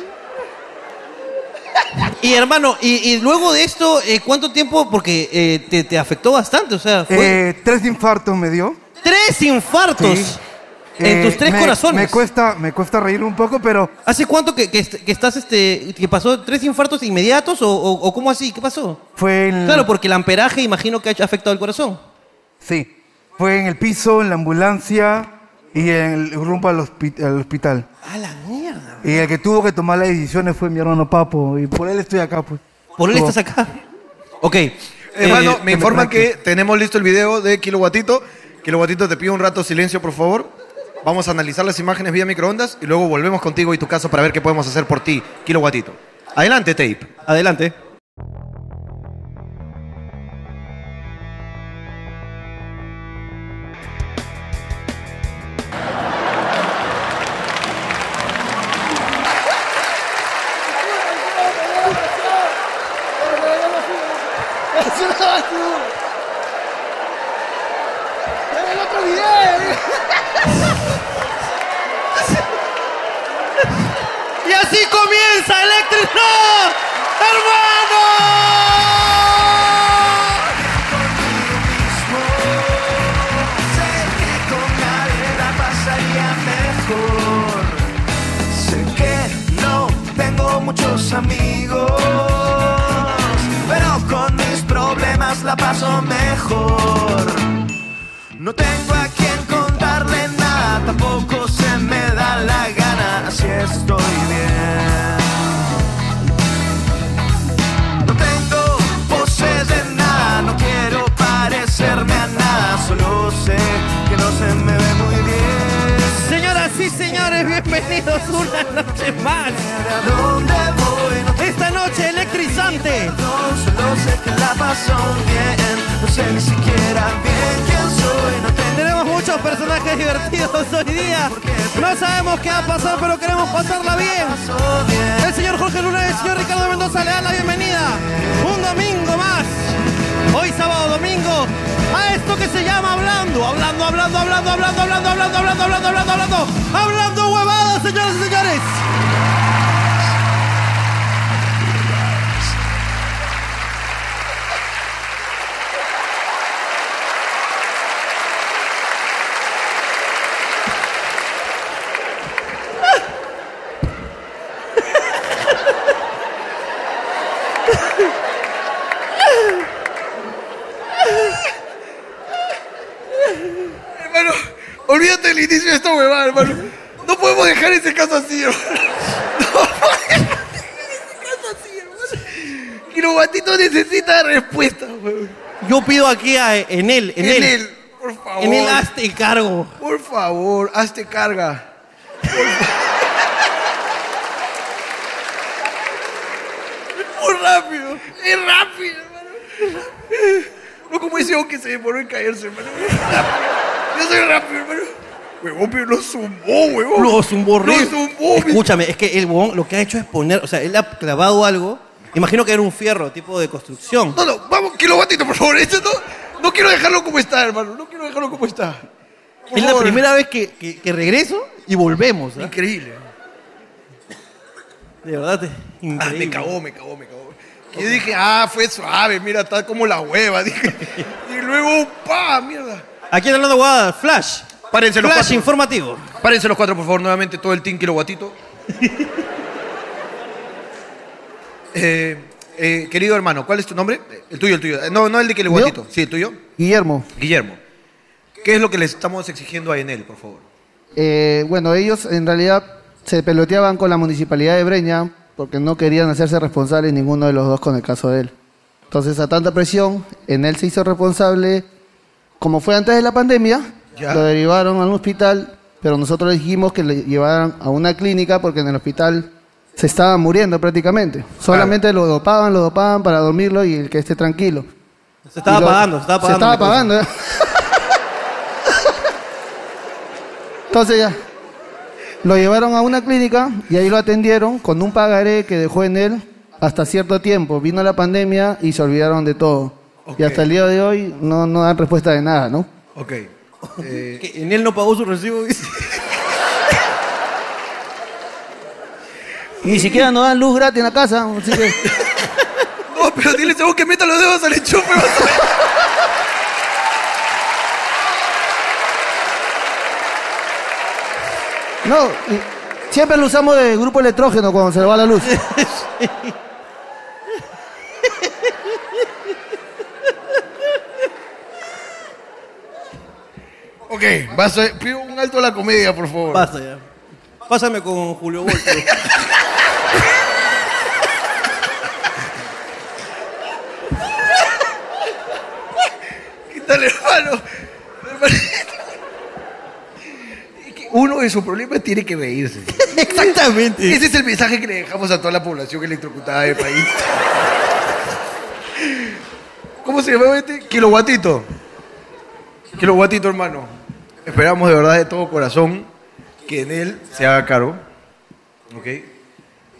Speaker 2: Y hermano, y, y luego de esto, eh, ¿cuánto tiempo? Porque eh, te, te afectó bastante, o sea, fue
Speaker 5: Eh, tres infartos me dio.
Speaker 2: tres infartos
Speaker 5: Sí.
Speaker 2: en
Speaker 5: Eh,
Speaker 2: tus tres
Speaker 5: me-
Speaker 2: corazones.
Speaker 5: Me cuesta, me cuesta reír un poco, pero
Speaker 2: ¿Hace cuánto que, que est- que estás este que pasó tres infartos inmediatos o, o- o cómo así? ¿Qué pasó?
Speaker 5: fue en.
Speaker 2: Claro, porque el amperaje imagino que ha afectado el corazón.
Speaker 5: Sí. Fue en el piso, en la ambulancia y en el rumbo al, hospi- al hospital.
Speaker 2: A la mierda.
Speaker 5: Y el que tuvo que tomar las decisiones fue mi hermano Papo. Y por él estoy acá, pues.
Speaker 2: Por él
Speaker 5: Estuvo-
Speaker 2: estás acá. Ok.
Speaker 1: Hermano,
Speaker 2: eh,
Speaker 1: me
Speaker 5: que me
Speaker 1: informan
Speaker 5: tranqui.
Speaker 1: que tenemos listo el video de Kilowatito. Kilowatito, te pido un rato de silencio, por favor. Vamos a analizar las imágenes vía microondas y luego volvemos contigo y tu caso para ver qué podemos hacer por ti, Kilowatito. Adelante, Tape.
Speaker 2: adelante.
Speaker 10: <laughs> Es una basura. Era el otro video.
Speaker 2: Y así comienza Electric No, hermano.
Speaker 4: Sé que no tengo muchos amigos, pero con mis problemas la paso mejor. No tengo a quien contarle nada, tampoco se me da la gana, así estoy bien. No tengo poses de nada, no quiero parecerme a nada, solo sé que no se me ve muy bien.
Speaker 2: Señoras y señores, bienvenidos una noche más.
Speaker 4: ¿A dónde voy? No
Speaker 2: Esta noche electrizante.
Speaker 4: tengo, solo sé que la paso bien. No sé ni siquiera bien quién soy. No tengo
Speaker 2: Tenemos muchos personajes divertidos hoy día. No sabemos qué va a pasar, pero queremos pasarla bien.
Speaker 4: paso bien.
Speaker 2: El señor Jorge Luna y el señor Ricardo Mendoza le dan la bienvenida. Un domingo más. Hoy sábado domingo. A esto que se llama hablando. Hablando, hablando, hablando, hablando, hablando, hablando, hablando, hablando, hablando, hablando. Hablando huevadas, señoras y señores.
Speaker 3: hermano, olvídate del inicio de esta huevada, hermano. No podemos dejar ese caso así, hermano. <laughs>
Speaker 2: Kirobatito necesita respuesta, Yo pido aquí a en él, en,
Speaker 3: En
Speaker 2: él.
Speaker 3: él, por favor.
Speaker 2: En él hazte cargo.
Speaker 3: Por favor, hazte carga. Por rápido, es rápido, hermano. No como ese hombre que se demoró en caerse, hermano. Yo soy rápido, hermano. Huevón, pero lo zumbó, huevón.
Speaker 2: Lo zumbó horrible.
Speaker 3: Lo zumbó, mi-
Speaker 2: Escúchame, es que el huevón lo que ha hecho es poner, o sea, él ha clavado algo. Imagino que era un fierro, tipo de construcción.
Speaker 3: No, no, vamos, kilovatito, por favor. Esto no, no quiero dejarlo como está, hermano. No quiero dejarlo como está. Por
Speaker 2: es la
Speaker 3: favor.
Speaker 2: primera vez que, que- que regreso y volvemos. ¿ah?
Speaker 3: Increíble.
Speaker 2: De verdad, te-
Speaker 3: Ah,
Speaker 2: increíble.
Speaker 3: me cagó, me cagó, me cagó. Y yo dije, ah, fue suave, mira, está como la hueva. Dije, y luego, pa, mierda.
Speaker 2: Aquí en hablando Guada, Flash.
Speaker 1: Párense los
Speaker 2: Flash
Speaker 1: cuatro.
Speaker 2: informativo.
Speaker 1: Párense los cuatro, por favor, nuevamente todo el team <laughs> kilovatito. Eh, eh, querido hermano, ¿cuál es tu nombre? Eh, El tuyo, el tuyo. Eh, No, no el de kilovatito. Sí, el tuyo.
Speaker 10: Guillermo,
Speaker 1: Guillermo. ¿Qué es lo que le estamos exigiendo a Enel, por favor?
Speaker 10: eh, bueno, ellos en realidad se peloteaban con la municipalidad de Breña porque no querían hacerse responsables ninguno de los dos con el caso de él. Entonces, a tanta presión, en él se hizo responsable. Como fue antes de la pandemia,
Speaker 1: Ya.
Speaker 10: lo derivaron a un hospital, pero nosotros le dijimos que le llevaran a una clínica porque en el hospital se estaba muriendo prácticamente. Solamente lo dopaban, lo dopaban para dormirlo y el que esté tranquilo.
Speaker 2: Se estaba
Speaker 10: Y lo-
Speaker 2: pagando, se estaba pagando.
Speaker 10: Se estaba
Speaker 2: la cosa.
Speaker 10: pagando. ¿eh? Entonces ya. Lo llevaron a una clínica y ahí lo atendieron con un pagaré que dejó en él hasta cierto tiempo. Vino la pandemia y se olvidaron de todo. Y hasta el día de hoy no, no dan respuesta de nada, ¿no?
Speaker 2: <laughs>
Speaker 1: Ok.
Speaker 3: eh,
Speaker 2: Que en él no pagó su recibo. dice.
Speaker 10: Y ni siquiera nos dan luz gratis en la casa. Así que...
Speaker 3: <laughs> No, pero dile a ese huevón que meta los dedos al enchufe. vas a ver.
Speaker 10: No, y siempre lo usamos de grupo electrógeno cuando se le va la luz.
Speaker 3: Ok, vas a, pido un alto a la comedia, por favor.
Speaker 2: Basta ya. Pásame con Julio Volto.
Speaker 3: <laughs> Quítale, hermano.
Speaker 1: Uno de sus problemas tiene que reírse.
Speaker 2: <laughs> Exactamente.
Speaker 3: Ese es el mensaje que le dejamos a toda la población electrocutada del país. <laughs>
Speaker 1: ¿Cómo se llama este? Kiloguatito. Kiloguatito, hermano. Esperamos de verdad de todo corazón que en él se haga caro. ¿Ok?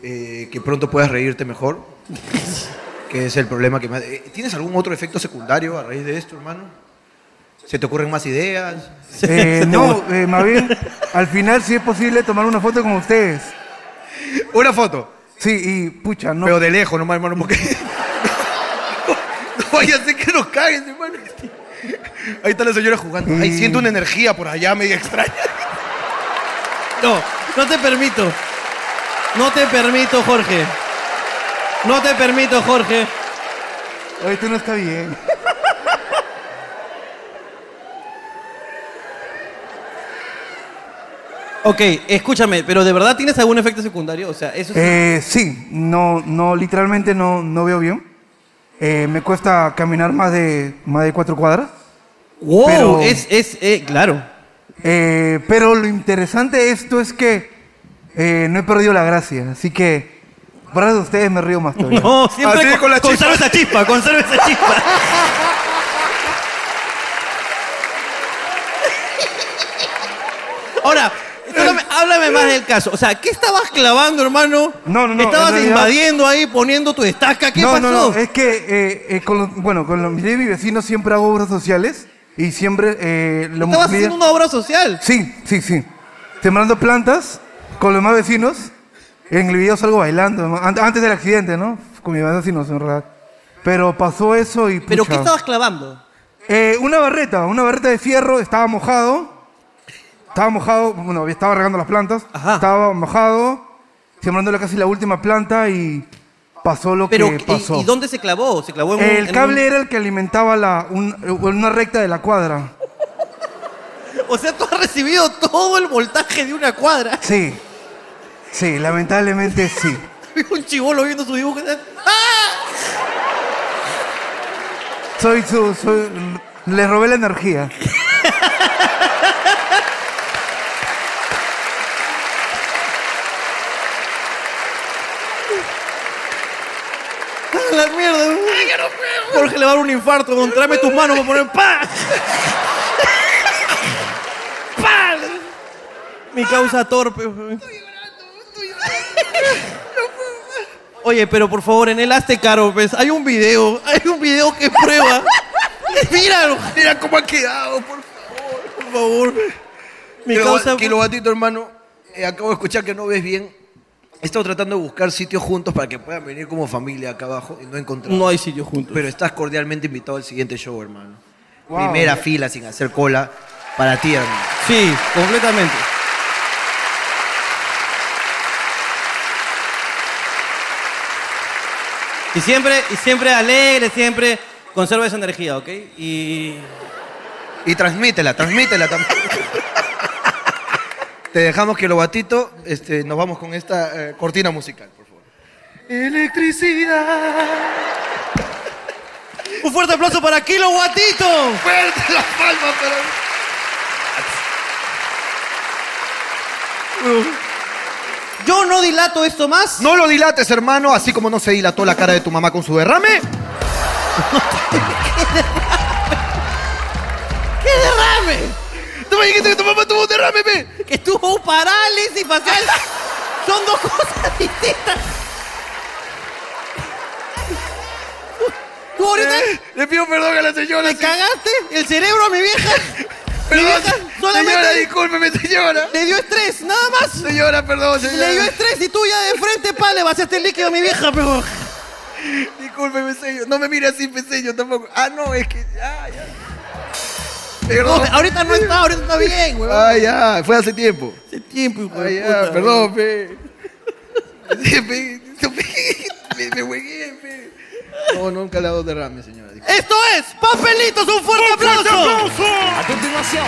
Speaker 1: Eh, que pronto puedas reírte mejor. que es el problema que más. eh, ¿Tienes algún otro efecto secundario a raíz de esto, hermano? ¿Se te ocurren más ideas?
Speaker 5: <laughs>
Speaker 1: <laughs>
Speaker 2: <laughs>
Speaker 5: Eh, no, eh, más bien, al final sí es posible tomar una foto con ustedes.
Speaker 1: Una foto.
Speaker 5: Sí, y pucha, no.
Speaker 1: Pero de lejos nomás, hermano, porque.
Speaker 3: No vaya a ser que nos caguen, hermano.
Speaker 1: Ahí está la señora jugando.
Speaker 2: Mm.
Speaker 1: Ay, siento una energía por allá media extraña.
Speaker 2: No, no te permito. No te permito, Jorge. No te permito, Jorge.
Speaker 5: Oye, esto no está bien.
Speaker 2: Ok, escúchame, pero ¿de verdad tienes algún efecto secundario? O sea, eso es...
Speaker 5: Eh, sí, no, no, literalmente no, no veo bien. Eh, me cuesta caminar más de, más de cuatro cuadras.
Speaker 2: wow,
Speaker 5: pero-
Speaker 2: es, es, eh, claro.
Speaker 5: Eh, pero lo interesante de esto es que eh, no he perdido la gracia, así que gracias a ustedes me río más todavía.
Speaker 2: No, siempre
Speaker 3: Así
Speaker 2: con,
Speaker 3: con la chispa.
Speaker 2: conserva esa chispa, conserva esa chispa. Ahora,
Speaker 5: eh,
Speaker 2: háblame, háblame más del caso. O sea, ¿qué estabas clavando, hermano?
Speaker 5: No, no, no,
Speaker 2: Estabas
Speaker 5: en realidad-
Speaker 2: invadiendo ahí, poniendo tu estaca. <laughs> ¿Qué
Speaker 5: no,
Speaker 2: pasó?
Speaker 5: no, no, es que, eh, eh, con los- bueno, con los mis vecinos siempre hago obras sociales y siempre eh, lo
Speaker 2: Estabas
Speaker 5: multiplico-
Speaker 2: haciendo una obra social.
Speaker 5: Sí, sí, sí. Sembrando plantas con los más vecinos. En el video salgo bailando, ¿no? An- antes del accidente, ¿no? Con mis más vecinos, en verdad. Pero pasó eso y...
Speaker 2: ¿Pero
Speaker 5: pucha.
Speaker 2: qué estabas clavando?
Speaker 5: Eh, una barreta, una barreta de fierro, estaba mojado. Estaba mojado, bueno, estaba regando las plantas.
Speaker 2: Ajá.
Speaker 5: Estaba mojado, sembrando la- casi la última planta y pasó lo
Speaker 4: Pero,
Speaker 5: que
Speaker 4: ¿y-
Speaker 5: pasó.
Speaker 4: ¿y, dónde se clavó? ¿Se clavó en un- en
Speaker 5: El
Speaker 4: un-
Speaker 5: cable era el que alimentaba la, un- una recta de la cuadra.
Speaker 4: <laughs> O sea, tú has recibido todo el voltaje de una cuadra. <laughs>
Speaker 5: Sí. Sí, lamentablemente sí.
Speaker 4: un chivolo viendo su dibujo. ¡Ah!
Speaker 5: Soy su. Soy, le robé la energía.
Speaker 4: ¡A la mierda! Jorge le va a dar un infarto. Don, tráeme tus manos para poner
Speaker 5: <laughs>
Speaker 4: pa. ¡Pa! Mi causa torpe. weón. Oye, pero por favor, en el hazte caro, pues. Hay un video, hay un video que prueba. Míralo.
Speaker 1: Mira cómo ha quedado, por favor, <laughs> por favor.
Speaker 4: Mi
Speaker 1: Kilo-
Speaker 4: causa-
Speaker 1: kilovatito, hermano, eh, acabo de escuchar que no ves bien. He estado tratando de buscar sitios juntos para que puedan venir como familia acá abajo y no he encontrado.
Speaker 4: No hay sitio juntos.
Speaker 1: Pero estás cordialmente invitado al siguiente show, hermano.
Speaker 4: Wow.
Speaker 1: Primera fila sin hacer cola para ti, hermano.
Speaker 4: Sí, completamente. Y siempre, y siempre alegre, siempre conserva esa energía, ¿ok? Y.
Speaker 1: Y transmítela,
Speaker 4: <laughs>
Speaker 1: transmítela también. Te dejamos kilovatito, este, nos vamos con esta eh, cortina musical, por favor.
Speaker 11: Electricidad.
Speaker 4: Un fuerte aplauso para Kilo Guatito.
Speaker 1: Fuerte la palma para.
Speaker 4: Yo no dilato esto más.
Speaker 1: No lo dilates, hermano, así como no se dilató la cara de tu mamá con su derrame.
Speaker 4: ¡Qué derrame!
Speaker 1: ¡Tú me dijiste que tu mamá tuvo un derrame, ve!
Speaker 4: Que tuvo parálisis facial. Son dos cosas distintas. ¿Tú ahorita?
Speaker 1: ¿Eh? le pido perdón a la señora.
Speaker 4: ¿Le cagaste el cerebro a mi vieja? mi
Speaker 1: Perdón,
Speaker 4: vieja solamente
Speaker 1: señora, discúlpeme, señora.
Speaker 4: le dio estrés, nada más.
Speaker 1: Señora, perdón, señora.
Speaker 4: Le dio estrés y tú ya de frente, pa, le vaciaste el líquido a mi vieja, pero...
Speaker 1: Discúlpeme, señor. No me mire así, pe, señor, tampoco. Ah, no, es que. Ah, ya.
Speaker 4: No,
Speaker 1: Perdón.
Speaker 4: ahorita no está, ahorita está bien, weón.
Speaker 1: Ah, ya, <laughs> fue hace tiempo.
Speaker 4: Hace tiempo, hijo
Speaker 1: Ah,
Speaker 4: de
Speaker 1: ya,
Speaker 4: puta,
Speaker 1: perdón, <laughs> pe. Sí, pe, no, pe, Me, me huegué, pe. No, nunca le hago derrame, señora.
Speaker 4: weón. Esto es Papelitos, un fuerte aplauso.
Speaker 3: A continuación,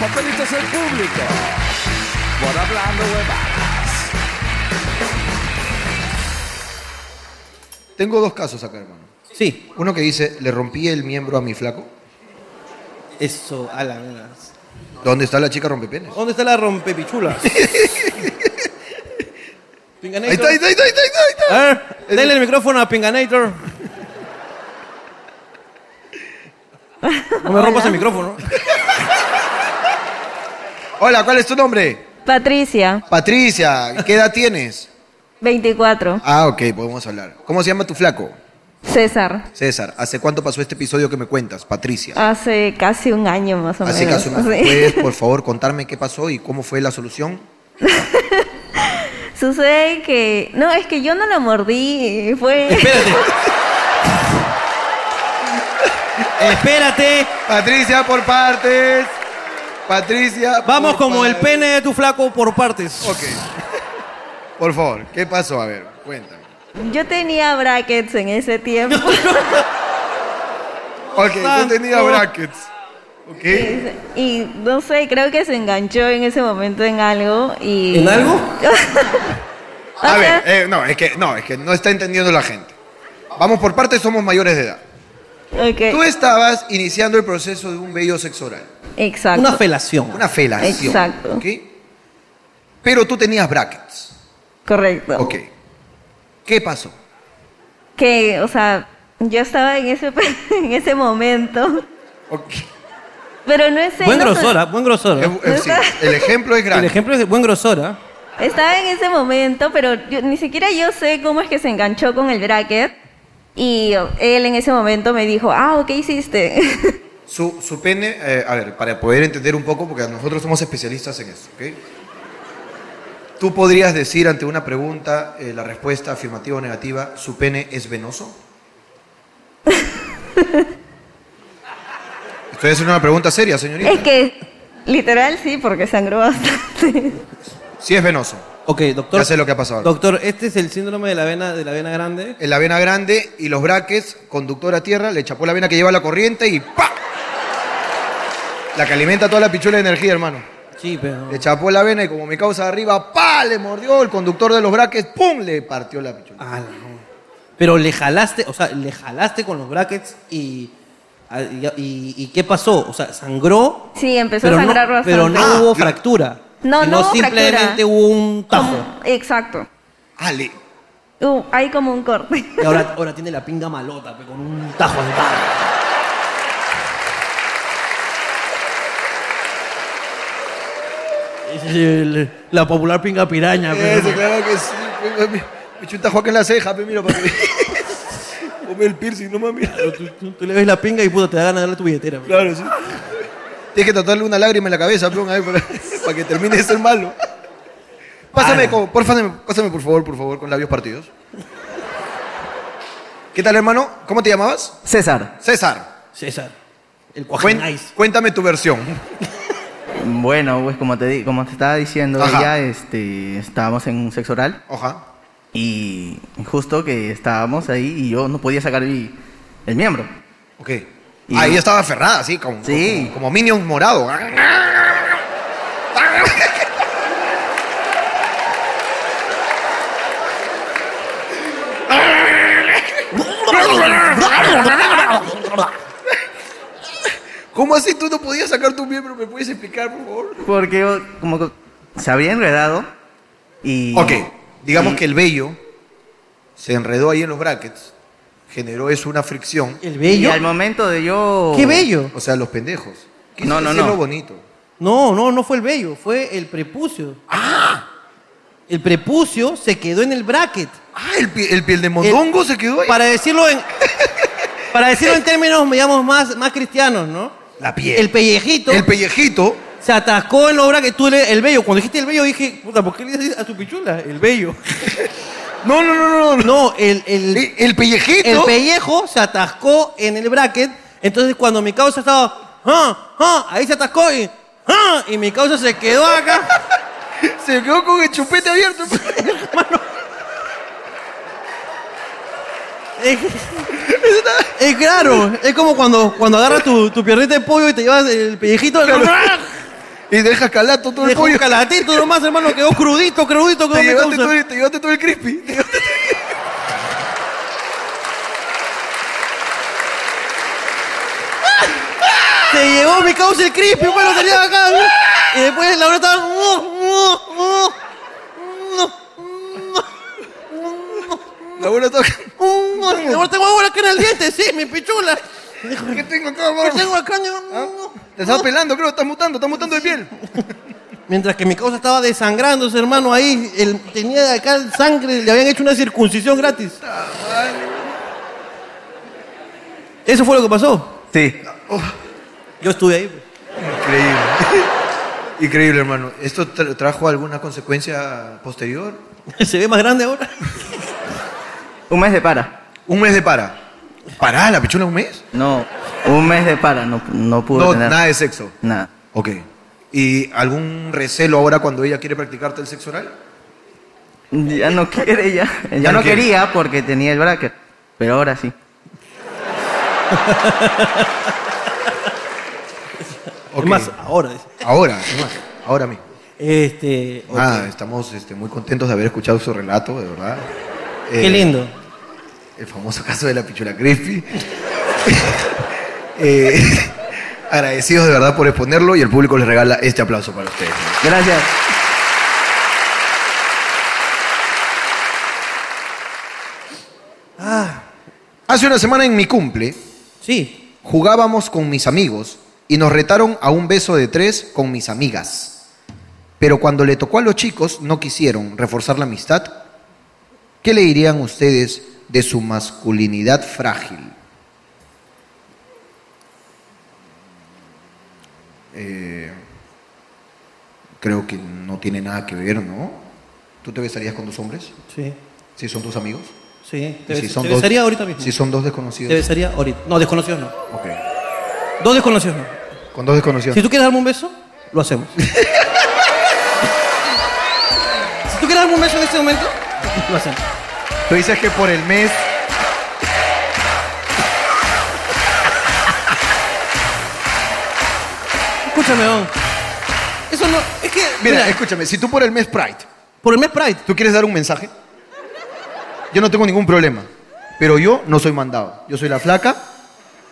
Speaker 3: papelitos del público. Por hablando huevadas.
Speaker 1: Tengo dos casos acá, hermano.
Speaker 4: Sí,
Speaker 1: Uno que dice, le rompí el miembro a mi flaco.
Speaker 4: eso, a la mierda.
Speaker 1: ¿Dónde está la chica rompepenes?
Speaker 4: ¿Dónde está la rompepichula?
Speaker 1: <laughs>
Speaker 4: Pinganator.
Speaker 1: Ahí está, ahí está, ahí está, ahí está, ahí está.
Speaker 4: A ver, denle el micrófono a Pinganator. No me rompas el micrófono.
Speaker 1: Hola, ¿cuál es tu nombre?
Speaker 12: <laughs> Patricia,
Speaker 1: Patricia, ¿qué edad tienes?
Speaker 12: 24.
Speaker 1: Ah, ok, podemos hablar. ¿Cómo se llama tu flaco?
Speaker 12: César,
Speaker 1: César, ¿hace cuánto pasó este episodio que me cuentas, Patricia?
Speaker 12: hace casi un año más o
Speaker 1: Así que
Speaker 12: menos.
Speaker 1: asuma-
Speaker 12: Sí.
Speaker 1: ¿puedes, por favor, contarme qué pasó y cómo fue la solución?
Speaker 12: <laughs> Sucede que... No, es que yo no la mordí, fue...
Speaker 4: Espérate. Espérate.
Speaker 1: Patricia, por partes. Patricia.
Speaker 4: Vamos
Speaker 1: por
Speaker 4: como el
Speaker 1: partes.
Speaker 4: pene de tu flaco por partes.
Speaker 1: Ok. Por favor, ¿qué pasó? A ver, cuéntame.
Speaker 12: <laughs> Yo tenía brackets en ese tiempo.
Speaker 1: Ok, no tenía
Speaker 2: Ah,
Speaker 4: santo.
Speaker 1: brackets. Ok.
Speaker 12: <laughs> Y no sé, creo que se enganchó en ese momento en algo y...
Speaker 4: ¿En algo?
Speaker 12: O sea,
Speaker 1: A ver, eh, no, es que, no, es que no está entendiendo la gente. Vamos por partes, somos mayores de edad.
Speaker 12: ok,
Speaker 1: Tú estabas iniciando el proceso de un vello sexual,
Speaker 12: Exacto.
Speaker 4: Una felación.
Speaker 1: una felación.
Speaker 12: Exacto.
Speaker 1: ¿ok? Pero tú tenías brackets.
Speaker 12: Correcto.
Speaker 1: Ok. ¿Qué pasó?
Speaker 12: <laughs> Que, o sea, yo estaba en ese, <laughs> en ese momento,
Speaker 1: Ok.
Speaker 12: pero no es...
Speaker 4: Buen
Speaker 12: no sé-
Speaker 4: grosor, ¿ah? buen grosor. ¿ah?
Speaker 1: Es- es- sí, el ejemplo es
Speaker 4: El
Speaker 1: grande.
Speaker 4: ejemplo es de buen grosor, ¿ah?
Speaker 12: Estaba en ese momento, pero yo- ni siquiera yo sé cómo es que se enganchó con el bracket. Y él en ese momento me dijo, ah, ¿qué hiciste? <laughs>
Speaker 1: Su, su pene, eh, a ver, para poder entender un poco, porque nosotros somos especialistas en eso, ¿ok? Tú podrías decir ante una pregunta eh, la respuesta afirmativa o negativa, ¿su pene es venoso? Estoy haciendo una pregunta seria, señorita.
Speaker 12: es que, literal, sí, porque sangró bastante.
Speaker 1: Sí es venoso.
Speaker 2: Ok, doctor.
Speaker 1: Ya sé lo que ha pasado.
Speaker 2: Doctor, este es el síndrome de la vena, de la vena grande.
Speaker 1: En la vena grande y los braques, conductor a tierra, le chapó la vena que lleva la corriente y ¡pa! La que alimenta toda la pichula de energía, hermano.
Speaker 2: Sí, pero.
Speaker 1: Le chapó la vena y como mi causa de arriba, ¡pa! Le mordió el conductor de los braques, ¡pum! Le partió la pichula.
Speaker 2: Ah, Pero le jalaste, o sea, le jalaste con los brackets y. a- ¿Y, y- y qué pasó? O sea, sangró.
Speaker 12: Sí, empezó
Speaker 2: pero
Speaker 12: a sangrar
Speaker 2: no,
Speaker 12: bastante.
Speaker 2: Pero no
Speaker 1: Ah,
Speaker 2: hubo fractura.
Speaker 12: No,
Speaker 2: sino
Speaker 12: no hubo
Speaker 2: simplemente
Speaker 12: fractura.
Speaker 2: hubo un tajo.
Speaker 12: Ah, Exacto.
Speaker 1: Ale.
Speaker 12: Uh, hay como un
Speaker 13: <laughs>
Speaker 12: corte.
Speaker 2: Y ahora, ahora tiene la pinga malota, pe, con un tajo en cara.
Speaker 14: Es el- la popular pinga piraña. pero-
Speaker 1: Eso, claro que sí. pe, mami. Me eché un tajo acá en la ceja, pe, mira, para que... <laughs> Come el piercing, no mames.
Speaker 2: Tú le ves la pinga y puta, te da ganas de darle tu billetera. pues. pe.
Speaker 1: Claro, sí. Tienes que tratarle una lágrima en la cabeza, peón, a ver, para, <laughs> para que termine de ser malo.
Speaker 2: Ah.
Speaker 1: Pásame, co- por, pásame, pásame, por favor, por favor, con labios partidos. ¿Qué tal, hermano? ¿Cómo te llamabas?
Speaker 15: César.
Speaker 1: César.
Speaker 2: César. El
Speaker 1: Cuéntame tu versión.
Speaker 15: Bueno, pues como te, di- como te estaba diciendo,
Speaker 1: Ajá.
Speaker 15: ya este, estábamos en un sexo oral. Y justo que estábamos ahí y yo no podía sacar mi- el miembro.
Speaker 1: Ok. Ahí estaba aferrada, así, como, como, como Minion morado. ¿Cómo así tú no podías sacar tu miembro? ¿Me puedes explicar, por favor?
Speaker 15: Porque yo, como que se había enredado y...
Speaker 1: Ok, digamos que el vello se enredó ahí en los brackets, generó eso una fricción.
Speaker 2: ¿El
Speaker 15: Y al momento de yo...
Speaker 1: O sea, los pendejos. Quise
Speaker 15: No, no,
Speaker 1: decirlo
Speaker 15: no.
Speaker 1: bonito.
Speaker 2: No, no, no fue el vello, fue el prepucio. ¡Ah! El prepucio se quedó en el bracket.
Speaker 1: Ah, el, piel de mondongo se quedó ahí.
Speaker 2: Para decirlo
Speaker 1: <laughs>
Speaker 2: en, para decirlo en términos, digamos, más, más cristianos, ¿no?
Speaker 1: La piel.
Speaker 2: El pellejito. El
Speaker 1: pellejito.
Speaker 2: Se atascó en los brackets. Tú le- el vello. Cuando dijiste el vello, dije, puta, ¿por qué le dices a tu pichula? El vello.
Speaker 1: <laughs> No, no, no, no.
Speaker 2: No, el, el,
Speaker 1: el pellejito.
Speaker 2: El pellejo se atascó en el bracket. Entonces, cuando mi causa estaba, ah, ah, ahí se atascó y, ah, y mi causa se quedó acá.
Speaker 1: <laughs> se quedó con el chupete abierto.
Speaker 2: Es, es claro, es como cuando, cuando agarras tu, tu piernita de pollo y te llevas el pellejito
Speaker 1: Y dejas calato todo el pollo.
Speaker 2: calatito nomás, hermano, quedó crudito, crudito.
Speaker 1: Te llevaste, todo el, te llevaste todo el crispy. Te llevaste-
Speaker 2: Se llevó mi causa el crispy, bueno, tenía acá. ¿no? Y después la hora estaba. "Oh, oh, oh, no,
Speaker 1: La abuela toca.
Speaker 2: no". Y Ahora tengo ahora acá en el diente, Este sí, mi pichula.
Speaker 1: ¿Qué tengo acá, amor?
Speaker 2: tengo acá? yo-
Speaker 1: Te estás pelando, creo. Estás mutando, estás mutando de piel.
Speaker 2: <laughs> Mientras que mi causa estaba desangrándose, hermano, ahí él tenía acá el sangre, le habían hecho una circuncisión gratis. ¿Eso fue lo que pasó?
Speaker 15: Sí.
Speaker 2: Yo estuve ahí. pues.
Speaker 1: Increíble. <laughs> Increíble, hermano. ¿Esto tra- trajo alguna consecuencia posterior?
Speaker 2: <laughs> ¿Se ve más grande ahora?
Speaker 15: <laughs> Un mes de para.
Speaker 1: ¿Un mes de para? ¿Pará la pichula un mes?
Speaker 15: No, un mes de para, no, no pude
Speaker 1: No,
Speaker 15: tener
Speaker 1: nada de sexo.
Speaker 15: nada.
Speaker 1: Ok. ¿Y algún recelo ahora cuando ella quiere practicarte el sexo oral?
Speaker 15: Ya no quiere, ya. Ya,
Speaker 1: Ya no
Speaker 15: no
Speaker 1: quiere.
Speaker 15: quería porque tenía el bracket, pero ahora sí.
Speaker 1: Ok.
Speaker 2: Es más, ahora.
Speaker 1: Ahora, es más, ahora mismo.
Speaker 2: Este,
Speaker 1: Ah, estamos este, muy contentos de haber escuchado su relato, de verdad. Eh,
Speaker 2: Qué lindo.
Speaker 1: El famoso caso de la pichula crispy. <laughs> Eh, <laughs> agradecidos de verdad por exponerlo y el público les regala este aplauso para ustedes.
Speaker 15: Gracias.
Speaker 1: Ah, Hace una semana en mi cumple,
Speaker 2: sí.
Speaker 1: jugábamos con mis amigos y nos retaron a un beso de tres con mis amigas. Pero cuando le tocó a los chicos, no quisieron reforzar la amistad. ¿Qué le dirían ustedes de su masculinidad frágil? Eh, creo que no tiene nada que ver, ¿no? ¿Tú te besarías con dos hombres?
Speaker 2: Sí.
Speaker 1: Si son tus amigos.
Speaker 2: Sí,
Speaker 1: ¿Y
Speaker 2: te,
Speaker 1: si
Speaker 2: bes-
Speaker 1: son
Speaker 2: te
Speaker 1: dos-
Speaker 2: besaría ahorita mismo.
Speaker 1: Si son dos desconocidos.
Speaker 2: Te besaría ahorita. No, desconocidos no.
Speaker 1: Ok.
Speaker 2: Dos desconocidos no.
Speaker 1: Con dos desconocidos. <laughs>
Speaker 2: Si tú quieres darme un beso, lo hacemos. si tú quieres darme un beso en este momento? <laughs> Lo hacen.
Speaker 1: Tú dices que por el mes.
Speaker 2: Escúchame, don. Eso no. Es que.
Speaker 1: Mira,
Speaker 2: mira,
Speaker 1: escúchame, si tú por el mes Pride.
Speaker 2: Por el mes Pride.
Speaker 1: ¿Tú quieres dar un mensaje? Yo no tengo ningún problema. Pero yo no soy mandado. Yo soy la flaca.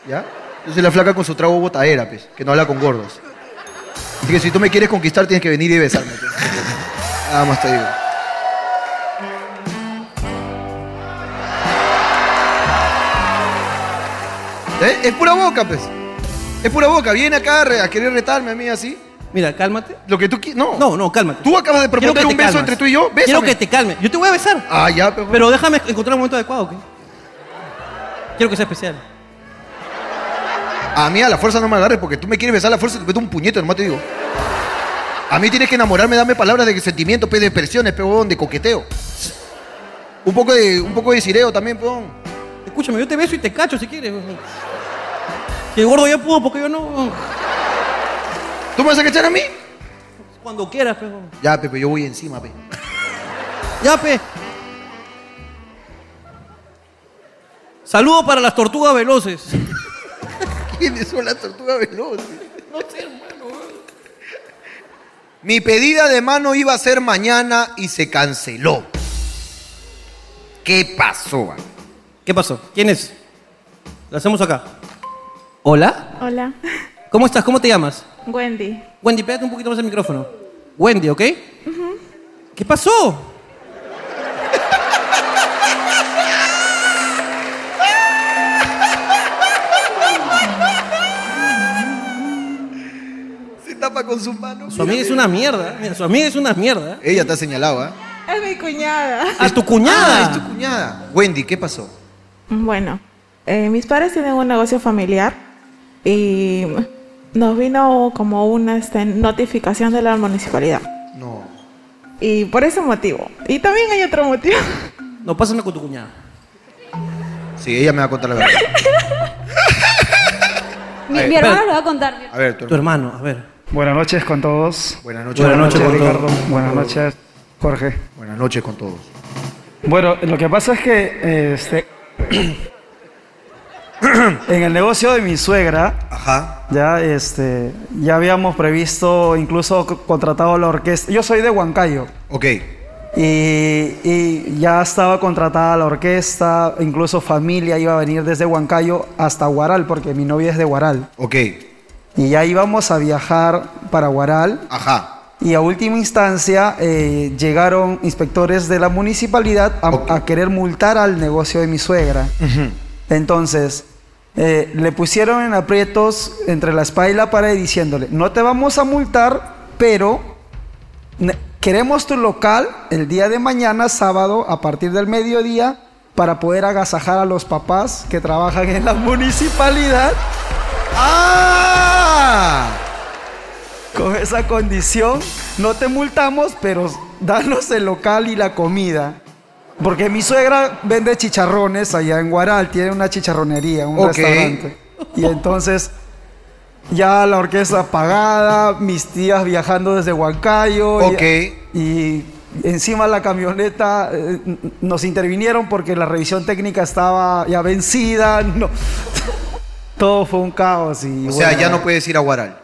Speaker 1: ¿Ya? Yo soy la flaca con su trago botadera, pues, que no habla con gordos. Así que si tú me quieres conquistar, tienes que venir y besarme. pues. Nada más te digo. ¿Eh? Es pura boca, pues. Es pura boca. Viene acá a re- a querer retarme a mí así.
Speaker 2: Mira, cálmate.
Speaker 1: Lo que tú quieres. No.
Speaker 2: No, no, cálmate.
Speaker 1: Tú acabas de
Speaker 2: Quiero que
Speaker 1: proponer
Speaker 2: te
Speaker 1: un beso
Speaker 2: calmas.
Speaker 1: entre tú y yo. Bésame.
Speaker 2: Quiero que te calmes. Yo te voy a besar.
Speaker 1: Ah, ya, pero.
Speaker 2: Pero déjame encontrar un momento adecuado, ¿ok? Quiero que sea especial.
Speaker 1: A mí a la fuerza no me agarres porque tú me quieres besar a la fuerza y te meto un puñete, nomás te digo. A mí tienes que enamorarme, dame palabras de sentimiento, pe, de expresiones, pe, huevón, de coqueteo. Un poco de, un poco de sireo también, peón.
Speaker 2: Escúchame, yo te beso y te cacho si quieres. Que el gordo ya pudo, porque yo no.
Speaker 1: ¿Tú me vas a cachar a mí?
Speaker 2: Cuando quieras, pero.
Speaker 1: Ya, Pepe, yo voy encima, pe.
Speaker 2: Ya, pe. Saludo para las tortugas veloces.
Speaker 1: ¿Quiénes son las tortugas veloces? No sé, hermano. Mi pedida de mano iba a ser mañana y se canceló. ¿Qué pasó?
Speaker 2: ¿Qué pasó? ¿Quién es? La hacemos acá. ¿Hola?
Speaker 16: Hola,
Speaker 2: ¿Cómo estás? ¿Cómo te llamas?
Speaker 16: Wendy.
Speaker 2: Wendy, pégate un poquito más el micrófono. Wendy, ¿ok? ¿Qué pasó?
Speaker 1: Se tapa con sus manos.
Speaker 2: Su amiga es una mierda. ¿eh? Mira, su amiga es una mierda.
Speaker 1: Ella te ha señalado, ¿eh? Ah,
Speaker 16: Es mi cuñada.
Speaker 2: ¡A tu cuñada!
Speaker 1: es tu cuñada. Wendy, ¿qué pasó?
Speaker 16: Bueno, eh, mis padres tienen un negocio familiar y nos vino como una este, notificación de la municipalidad.
Speaker 1: No.
Speaker 16: Y por ese motivo. Y también hay otro
Speaker 17: <laughs>
Speaker 16: motivo.
Speaker 2: No, pásame con tu cuñada.
Speaker 1: Sí, ella me va a contar la verdad.
Speaker 18: <laughs> Mi,
Speaker 1: Ay,
Speaker 18: mi hermano
Speaker 1: espérate.
Speaker 18: lo va a contar.
Speaker 1: A ver, tu
Speaker 2: hermano, a ver.
Speaker 19: Buenas noches con todos. Buenas
Speaker 1: noches. Buenas noches con
Speaker 19: Ricardo.
Speaker 1: todos.
Speaker 19: Buenas noches, Jorge.
Speaker 1: Buenas noches con todos.
Speaker 19: Bueno, lo que pasa es que eh, este, <clears throat> en el negocio de mi suegra, ya este, ya habíamos previsto, incluso co- contratado la orquesta. Yo soy de Huancayo.
Speaker 1: Ok.
Speaker 19: Y, y ya estaba contratada la orquesta, incluso familia iba a venir desde Huancayo hasta Guaral, porque mi novia es de Guaral.
Speaker 1: Ok.
Speaker 19: Y ya íbamos a viajar para Guaral.
Speaker 1: Ajá.
Speaker 19: Y a última instancia eh, llegaron inspectores de la municipalidad a, a querer multar al negocio de mi suegra. Entonces, eh, le pusieron en aprietos entre la espalda y la pared diciéndole, no te vamos a multar, pero ne- queremos tu local el día de mañana, sábado, a partir del mediodía, para poder agasajar a los papás que trabajan en la municipalidad. ¡Ah! Con esa condición, no te multamos, pero danos el local y la comida. Porque mi suegra vende chicharrones allá en Guaral, tiene una chicharronería, un
Speaker 1: Ok.
Speaker 19: restaurante. Y entonces, ya la orquesta pagada, mis tías viajando desde Huancayo. y-
Speaker 1: Ok.
Speaker 19: Y, encima la camioneta eh, n- n- nos intervinieron porque la revisión técnica estaba ya vencida. <laughs> no. Todo fue un caos. Y
Speaker 1: O sea,
Speaker 19: bueno,
Speaker 1: ya no puedes ir a Guaral.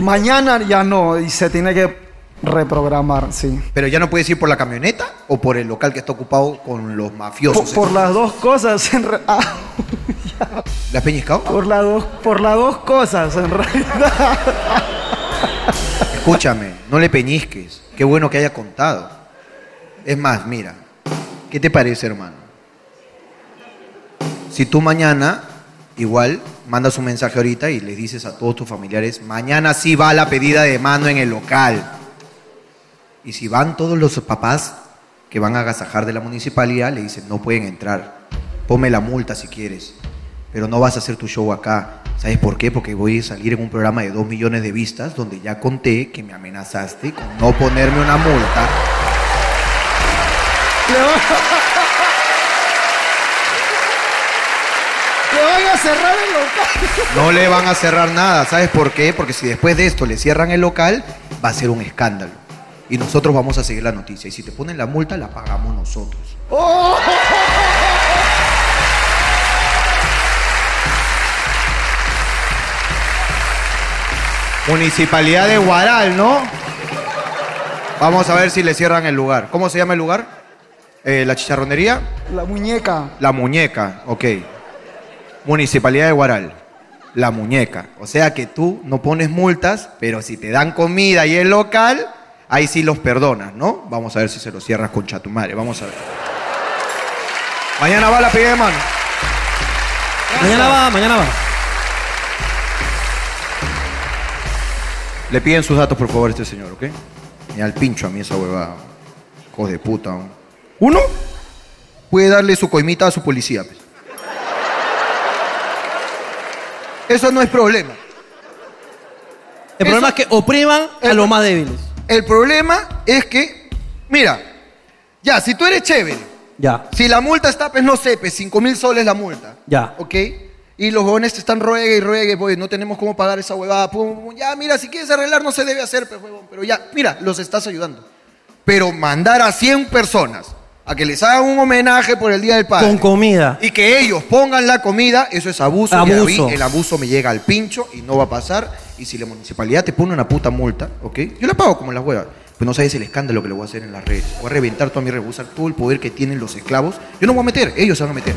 Speaker 19: Mañana ya no, y se tiene que reprogramar, sí.
Speaker 1: Pero ya no puedes ir por la camioneta o por el local que está ocupado con los mafiosos. ¿eh?
Speaker 19: Por, por las dos cosas, en re- <laughs> ah,
Speaker 1: ¿La has peñiscado?
Speaker 19: por, las dos, por las dos cosas, en realidad.
Speaker 1: Escúchame, no le peñisques. Qué bueno que haya contado. Es más, mira, ¿qué te parece, hermano? Si tú mañana, igual, mandas un mensaje ahorita y les dices a todos tus familiares, mañana sí va la pedida de mano en el local. Y si van todos los papás que van a agasajar de la municipalidad, le dicen, no pueden entrar. Ponme la multa si quieres. Pero no vas a hacer tu show acá. ¿Sabes por qué? Porque voy a salir en un programa de 2 millones de vistas donde ya conté que me amenazaste con no ponerme una multa.
Speaker 3: Le voy, Le voy a cerrar el local.
Speaker 1: No le van a cerrar nada, ¿sabes por qué? Porque si después de esto le cierran el local, va a ser un escándalo. Y y nosotros vamos a seguir la noticia. Y si te ponen la multa, la pagamos nosotros. ¡Oh! Municipalidad de Guaral, ¿no? Vamos a ver si le cierran el lugar. ¿Cómo se llama el lugar? Eh, ¿La chicharronería?
Speaker 19: La muñeca.
Speaker 1: La muñeca, ok. Municipalidad de Guaral. La muñeca. O sea que tú no pones multas, pero si te dan comida y el local, ahí sí los perdonas, ¿no? Vamos a ver si se los cierras con chatumare. Vamos a ver. Mañana va la pedida de mano.
Speaker 2: Mañana va, mañana va.
Speaker 1: Le piden sus datos, por favor, a este señor, ¿ok? Mira, al pincho a mí esa huevada. Hijos de puta. ¿no? ¿Uno? Puede darle su coimita a su policía. pues. Eso no es problema.
Speaker 2: El problema es que opriman a los más débiles.
Speaker 1: El problema es que, mira, ya, si tú eres chévere,
Speaker 2: Ya,
Speaker 1: si la multa está, pues no sé, pues 5 mil soles la multa,
Speaker 2: ya.
Speaker 1: ¿ok? Y los jóvenes te están ruegue y ruegue, pues no tenemos cómo pagar esa huevada, pum, pum, ya, mira, si quieres arreglar no se debe hacer, pues huevón, pero ya, mira, los estás ayudando. Pero mandar a 100 personas a que les hagan un homenaje por el Día del Padre.
Speaker 2: Con comida.
Speaker 1: Y que ellos pongan la comida, eso es abuso. ya
Speaker 2: Abuso.
Speaker 1: vi, el abuso me llega al pincho y no va a pasar. Y si la municipalidad te pone una puta multa, ¿ok? Yo la pago como las huevas. Pues no sabes el escándalo que le voy a hacer en las redes. Voy a reventar toda mi red, voy a usar todo el poder que tienen los esclavos. Yo no me voy a meter, ellos se van a meter.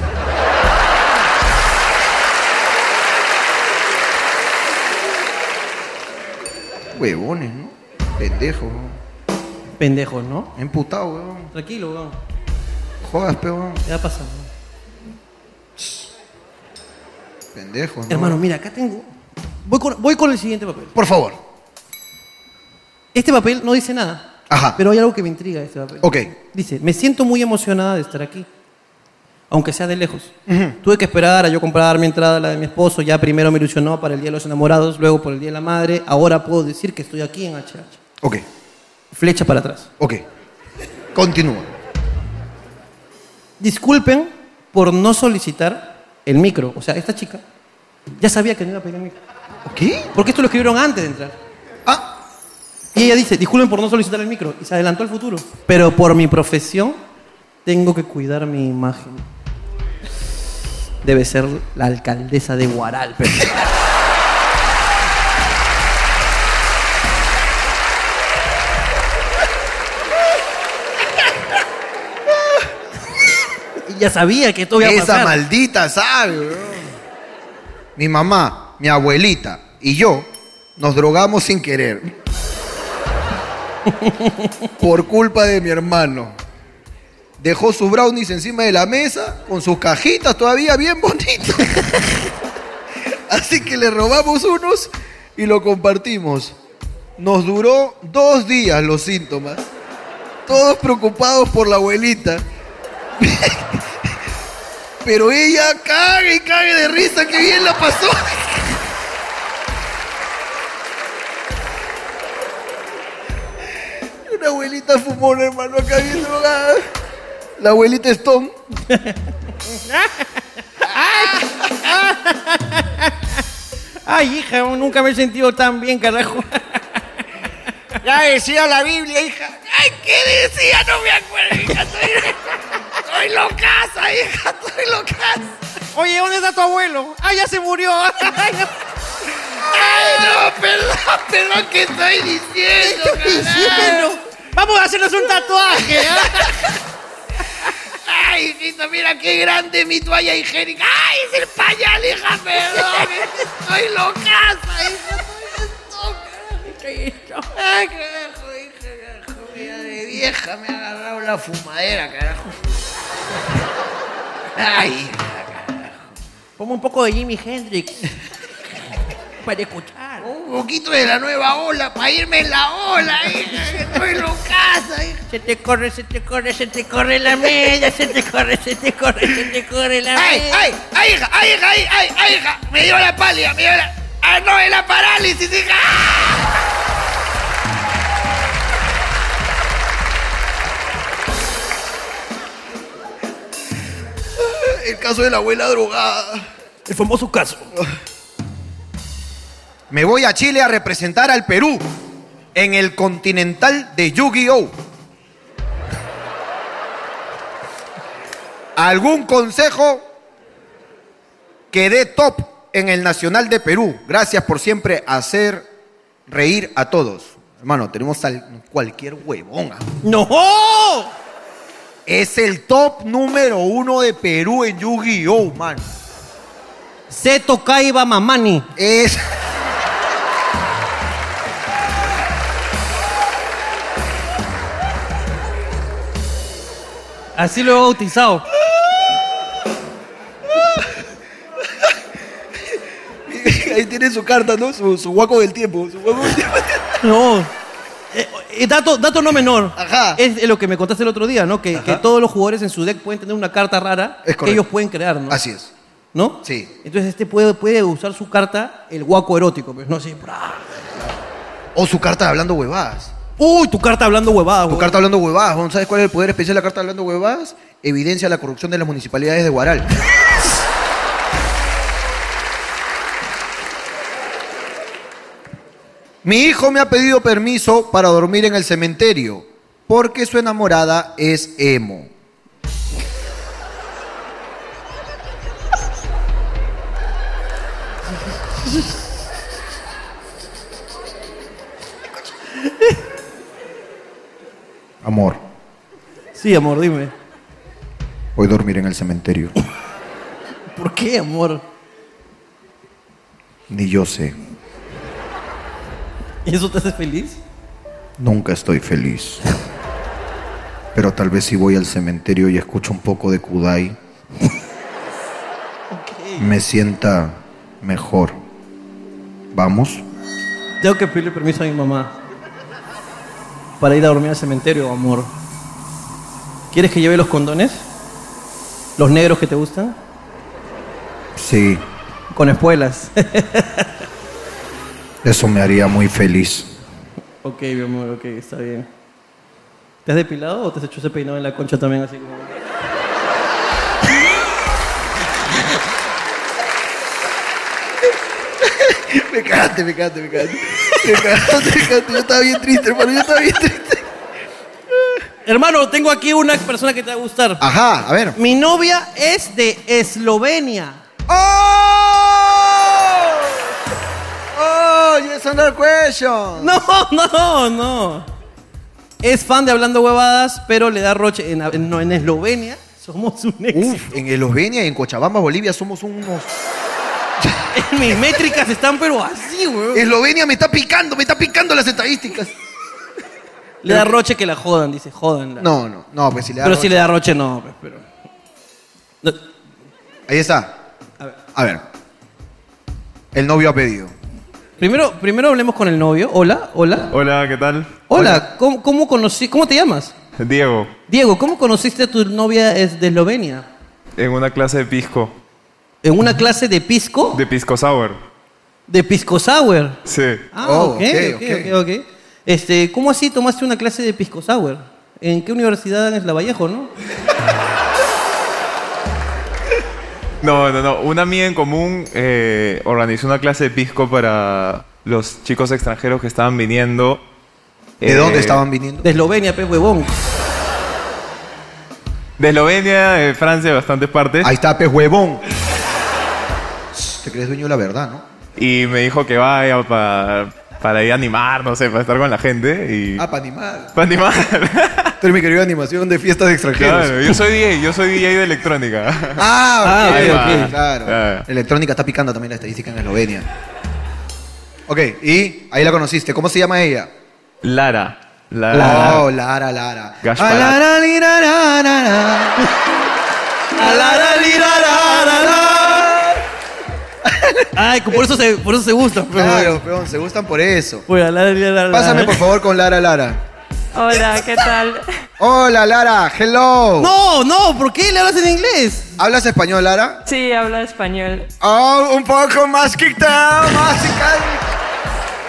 Speaker 1: Huevones, ¿no? Pendejos,
Speaker 2: Pendejos, ¿no?
Speaker 1: Emputado, huevón.
Speaker 2: Tranquilo, weón.
Speaker 1: Jodas, pe, huevón.
Speaker 2: Ya pasa. weón.
Speaker 1: Pendejos, ¿no?
Speaker 2: Hermano, mira, acá tengo. Voy con, voy con el siguiente papel.
Speaker 1: Por favor.
Speaker 2: Este papel no dice nada.
Speaker 1: Ajá.
Speaker 2: Pero hay algo que me intriga de este papel.
Speaker 1: Ok.
Speaker 2: Dice, me siento muy emocionada de estar aquí. Aunque sea de lejos. Tuve que esperar a yo comprar mi entrada, la de mi esposo. Ya primero me ilusionó para el Día de los Enamorados, luego por el Día de la Madre. Ahora puedo decir que estoy aquí en HH.
Speaker 1: Ok.
Speaker 2: Flecha para atrás.
Speaker 1: Ok. Continúa.
Speaker 2: Disculpen por no solicitar el micro. O sea, esta chica ya sabía que no iba a pedir el micro.
Speaker 1: ¿Qué?
Speaker 2: Porque esto lo escribieron antes de entrar. Y ella dice, disculpen por no solicitar el micro. Y se adelantó al futuro. Pero por mi profesión, tengo que cuidar mi imagen. Debe ser la alcaldesa de Guaral. pero- Y ya sabía que esto iba a
Speaker 1: Esa
Speaker 2: pasar.
Speaker 1: maldita sabe, bro. Mi mamá, mi abuelita y yo nos drogamos sin querer. Por culpa de mi hermano. Dejó sus brownies encima de la mesa con sus cajitas todavía bien bonitas. <laughs> Así que le robamos unos y lo compartimos. Nos duró dos días los síntomas. Todos preocupados por la abuelita. <laughs> Pero ella caga y caga de risa, que bien la pasó. <laughs> Una abuelita fumona, hermano, acá bien drogada. La abuelita Stone.
Speaker 2: <laughs> Ay, hija, nunca me he sentido tan bien, carajo.
Speaker 3: Ya decía la Biblia, hija. Ay, ¿qué decía? No me acuerdo, hija. Estoy, estoy locaza, hija. Estoy locaza. Oye, ¿dónde está tu abuelo? Ah, ya se murió. Ay, no, perdón, perdón, ¿qué estoy diciendo? carajo?
Speaker 2: Vamos a hacernos un tatuaje.
Speaker 3: Ay, hijito, mira qué grande mi toalla higiénica. Ay, es el pañal, hija, perdón. Estoy locaza, hija. Estoy loca. Ay, carajo, hija, carajo. Mira, de vieja me ha agarrado la fumadera, carajo. Ay,
Speaker 2: Pongo un poco de Jimi Hendrix. Para escuchar.
Speaker 3: un poquito de la nueva ola para irme en la ola, hija. que Estoy locaza, hija.
Speaker 2: Se te corre, se te corre, se te corre la media, se te corre, se te corre, se te corre la
Speaker 3: ¡Ay,
Speaker 2: media.
Speaker 3: ay, ay, hija, ay, hija, ay, ay, ay, hija! Me dio la pálida, me dio la... ¡Ah, no, es la parálisis, hija!
Speaker 1: El caso de la abuela drogada.
Speaker 2: El famoso caso.
Speaker 1: Me voy a Chile a representar al Perú. en el Continental de Yu-Gi-Oh! ¿Algún consejo que dé top en el Nacional de Perú? Gracias por siempre hacer reír a todos. Hermano, tenemos al cualquier huevón. ¡No! Es el top número uno de Perú en Yu-Gi-Oh, man.
Speaker 2: Seto Kaiba Mamani.
Speaker 1: Es.
Speaker 2: Así lo he bautizado.
Speaker 1: Ahí tiene su carta, ¿no? Su, su guaco del tiempo. Su guaco del tiempo.
Speaker 2: No. Eh, eh, dato, dato no menor. Es eh, lo que me contaste el otro día, ¿no? Que, que todos los jugadores en su deck pueden tener una carta rara que ellos pueden crear, ¿no?
Speaker 1: Así es.
Speaker 2: ¿No?
Speaker 1: Sí.
Speaker 2: Entonces este puede, puede usar su carta, el guaco erótico, pues, no sé.
Speaker 1: O su carta hablando huevadas.
Speaker 2: Uy, tu carta hablando huevadas.
Speaker 1: Tu carta hablando huevadas. huevón. ¿Sabes cuál es el poder especial de la carta hablando huevadas? Evidencia la corrupción de las municipalidades
Speaker 2: <laughs>
Speaker 1: de Guaral. Mi hijo me ha pedido permiso para dormir en el cementerio porque su enamorada es emo. Amor,
Speaker 2: Sí, amor, dime.
Speaker 1: voy a dormir en el cementerio.
Speaker 2: ¿Por qué, amor?
Speaker 1: Ni yo sé.
Speaker 2: ¿Y eso te hace feliz?
Speaker 1: Nunca estoy feliz. Pero tal vez si voy al cementerio y escucho un poco de Kudai, me sienta mejor. ¿Vamos?
Speaker 2: Tengo que pedirle permiso a mi mamá para ir a dormir al cementerio, amor. ¿Quieres que lleve los condones? ¿Los negros que te gustan?
Speaker 1: Sí,
Speaker 2: Con espuelas. <laughs>
Speaker 1: eso me haría muy feliz.
Speaker 2: ok, mi amor, ok, está bien. ¿Te has depilado o te has hecho ese peinado en la concha también así como...
Speaker 3: Me cagaste, me cagaste, me cagaste. Me cagaste, me cagaste. Yo estaba bien triste, hermano. Yo estaba bien triste.
Speaker 2: <laughs> Hermano, tengo aquí una persona que te va a gustar.
Speaker 1: Ajá, a ver.
Speaker 2: Mi novia es de Eslovenia.
Speaker 10: ¡Oh! ¡It's another question!
Speaker 2: No, no, no. Es fan de Hablando Huevadas, pero le da roche en, en- no, en Eslovenia. Somos un éxito.
Speaker 1: En Eslovenia Pues y en Cochabamba, Bolivia, somos unos...
Speaker 2: Mis métricas están pero así, weón.
Speaker 1: Eslovenia me está picando, me está picando las estadísticas.
Speaker 2: Le da roche que la jodan, dice, jodanla.
Speaker 1: No, no, no, pues si le da
Speaker 2: Pero
Speaker 1: roche-
Speaker 2: si le da roche, no, pues, pero.
Speaker 1: Ahí está.
Speaker 2: A ver.
Speaker 1: A ver. El novio ha pedido.
Speaker 2: Primero, primero hablemos con el novio. Hola, hola.
Speaker 18: Hola, ¿qué tal?
Speaker 2: Hola, ¿Cómo, cómo conocí, cómo te llamas?
Speaker 18: Diego,
Speaker 2: Diego, ¿cómo conociste a tu novia es de Eslovenia?
Speaker 18: en una clase de pisco.
Speaker 2: ¿En una clase de pisco?
Speaker 18: De pisco sour.
Speaker 2: De pisco sour.
Speaker 18: Sí.
Speaker 2: Ah,
Speaker 1: Oh,
Speaker 2: ok, ok, ok, ok. Este, ¿cómo así tomaste una clase de pisco sour? ¿En qué universidad es la Vallejo, no?
Speaker 18: No, no, no. Una amiga en común eh, organizó una clase de pisco para los chicos extranjeros que estaban viniendo. Eh,
Speaker 1: ¿De dónde estaban viniendo?
Speaker 2: De Eslovenia, pues, huevón.
Speaker 18: De Eslovenia, de Francia, de bastantes partes.
Speaker 1: Ahí está, pez huevón. Te crees dueño de la verdad, ¿no?
Speaker 18: Y me dijo que vaya pa- para ir a animar, no sé, para estar con la gente. Y...
Speaker 1: Ah, para animar.
Speaker 18: <laughs> Para animar.
Speaker 1: Tú eres mi querido animación de fiestas de extranjeros.
Speaker 18: Claro, yo soy DJ, yo soy DJ de electrónica. Ah.
Speaker 1: Ah, ok,
Speaker 18: Ahí va.
Speaker 1: ok, claro. Electrónica está picando también la estadística en Eslovenia. Ok, y ahí la conociste. ¿Cómo se llama ella?
Speaker 18: Lara.
Speaker 1: Lara. Oh, Lara, Lara.
Speaker 18: Gasparat.
Speaker 1: Ah, Lara, li, ra, ra, ra, ra. Ah, Lara, li, ra, ra, ra, ra.
Speaker 2: <laughs> Ay, por eso se, por eso se gustan. pues,
Speaker 1: Claro,
Speaker 2: huevón.
Speaker 1: peón, se gustan por eso.
Speaker 2: Pásame,
Speaker 1: Pásame, por favor, con Lara, Lara.
Speaker 20: Hola, ¿qué tal? <laughs>
Speaker 1: Hola, Lara, hello.
Speaker 2: No, no, ¿por qué le hablas en inglés?
Speaker 1: ¿Hablas español, Lara?
Speaker 20: Sí, hablo español.
Speaker 1: Oh, un poco más quitado, más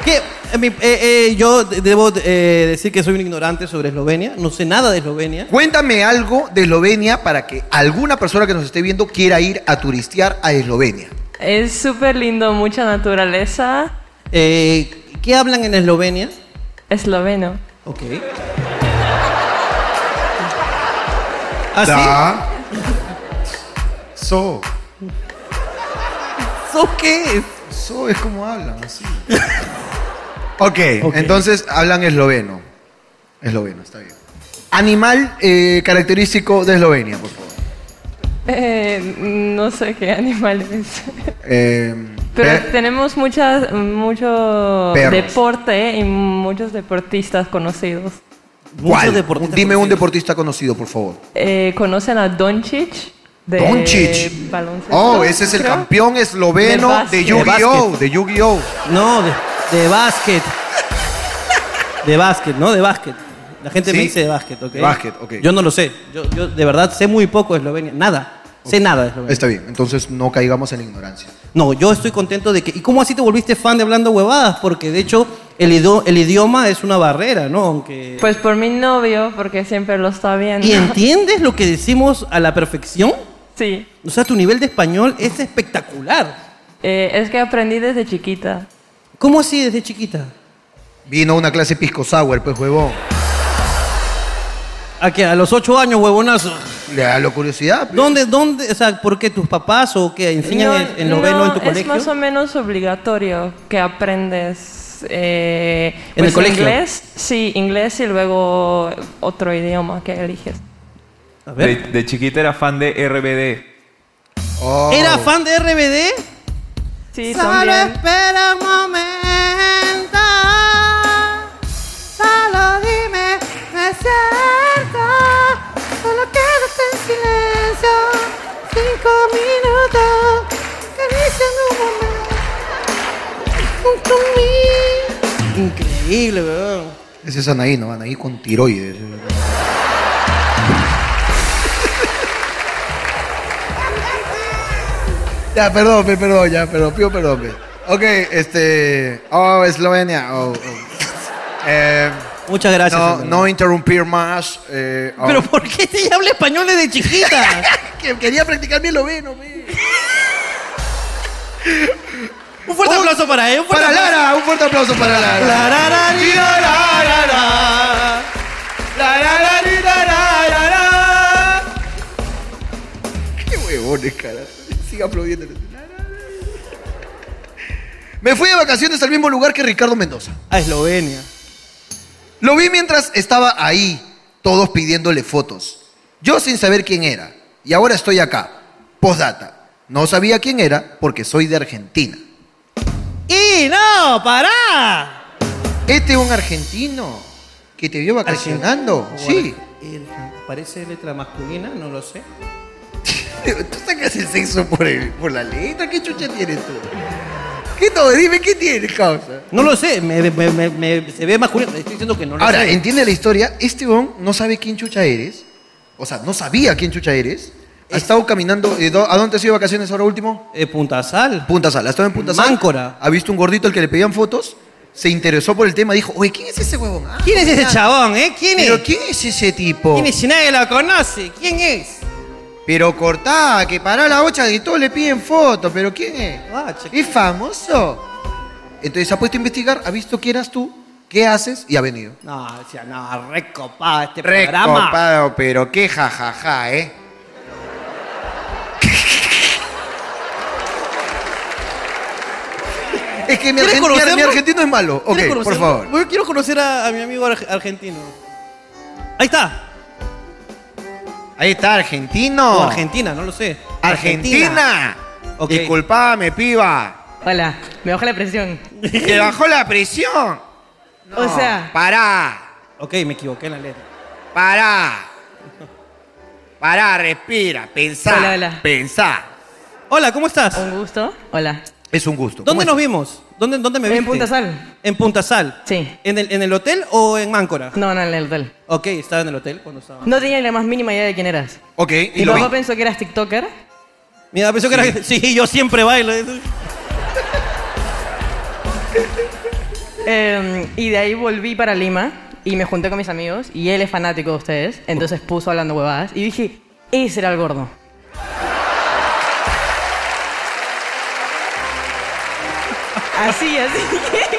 Speaker 2: ¿Qué? Eh, mi- eh, eh, yo de- debo eh, decir que soy un ignorante sobre Eslovenia. No sé nada de Eslovenia.
Speaker 1: Cuéntame algo de Eslovenia para que alguna persona que nos esté viendo quiera ir a turistear a Eslovenia.
Speaker 20: Es súper lindo, mucha naturaleza.
Speaker 2: ¿Qué hablan en Eslovenia?
Speaker 20: esloveno.
Speaker 2: Ok.
Speaker 1: ¿Ah, da. So.
Speaker 2: ¿So qué
Speaker 1: es? So es como hablan, así. ok, entonces hablan esloveno. Esloveno, está bien. Animal eh, característico de Eslovenia, por favor.
Speaker 20: Eh, no sé qué animal es. <laughs>
Speaker 1: Eh,
Speaker 20: Pero
Speaker 1: pe-
Speaker 20: tenemos muchas, mucho
Speaker 1: Perros.
Speaker 20: deporte y muchos deportistas conocidos.
Speaker 1: ¿Cuál? Dime un deportista conocido, por favor.
Speaker 20: Eh, ¿Conocen a Doncic? De
Speaker 1: Doncic.
Speaker 20: baloncesto,
Speaker 1: Oh, ese es el
Speaker 20: creo?
Speaker 1: campeón esloveno
Speaker 20: De
Speaker 1: de
Speaker 20: básquet.
Speaker 1: Yu-Gi-Oh! De Yu-Gi-Oh!
Speaker 2: No, de, de básquet. De básquet, no de básquet. La gente me
Speaker 1: ¿Sí?
Speaker 2: dice de básquet, ¿ok?
Speaker 1: De básquet, ok.
Speaker 2: Yo no lo sé. Yo, yo de verdad sé muy poco de Eslovenia. Nada. Sé nada de Eslovenia.
Speaker 1: Está bien, entonces no caigamos en la ignorancia.
Speaker 2: No, yo estoy contento de que... ¿Y cómo así te volviste fan de Hablando Huevadas? Porque de hecho el, ido- el idioma es una barrera, ¿no? Aunque...
Speaker 20: Pues por mi novio, porque siempre lo está viendo.
Speaker 2: ¿Y entiendes lo que decimos a la perfección?
Speaker 20: Sí.
Speaker 2: O sea, tu nivel de español es espectacular.
Speaker 20: Eh, es que aprendí desde chiquita.
Speaker 2: ¿Cómo así desde chiquita?
Speaker 1: Vino una clase Pisco Sour, pues huevón.
Speaker 2: ¿A qué? A los ocho años, huevonazo.
Speaker 1: Le da la curiosidad.
Speaker 2: ¿Dónde, dónde, o sea, por qué tus papás o qué enseñan
Speaker 20: No,
Speaker 2: en- en noveno
Speaker 20: no,
Speaker 2: en tu
Speaker 20: Es
Speaker 2: colegio?
Speaker 20: más o menos obligatorio que aprendes eh,
Speaker 2: ¿En el
Speaker 20: pues,
Speaker 2: colegio?
Speaker 20: inglés, sí, inglés y luego otro idioma que eliges.
Speaker 18: De, de chiquita era fan de RBD.
Speaker 4: Oh.
Speaker 18: Oh.
Speaker 2: ¿Era fan de RBD?
Speaker 20: Sí,
Speaker 2: Solo
Speaker 20: también.
Speaker 2: espera un momento. Solo dime, no es cierto. Solo quédate en silencio. Cinco minutos. Acariciando un momento. Junto a mí. Increíble, weón.
Speaker 1: Ese es Anaí, ¿no? Anaí con tiroides. ya, perdón, pe- perdón, ya, perdón, pido perdón. pe. Ok, este. Oh,
Speaker 2: <laughs>
Speaker 1: Eslovenia. oh, oh. Eh,
Speaker 2: Muchas gracias,
Speaker 1: No,
Speaker 2: Eslovenia.
Speaker 1: no interrumpir más. eh, oh.
Speaker 2: ¿Pero por qué te habla español desde chiquita?
Speaker 1: <laughs> que quería practicar mi esloveno. pe.
Speaker 2: un fuerte aplauso para él.
Speaker 1: Para Lara, un fuerte aplauso para Lara. Mira, Lara, Lara. Lara, Lara, Lara, Lara. Qué huevones, cara. Siga aplaudiendo. Me fui de vacaciones al mismo lugar que Ricardo Mendoza.
Speaker 2: A Eslovenia.
Speaker 1: Lo vi mientras estaba ahí, todos pidiéndole fotos. Yo sin saber quién era. Y ahora estoy acá. Postdata. No sabía quién era porque soy de Argentina.
Speaker 2: ¡Y no! ¡Pará!
Speaker 1: Este es un argentino que te vio vacacionando. Sí.
Speaker 2: Eh, Parece letra masculina, no lo sé.
Speaker 1: <laughs> ¿Tú sacas el sexo por, el- por la letra? ¿Qué chucha tienes tú? ¿Qué todo? Dime, <laughs> ¿qué tienes, causa?
Speaker 2: No lo sé, me, me- me- me- se ve masculino. Estoy diciendo que no lo
Speaker 1: Ahora,
Speaker 2: sé.
Speaker 1: entiende la historia. Este bon no sabe quién chucha eres. O sea, no sabía quién chucha eres. Ha estado caminando. eh, do- ¿A dónde has ido de vacaciones ahora último?
Speaker 2: Eh, Punta Sal.
Speaker 1: Punta Sal. Ha estado en Punta Sal.
Speaker 2: Máncora.
Speaker 1: Ha visto un gordito al que le pedían fotos. Se interesó por el tema. Dijo, oye, ¿quién es ese huevón? Ah,
Speaker 2: ¿Quién es ese
Speaker 1: mira.
Speaker 2: chabón, eh? ¿Quién es?
Speaker 1: ¿Pero quién es ese tipo?
Speaker 2: ¿Quién es? Si nadie lo conoce, ¿quién es?
Speaker 1: Pero cortá, que pará la bocha que todos le piden fotos, pero ¿quién es?
Speaker 2: Ah,
Speaker 1: ¿Es famoso? Entonces se ha puesto a investigar, ha visto quién eras tú, qué haces y ha venido.
Speaker 2: No, o sea, no, recopado este programa.
Speaker 1: Recopado, pero qué jajaja, ¿eh? es que
Speaker 2: ¿Quieres
Speaker 1: mi, argen- mi ar- mi
Speaker 2: conocerlo?
Speaker 1: argentino es malo. Ok,
Speaker 2: ¿Quieres
Speaker 1: por
Speaker 2: conocerlo?
Speaker 1: favor.
Speaker 2: Voy- Quiero conocer a, a mi amigo arge- argentino. Ahí está.
Speaker 1: Ahí está, argentino.
Speaker 2: O Argentina, no lo sé.
Speaker 1: Argentina. Disculpame, piba.
Speaker 21: Hola, me bajó la presión. <laughs>
Speaker 1: Te bajó la presión.
Speaker 21: O sea,
Speaker 1: Pará,
Speaker 2: Ok, me equivoqué en la letra.
Speaker 1: pará. Pará, respira, pensá.
Speaker 21: Hola, hola.
Speaker 1: Pensá.
Speaker 2: Hola, ¿cómo estás?
Speaker 21: Un gusto. Hola.
Speaker 1: Es un gusto.
Speaker 2: ¿Dónde nos vimos? ¿Dónde, dónde me
Speaker 21: En
Speaker 2: viste?
Speaker 21: Punta Sal.
Speaker 2: ¿En Punta Sal?
Speaker 21: Sí.
Speaker 2: ¿En el, en el hotel o en Máncora?
Speaker 21: No, no, en el hotel.
Speaker 2: Ok, estaba en el hotel cuando estaba.
Speaker 21: No tenía ni la más mínima idea de quién eras.
Speaker 1: Ok, y
Speaker 21: Mi
Speaker 2: lo vi.
Speaker 21: papá pensó que eras TikToker.
Speaker 2: Mira, pensó que <laughs> era. Sí, yo siempre bailo.
Speaker 21: eh, y de ahí volví para Lima y me junté con mis amigos y él es fanático de ustedes. Entonces puso hablando huevadas y dije, ese era el gordo. Así, así que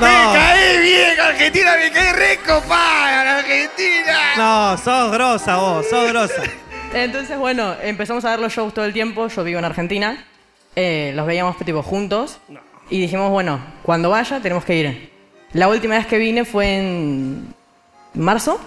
Speaker 1: Me caí bien, Argentina, me caí rico, para Argentina.
Speaker 21: No, sos grosa vos, sos grosa. Entonces, bueno, empezamos a ver los shows todo el tiempo. Yo vivo en Argentina. Eh, los veíamos tipo juntos. Y dijimos, bueno, cuando vaya tenemos que ir. La última vez que vine fue en marzo.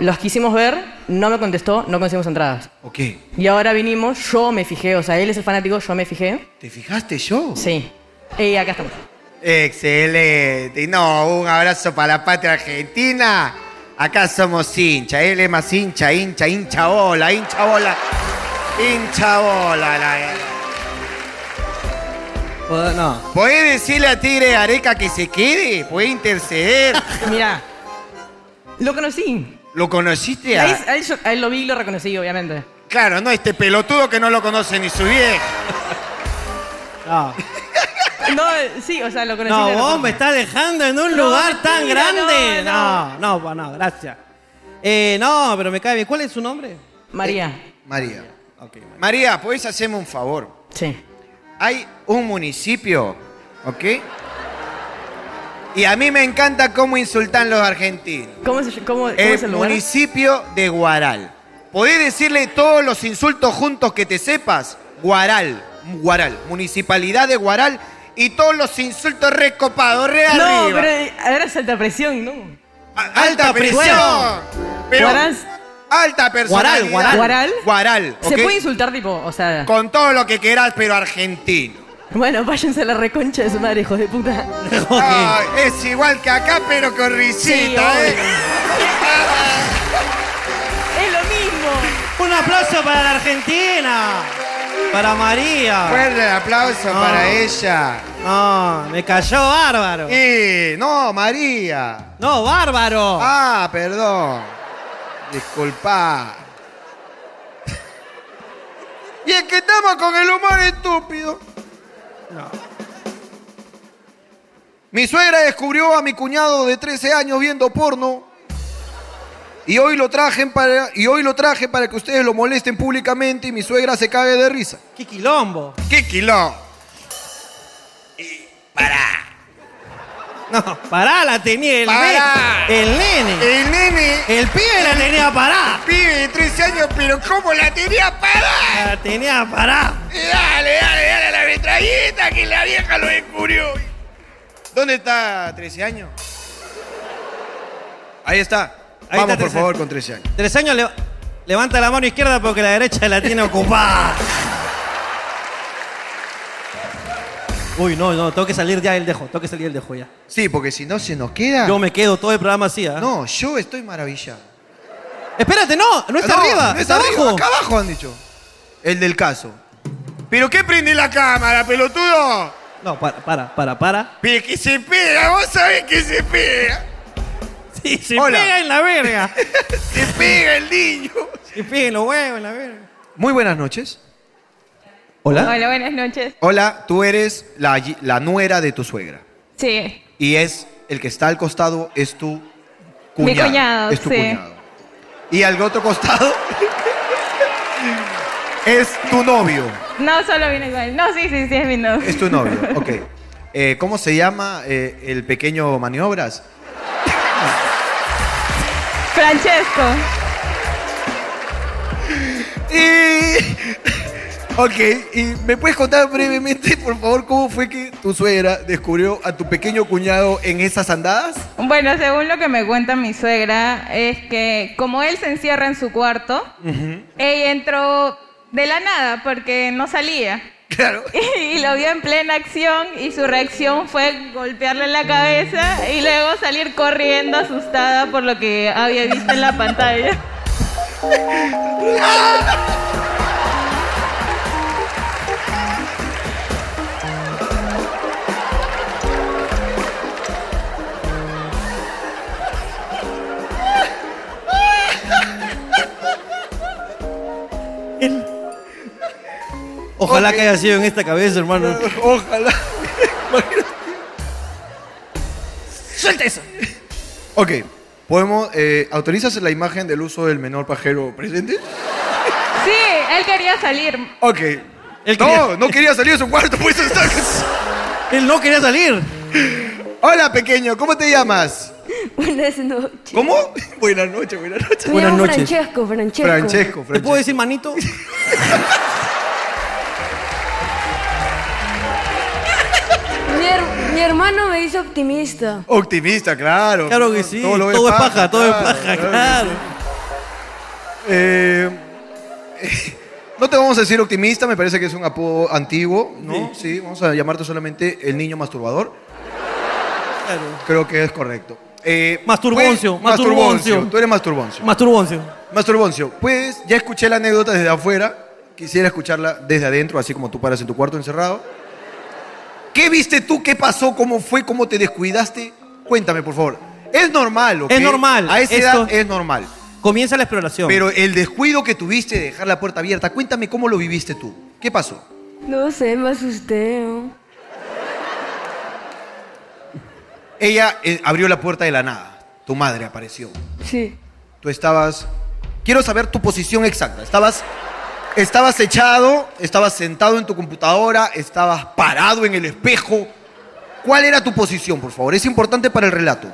Speaker 21: Los quisimos ver, no me contestó, no conseguimos entradas.
Speaker 3: Ok.
Speaker 21: Y ahora vinimos, yo me fijé, o sea, él es el fanático, yo me fijé.
Speaker 3: ¿Te fijaste yo?
Speaker 21: Sí. Y acá estamos.
Speaker 1: Excelente. No, un abrazo para la patria argentina. Acá somos hincha. ¿eh? Él es más hincha, hincha, hincha bola, hincha bola. Hincha bola. la- eh.
Speaker 2: no.
Speaker 1: ¿Podés decirle a Tigre Areca que se quede? ¿Podés
Speaker 21: <laughs>
Speaker 1: interceder?
Speaker 21: Mira, lo conocí.
Speaker 1: ¿Lo conociste?
Speaker 21: A él,
Speaker 1: A...
Speaker 21: a él yo- a él lo vi y lo reconocí, obviamente. <laughs>
Speaker 1: Claro, no este pelotudo que no lo conoce ni su vieja.
Speaker 21: No. No, sí, o sea, lo conocí.
Speaker 2: No,
Speaker 21: y
Speaker 2: vos
Speaker 21: lo reconocí.
Speaker 2: me estás dejando en un
Speaker 21: No,
Speaker 2: lugar tan
Speaker 21: mentira,
Speaker 2: grande.
Speaker 21: no,
Speaker 2: No, no, pa- no, gracias. Eh, no, pero me cae bien. ¿Cuál es su nombre? Eh,
Speaker 21: María.
Speaker 1: María. María, ¿podés hacerme un favor?
Speaker 21: Sí.
Speaker 1: Hay un municipio, ¿ok? Y a mí me encanta cómo insultan los argentinos.
Speaker 21: ¿Cómo se, cómo, cómo
Speaker 1: el
Speaker 21: es el lugar?
Speaker 1: municipio de Guaral. ¿Podés decirle todos los insultos juntos que te sepas? Guaral, Guaral, Municipalidad de Guaral y todos los insultos recopados, re
Speaker 21: No,
Speaker 1: arriba.
Speaker 21: pero eh, ahora es alta presión, ¿no?
Speaker 1: alta presión. Pero
Speaker 21: Guaraz-
Speaker 1: alta personalidad.
Speaker 21: Guaral, Guaral.
Speaker 1: Guaral,
Speaker 21: Se
Speaker 1: ¿ok?
Speaker 21: puede insultar, tipo, o sea.
Speaker 1: Con todo lo que querás, pero argentino.
Speaker 21: Bueno, váyanse a la reconcha de su madre, hijos de puta.
Speaker 1: Ay, Ah, es igual que acá, pero con risita,
Speaker 21: Sí,
Speaker 1: ¿eh?
Speaker 21: ¡Es lo mismo!
Speaker 2: ¡Un aplauso para la Argentina! Para María.
Speaker 1: Fuerte el aplauso
Speaker 2: No.
Speaker 1: para ella.
Speaker 2: No, me cayó bárbaro.
Speaker 1: Eh, no, María.
Speaker 2: No, bárbaro.
Speaker 1: Ah, perdón. Disculpa. Y es que estamos con el humor estúpido. Mi suegra descubrió a mi cuñado de 13 años viendo porno. Y hoy lo trajen para, y hoy lo traje para que ustedes lo molesten públicamente y mi suegra se cague de risa.
Speaker 2: ¡Qué quilombo!
Speaker 1: ¡Qué quilombo!
Speaker 2: No, pará, la tenía el
Speaker 1: Pará.
Speaker 2: nene. El nene.
Speaker 1: El nene.
Speaker 2: El pibe la tenía pará.
Speaker 1: Pibe de 13 años, pero ¿cómo la tenía pará?
Speaker 2: La tenía pará.
Speaker 1: Y Dale, dale, dale a la metralleta que la vieja lo descubrió. ¿Dónde está 13 años? Ahí está.
Speaker 2: Ahí
Speaker 3: Vamos,
Speaker 2: está,
Speaker 3: por
Speaker 2: Teresa.
Speaker 3: favor, con 13 años.
Speaker 2: Tres años le- levanta la mano izquierda porque la derecha la tiene ocupada. Uy, no, no, tengo que salir ya del dejo, tengo que salir del dejo ya.
Speaker 3: Sí, porque si no se nos queda.
Speaker 2: Yo me quedo todo el programa así, ¿ah?
Speaker 3: No, yo estoy maravillado.
Speaker 2: Espérate, no, no está arriba,
Speaker 3: no
Speaker 2: está
Speaker 3: arriba,
Speaker 2: abajo.
Speaker 3: Acá abajo han dicho. El del caso.
Speaker 1: ¿Pero qué prende la cámara, pelotudo?
Speaker 2: No, para, para, para, para.
Speaker 1: Pero que se pega, vos sabés que se pega.
Speaker 2: Sí, se pega en la verga.
Speaker 1: <laughs> se pega el niño.
Speaker 2: Se pega en los huevos en la verga.
Speaker 3: Muy buenas noches.
Speaker 1: Hola.
Speaker 17: Hola, buenas noches.
Speaker 3: Hola, tú eres la, yi- la nuera de tu suegra.
Speaker 17: Sí,
Speaker 3: Y es el que está al costado, es tu
Speaker 17: mi
Speaker 3: cuñado.
Speaker 17: cuñado,
Speaker 3: Es tu
Speaker 17: sí.
Speaker 3: cuñado. Y al otro costado <laughs> es tu novio.
Speaker 17: No, solo vino igual. No, sí, sí, sí, es mi novio.
Speaker 3: Es tu novio, ok. Eh, ¿Cómo se llama eh, el pequeño maniobras?
Speaker 17: Francesco.
Speaker 3: Y... Ok, y ¿me puedes contar brevemente, por favor, cómo fue que tu suegra descubrió a tu pequeño cuñado en esas andadas?
Speaker 17: Bueno, según lo que me cuenta mi suegra, es que como él se encierra en su cuarto, ella entró de la nada porque no salía.
Speaker 3: Claro.
Speaker 17: <laughs> Y lo vio en plena acción y su reacción fue golpearle la cabeza y luego salir corriendo asustada por lo que había visto en la
Speaker 1: <laughs>
Speaker 17: pantalla.
Speaker 2: Ojalá que haya sido en esta cabeza, hermano.
Speaker 3: Ojalá.
Speaker 2: Suelta eso.
Speaker 3: Ok, podemos. eh, ¿Autorizas la imagen del uso del menor pajero presente?
Speaker 17: Sí, él quería salir.
Speaker 3: Ok.
Speaker 1: <laughs>
Speaker 3: no, no quería salir de su cuarto, pues.
Speaker 2: Él no quería salir.
Speaker 1: Hola, pequeño, ¿cómo te llamas?
Speaker 13: Buenas noches.
Speaker 1: ¿Cómo? <laughs> Buenas noches, buenas noches.
Speaker 13: Me Buenas llamo noches. Francesco, Francesco.
Speaker 1: Francesco,
Speaker 2: ¿Te puedo decir
Speaker 3: <laughs>
Speaker 2: manito?
Speaker 13: Mi, her- mi hermano me dice optimista.
Speaker 1: Optimista, claro.
Speaker 2: Claro que sí.
Speaker 1: lo
Speaker 2: Todo es paja, todo es paja,
Speaker 1: que
Speaker 2: claro.
Speaker 1: Eh, <laughs> no te vamos a decir optimista, me parece que es un apodo antiguo, ¿no? Sí, vamos a llamarte solamente el niño masturbador. Creo que es correcto. Eh,
Speaker 2: Masturboncio,
Speaker 1: pues, Masturboncio.
Speaker 2: masturboncio.
Speaker 1: Tú eres Masturboncio.
Speaker 2: Masturboncio.
Speaker 1: Masturboncio, pues ya escuché la anécdota desde afuera, quisiera escucharla desde adentro, así como tú paras en tu cuarto encerrado. ¿Qué viste tú? ¿Qué pasó? ¿Cómo fue? ¿Cómo te descuidaste? Cuéntame, por favor. Es normal, ¿ok?
Speaker 2: Es normal.
Speaker 1: A esa
Speaker 2: Esto-
Speaker 1: edad es normal.
Speaker 2: Comienza la exploración.
Speaker 1: Pero el descuido que tuviste de dejar la puerta abierta, cuéntame cómo lo viviste tú. ¿Qué pasó?
Speaker 13: No sé, me asusté. ¿no?
Speaker 1: Ella eh, abrió la puerta de la nada. Tu madre apareció.
Speaker 13: Sí.
Speaker 1: Tú estabas. Quiero saber tu posición exacta. Estabas. Estabas echado, estabas sentado en tu computadora, estabas parado en el espejo. ¿Cuál era tu posición, por favor? Es importante para el relato.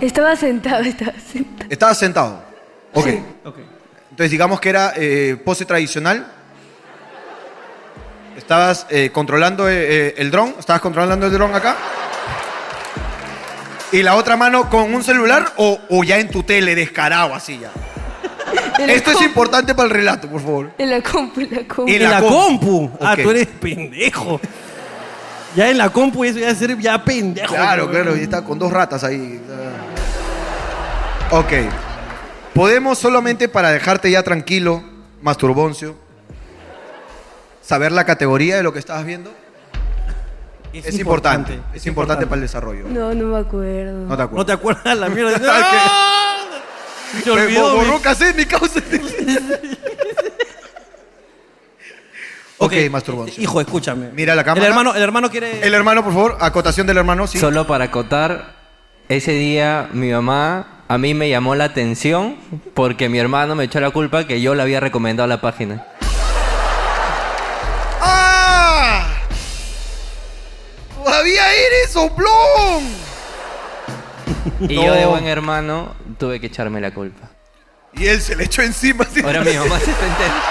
Speaker 13: Estaba sentado, estaba sentado.
Speaker 1: Estabas sentado. Ok. Entonces, digamos que era eh, pose tradicional. Estabas eh, controlando eh, eh, el dron. Estabas controlando el dron acá. Y la otra mano con un celular o, o ya en tu tele, descarado, así ya.
Speaker 13: En la
Speaker 1: Esto es
Speaker 13: compu-
Speaker 1: importante para el relato, por favor.
Speaker 13: En la compu, en la compu.
Speaker 2: En la, compu. Ah,
Speaker 1: Ok.
Speaker 2: tú eres pendejo. Ya en la compu eso ya es ser ya pendejo.
Speaker 1: Claro, claro, y está con dos ratas ahí. Ah. Ok. Podemos solamente para dejarte ya tranquilo, Masturboncio, saber la categoría de lo que estabas viendo. Es, importante, es importante, para el desarrollo.
Speaker 13: No, no me acuerdo.
Speaker 1: <laughs> No te acuerdas.
Speaker 2: No te acuerdas la mierda.
Speaker 1: <laughs> Ah, Se
Speaker 2: olvidó,
Speaker 1: Borró
Speaker 2: güey.
Speaker 1: cassette, mi causa. <laughs> ok,
Speaker 2: Masturboncio. Hijo, escúchame.
Speaker 1: Mira la
Speaker 2: El
Speaker 1: cámara.
Speaker 2: hermano, el hermano quiere.
Speaker 1: El hermano, por favor, acotación del hermano, sí.
Speaker 22: Solo para acotar, ese día mi mamá a mí me llamó la atención porque mi hermano me echó la culpa que yo le había recomendado la
Speaker 1: <laughs>
Speaker 22: página.
Speaker 1: ¡Ah! ¡Todavía eres soplón!
Speaker 22: Y
Speaker 1: No.
Speaker 22: yo de buen hermano tuve que echarme la culpa.
Speaker 1: Y él se le echó encima. así.
Speaker 22: Ahora mi
Speaker 2: <laughs>
Speaker 22: mamá se está enterando.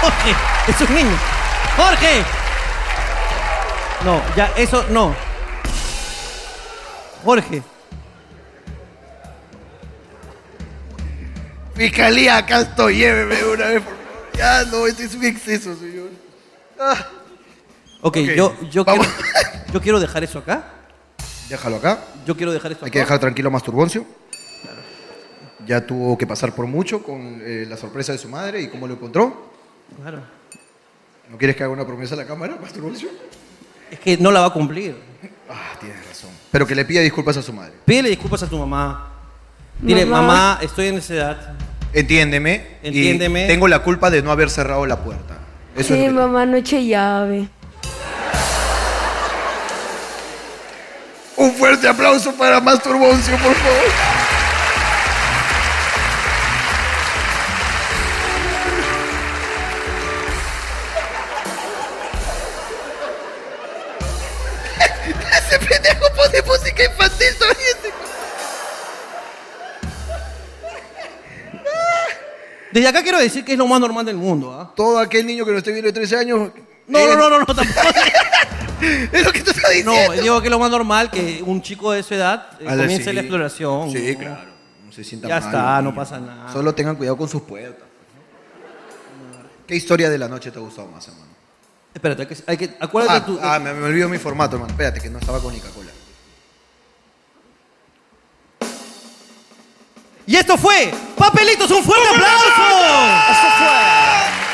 Speaker 2: Jorge, es un niño. ¡Jorge! No, ya, eso no. Jorge.
Speaker 3: Fiscalía, acá estoy, lléveme de una vez, por favor. Ya no, este es un exceso, señor. Ah.
Speaker 2: Ok, yo, yo, quiero, <laughs> yo quiero dejar eso acá.
Speaker 1: Déjalo acá.
Speaker 2: Yo quiero dejar eso
Speaker 1: Hay
Speaker 2: acá.
Speaker 1: que dejar tranquilo a Masturboncio. Ya tuvo que pasar por mucho con eh, la sorpresa de su madre y cómo lo encontró.
Speaker 2: Claro.
Speaker 1: ¿No quieres que haga una promesa a la cámara, Masturboncio?
Speaker 2: Es que no la va a cumplir.
Speaker 1: Ah, tienes razón. Pero que le pida disculpas a su madre.
Speaker 2: Pídele disculpas a tu mamá. Dile,
Speaker 1: Mamá.
Speaker 2: mamá, estoy en esa edad.
Speaker 1: Entiéndeme. y
Speaker 2: Entiéndeme.
Speaker 1: tengo la culpa de no haber cerrado la puerta. Eso
Speaker 13: sí,
Speaker 1: es lo que-
Speaker 13: mamá, noche llave.
Speaker 3: Un fuerte aplauso para Masturboncio, por favor.
Speaker 4: <laughs> Ese pendejo pone música infantil todavía.
Speaker 2: Desde acá quiero decir que es lo más normal del mundo. ¿ah?
Speaker 1: Todo aquel niño que lo esté viendo de 13 años. eh,
Speaker 2: No, no, no, no, no, tampoco.
Speaker 1: <laughs> es lo que tú estás
Speaker 2: diciendo. No, digo que es lo más normal que un chico de su edad eh,
Speaker 1: A la-
Speaker 2: comience
Speaker 1: Ah, sí.
Speaker 2: la exploración.
Speaker 1: Sí,
Speaker 2: ¿no?
Speaker 1: claro. No se sienta
Speaker 2: Ya
Speaker 1: mal,
Speaker 2: está, no
Speaker 1: niño.
Speaker 2: pasa nada.
Speaker 1: Solo tengan cuidado con sus puertas. ¿Qué historia de la noche te ha gustado más, hermano?
Speaker 2: Espérate, hay que, hay que- acuérdate
Speaker 1: ah,
Speaker 2: tú.
Speaker 1: ah, me, me olvido mi formato, hermano. Espérate, que no estaba con Coca-Cola.
Speaker 2: Y esto fue Papelitos, un fuerte aplauso. Eso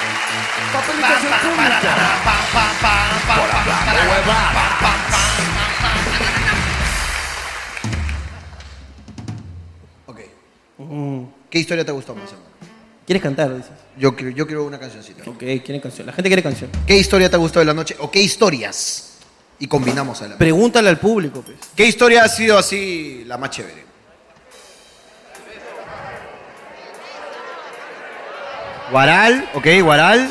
Speaker 1: ¿Qué historia te ha gustado más, hermano?
Speaker 2: Mm. ¿Quieres cantar? Dices?
Speaker 1: Yo, quiero- yo quiero una cancioncita.
Speaker 2: Ok, quieren canción. La gente quiere canción.
Speaker 1: ¿Qué historia te ha gustado de la noche? ¿O qué historias? Y combinamos a la
Speaker 2: Pregúntale al público, pues.
Speaker 1: ¿Qué historia ha sido así la más chévere? Guaral, ok, Guaral.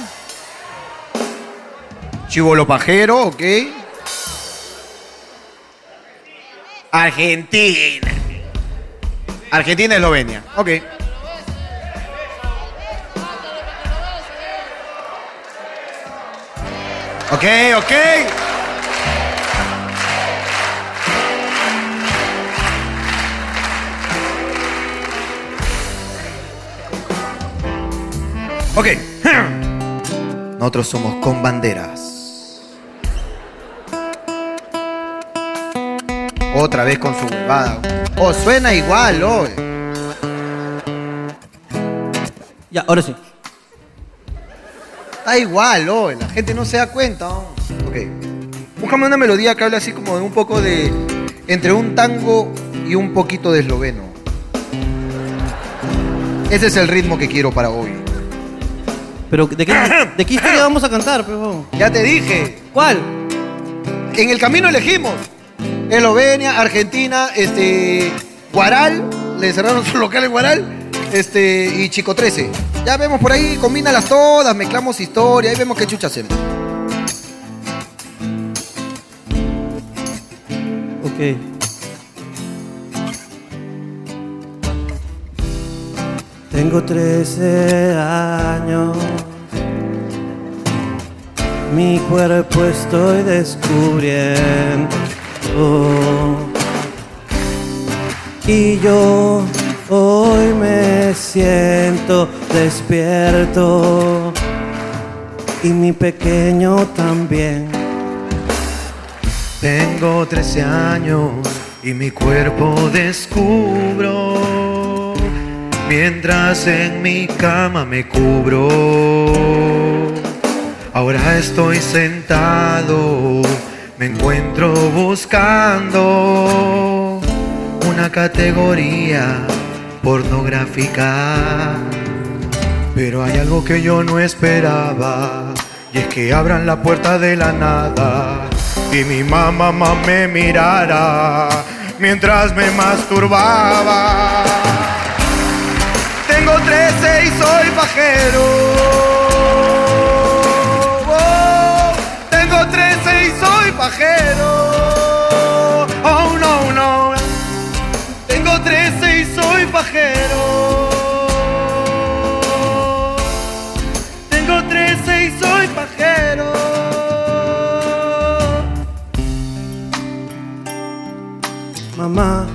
Speaker 1: Chivolo Pajero, ok.
Speaker 23: Argentina. Argentina, Eslovenia. Ok. Ok, ok.
Speaker 24: Ok. Nosotros somos con banderas. Otra vez con su huevada. Oh, suena igual, oh.
Speaker 22: Ya, ahora sí.
Speaker 24: Está igual, oh. La gente no se da cuenta. oh. Ok. Búscame una melodía que hable así como de un poco de. entre un tango y un poquito de esloveno. Ese es el ritmo que quiero para hoy.
Speaker 22: Pero ¿de qué,
Speaker 24: <coughs>
Speaker 22: de qué historia vamos a cantar, pejo?
Speaker 24: Ya te dije.
Speaker 22: ¿Cuál?
Speaker 24: En el camino elegimos. Eslovenia, Argentina, este. Guaral. Le cerraron <laughs> su local en Guaral. Este. Y Chico 13. Ya vemos por ahí, combínalas todas, mezclamos historia, ahí vemos qué chucha hacemos.
Speaker 22: Ok.
Speaker 2: Tengo 13 años, mi cuerpo estoy descubriendo. Y yo hoy me siento despierto y mi pequeño también.
Speaker 1: Tengo 13 años y mi cuerpo descubro mientras en mi cama me cubro. Ahora estoy sentado, me encuentro buscando una categoría pornográfica. Pero hay algo que yo no esperaba y es que abran la puerta de la nada y mi mamá ma- me mirara mientras me masturbaba.
Speaker 25: Tengo 13 y soy pajero. Oh, tengo 13 y soy pajero. Oh no, no. Tengo 13 y soy pajero. Tengo 13 y soy pajero.
Speaker 2: Mamá,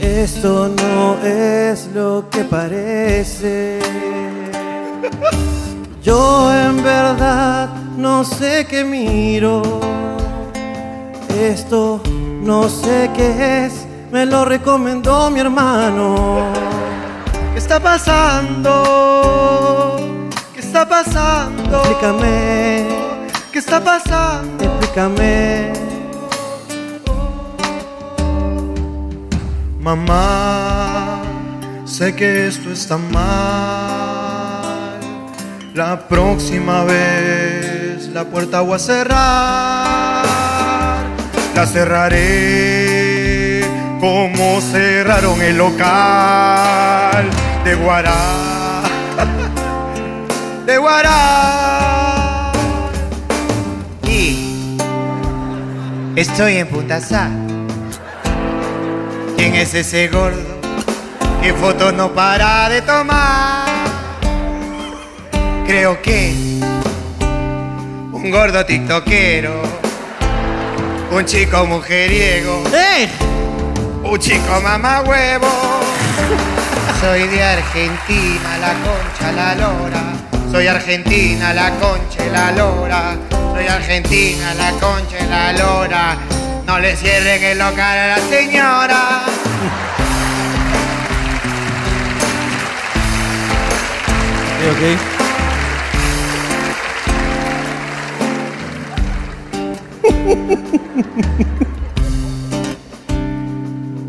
Speaker 2: esto no es lo que parece. Yo en verdad no sé qué miro. Esto no sé qué es, me lo recomendó mi hermano.
Speaker 25: ¿Qué está pasando? ¿Qué está pasando?
Speaker 2: Explícame.
Speaker 25: ¿Qué está pasando?
Speaker 2: Explícame.
Speaker 1: Mamá, sé que esto está mal. La próxima vez la puerta voy a cerrar. La cerraré como cerraron el local de Guará.
Speaker 25: De Guará.
Speaker 4: Y estoy en Putasá. ¿Quién es ese gordo? ¿Qué fotos no para de tomar? Creo que un gordo tiktokero, un chico mujeriego, un chico mamá huevo. Soy de Argentina, la concha, la lora. Soy argentina, la concha, y la lora. Soy argentina, la concha, y la lora. No le cierren el local a la señora.
Speaker 24: <laughs>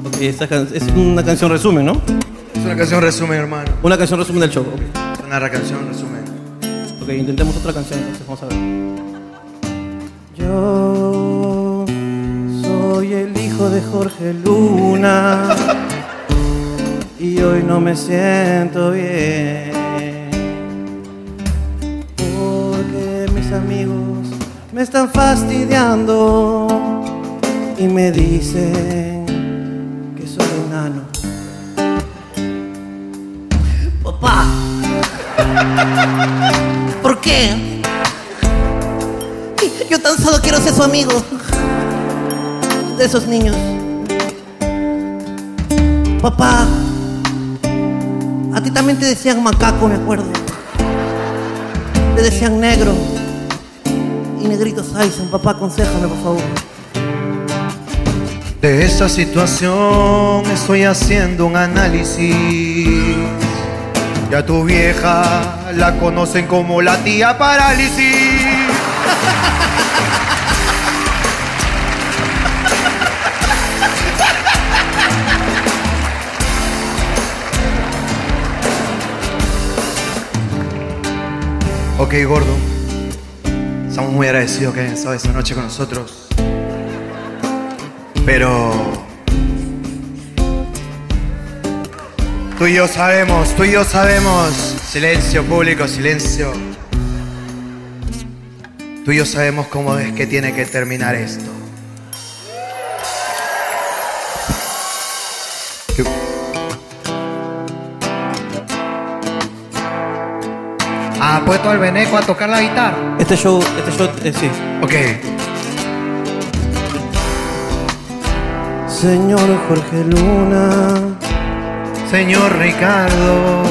Speaker 22: Ok, esta can- es una canción resumen, ¿no?
Speaker 24: Es una canción resumen, hermano.
Speaker 22: Una canción resumen del show. ok.
Speaker 24: Una canción resumen.
Speaker 22: Ok, intentemos otra canción, entonces vamos a ver.
Speaker 2: Yo soy el hijo de Jorge
Speaker 22: <laughs>
Speaker 2: Luna y hoy no me siento bien porque mis amigos me están fastidiando
Speaker 26: y me dicen que soy enano.
Speaker 2: Papá. ¿Por qué? Yo tan solo quiero ser su amigo. De esos niños. Papá. A ti también te decían macaco, me acuerdo. Te decían negro. Y negrito Saison, papá, aconsejame, por favor.
Speaker 1: De esta situación estoy haciendo un análisis. Ya tu vieja la conocen como la tía parálisis. Ok, gordo. Estamos muy agradecidos que hayan estado esta noche con nosotros. Pero. Tú y yo sabemos, tú y yo sabemos. Silencio, público, silencio. Tú y yo sabemos cómo es que tiene que terminar esto. Ah,
Speaker 27: Ha puesto al Beneco a tocar la guitarra.
Speaker 2: Este show, este show, eh, sí.
Speaker 1: Ok.
Speaker 26: Señor Jorge Luna,
Speaker 1: señor Ricardo,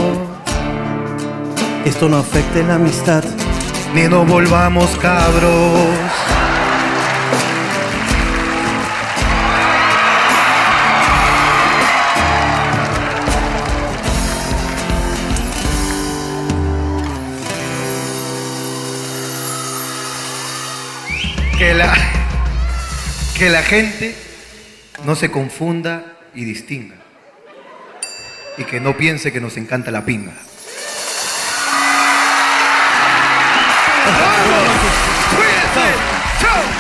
Speaker 26: esto no afecte la amistad.
Speaker 1: Ni nos volvamos cabros. Que la, que la gente no se confunda y distinga. Y que no piense que nos encanta la pinga.
Speaker 4: ¡Vamos! ¡Cuídense! ¡Chau!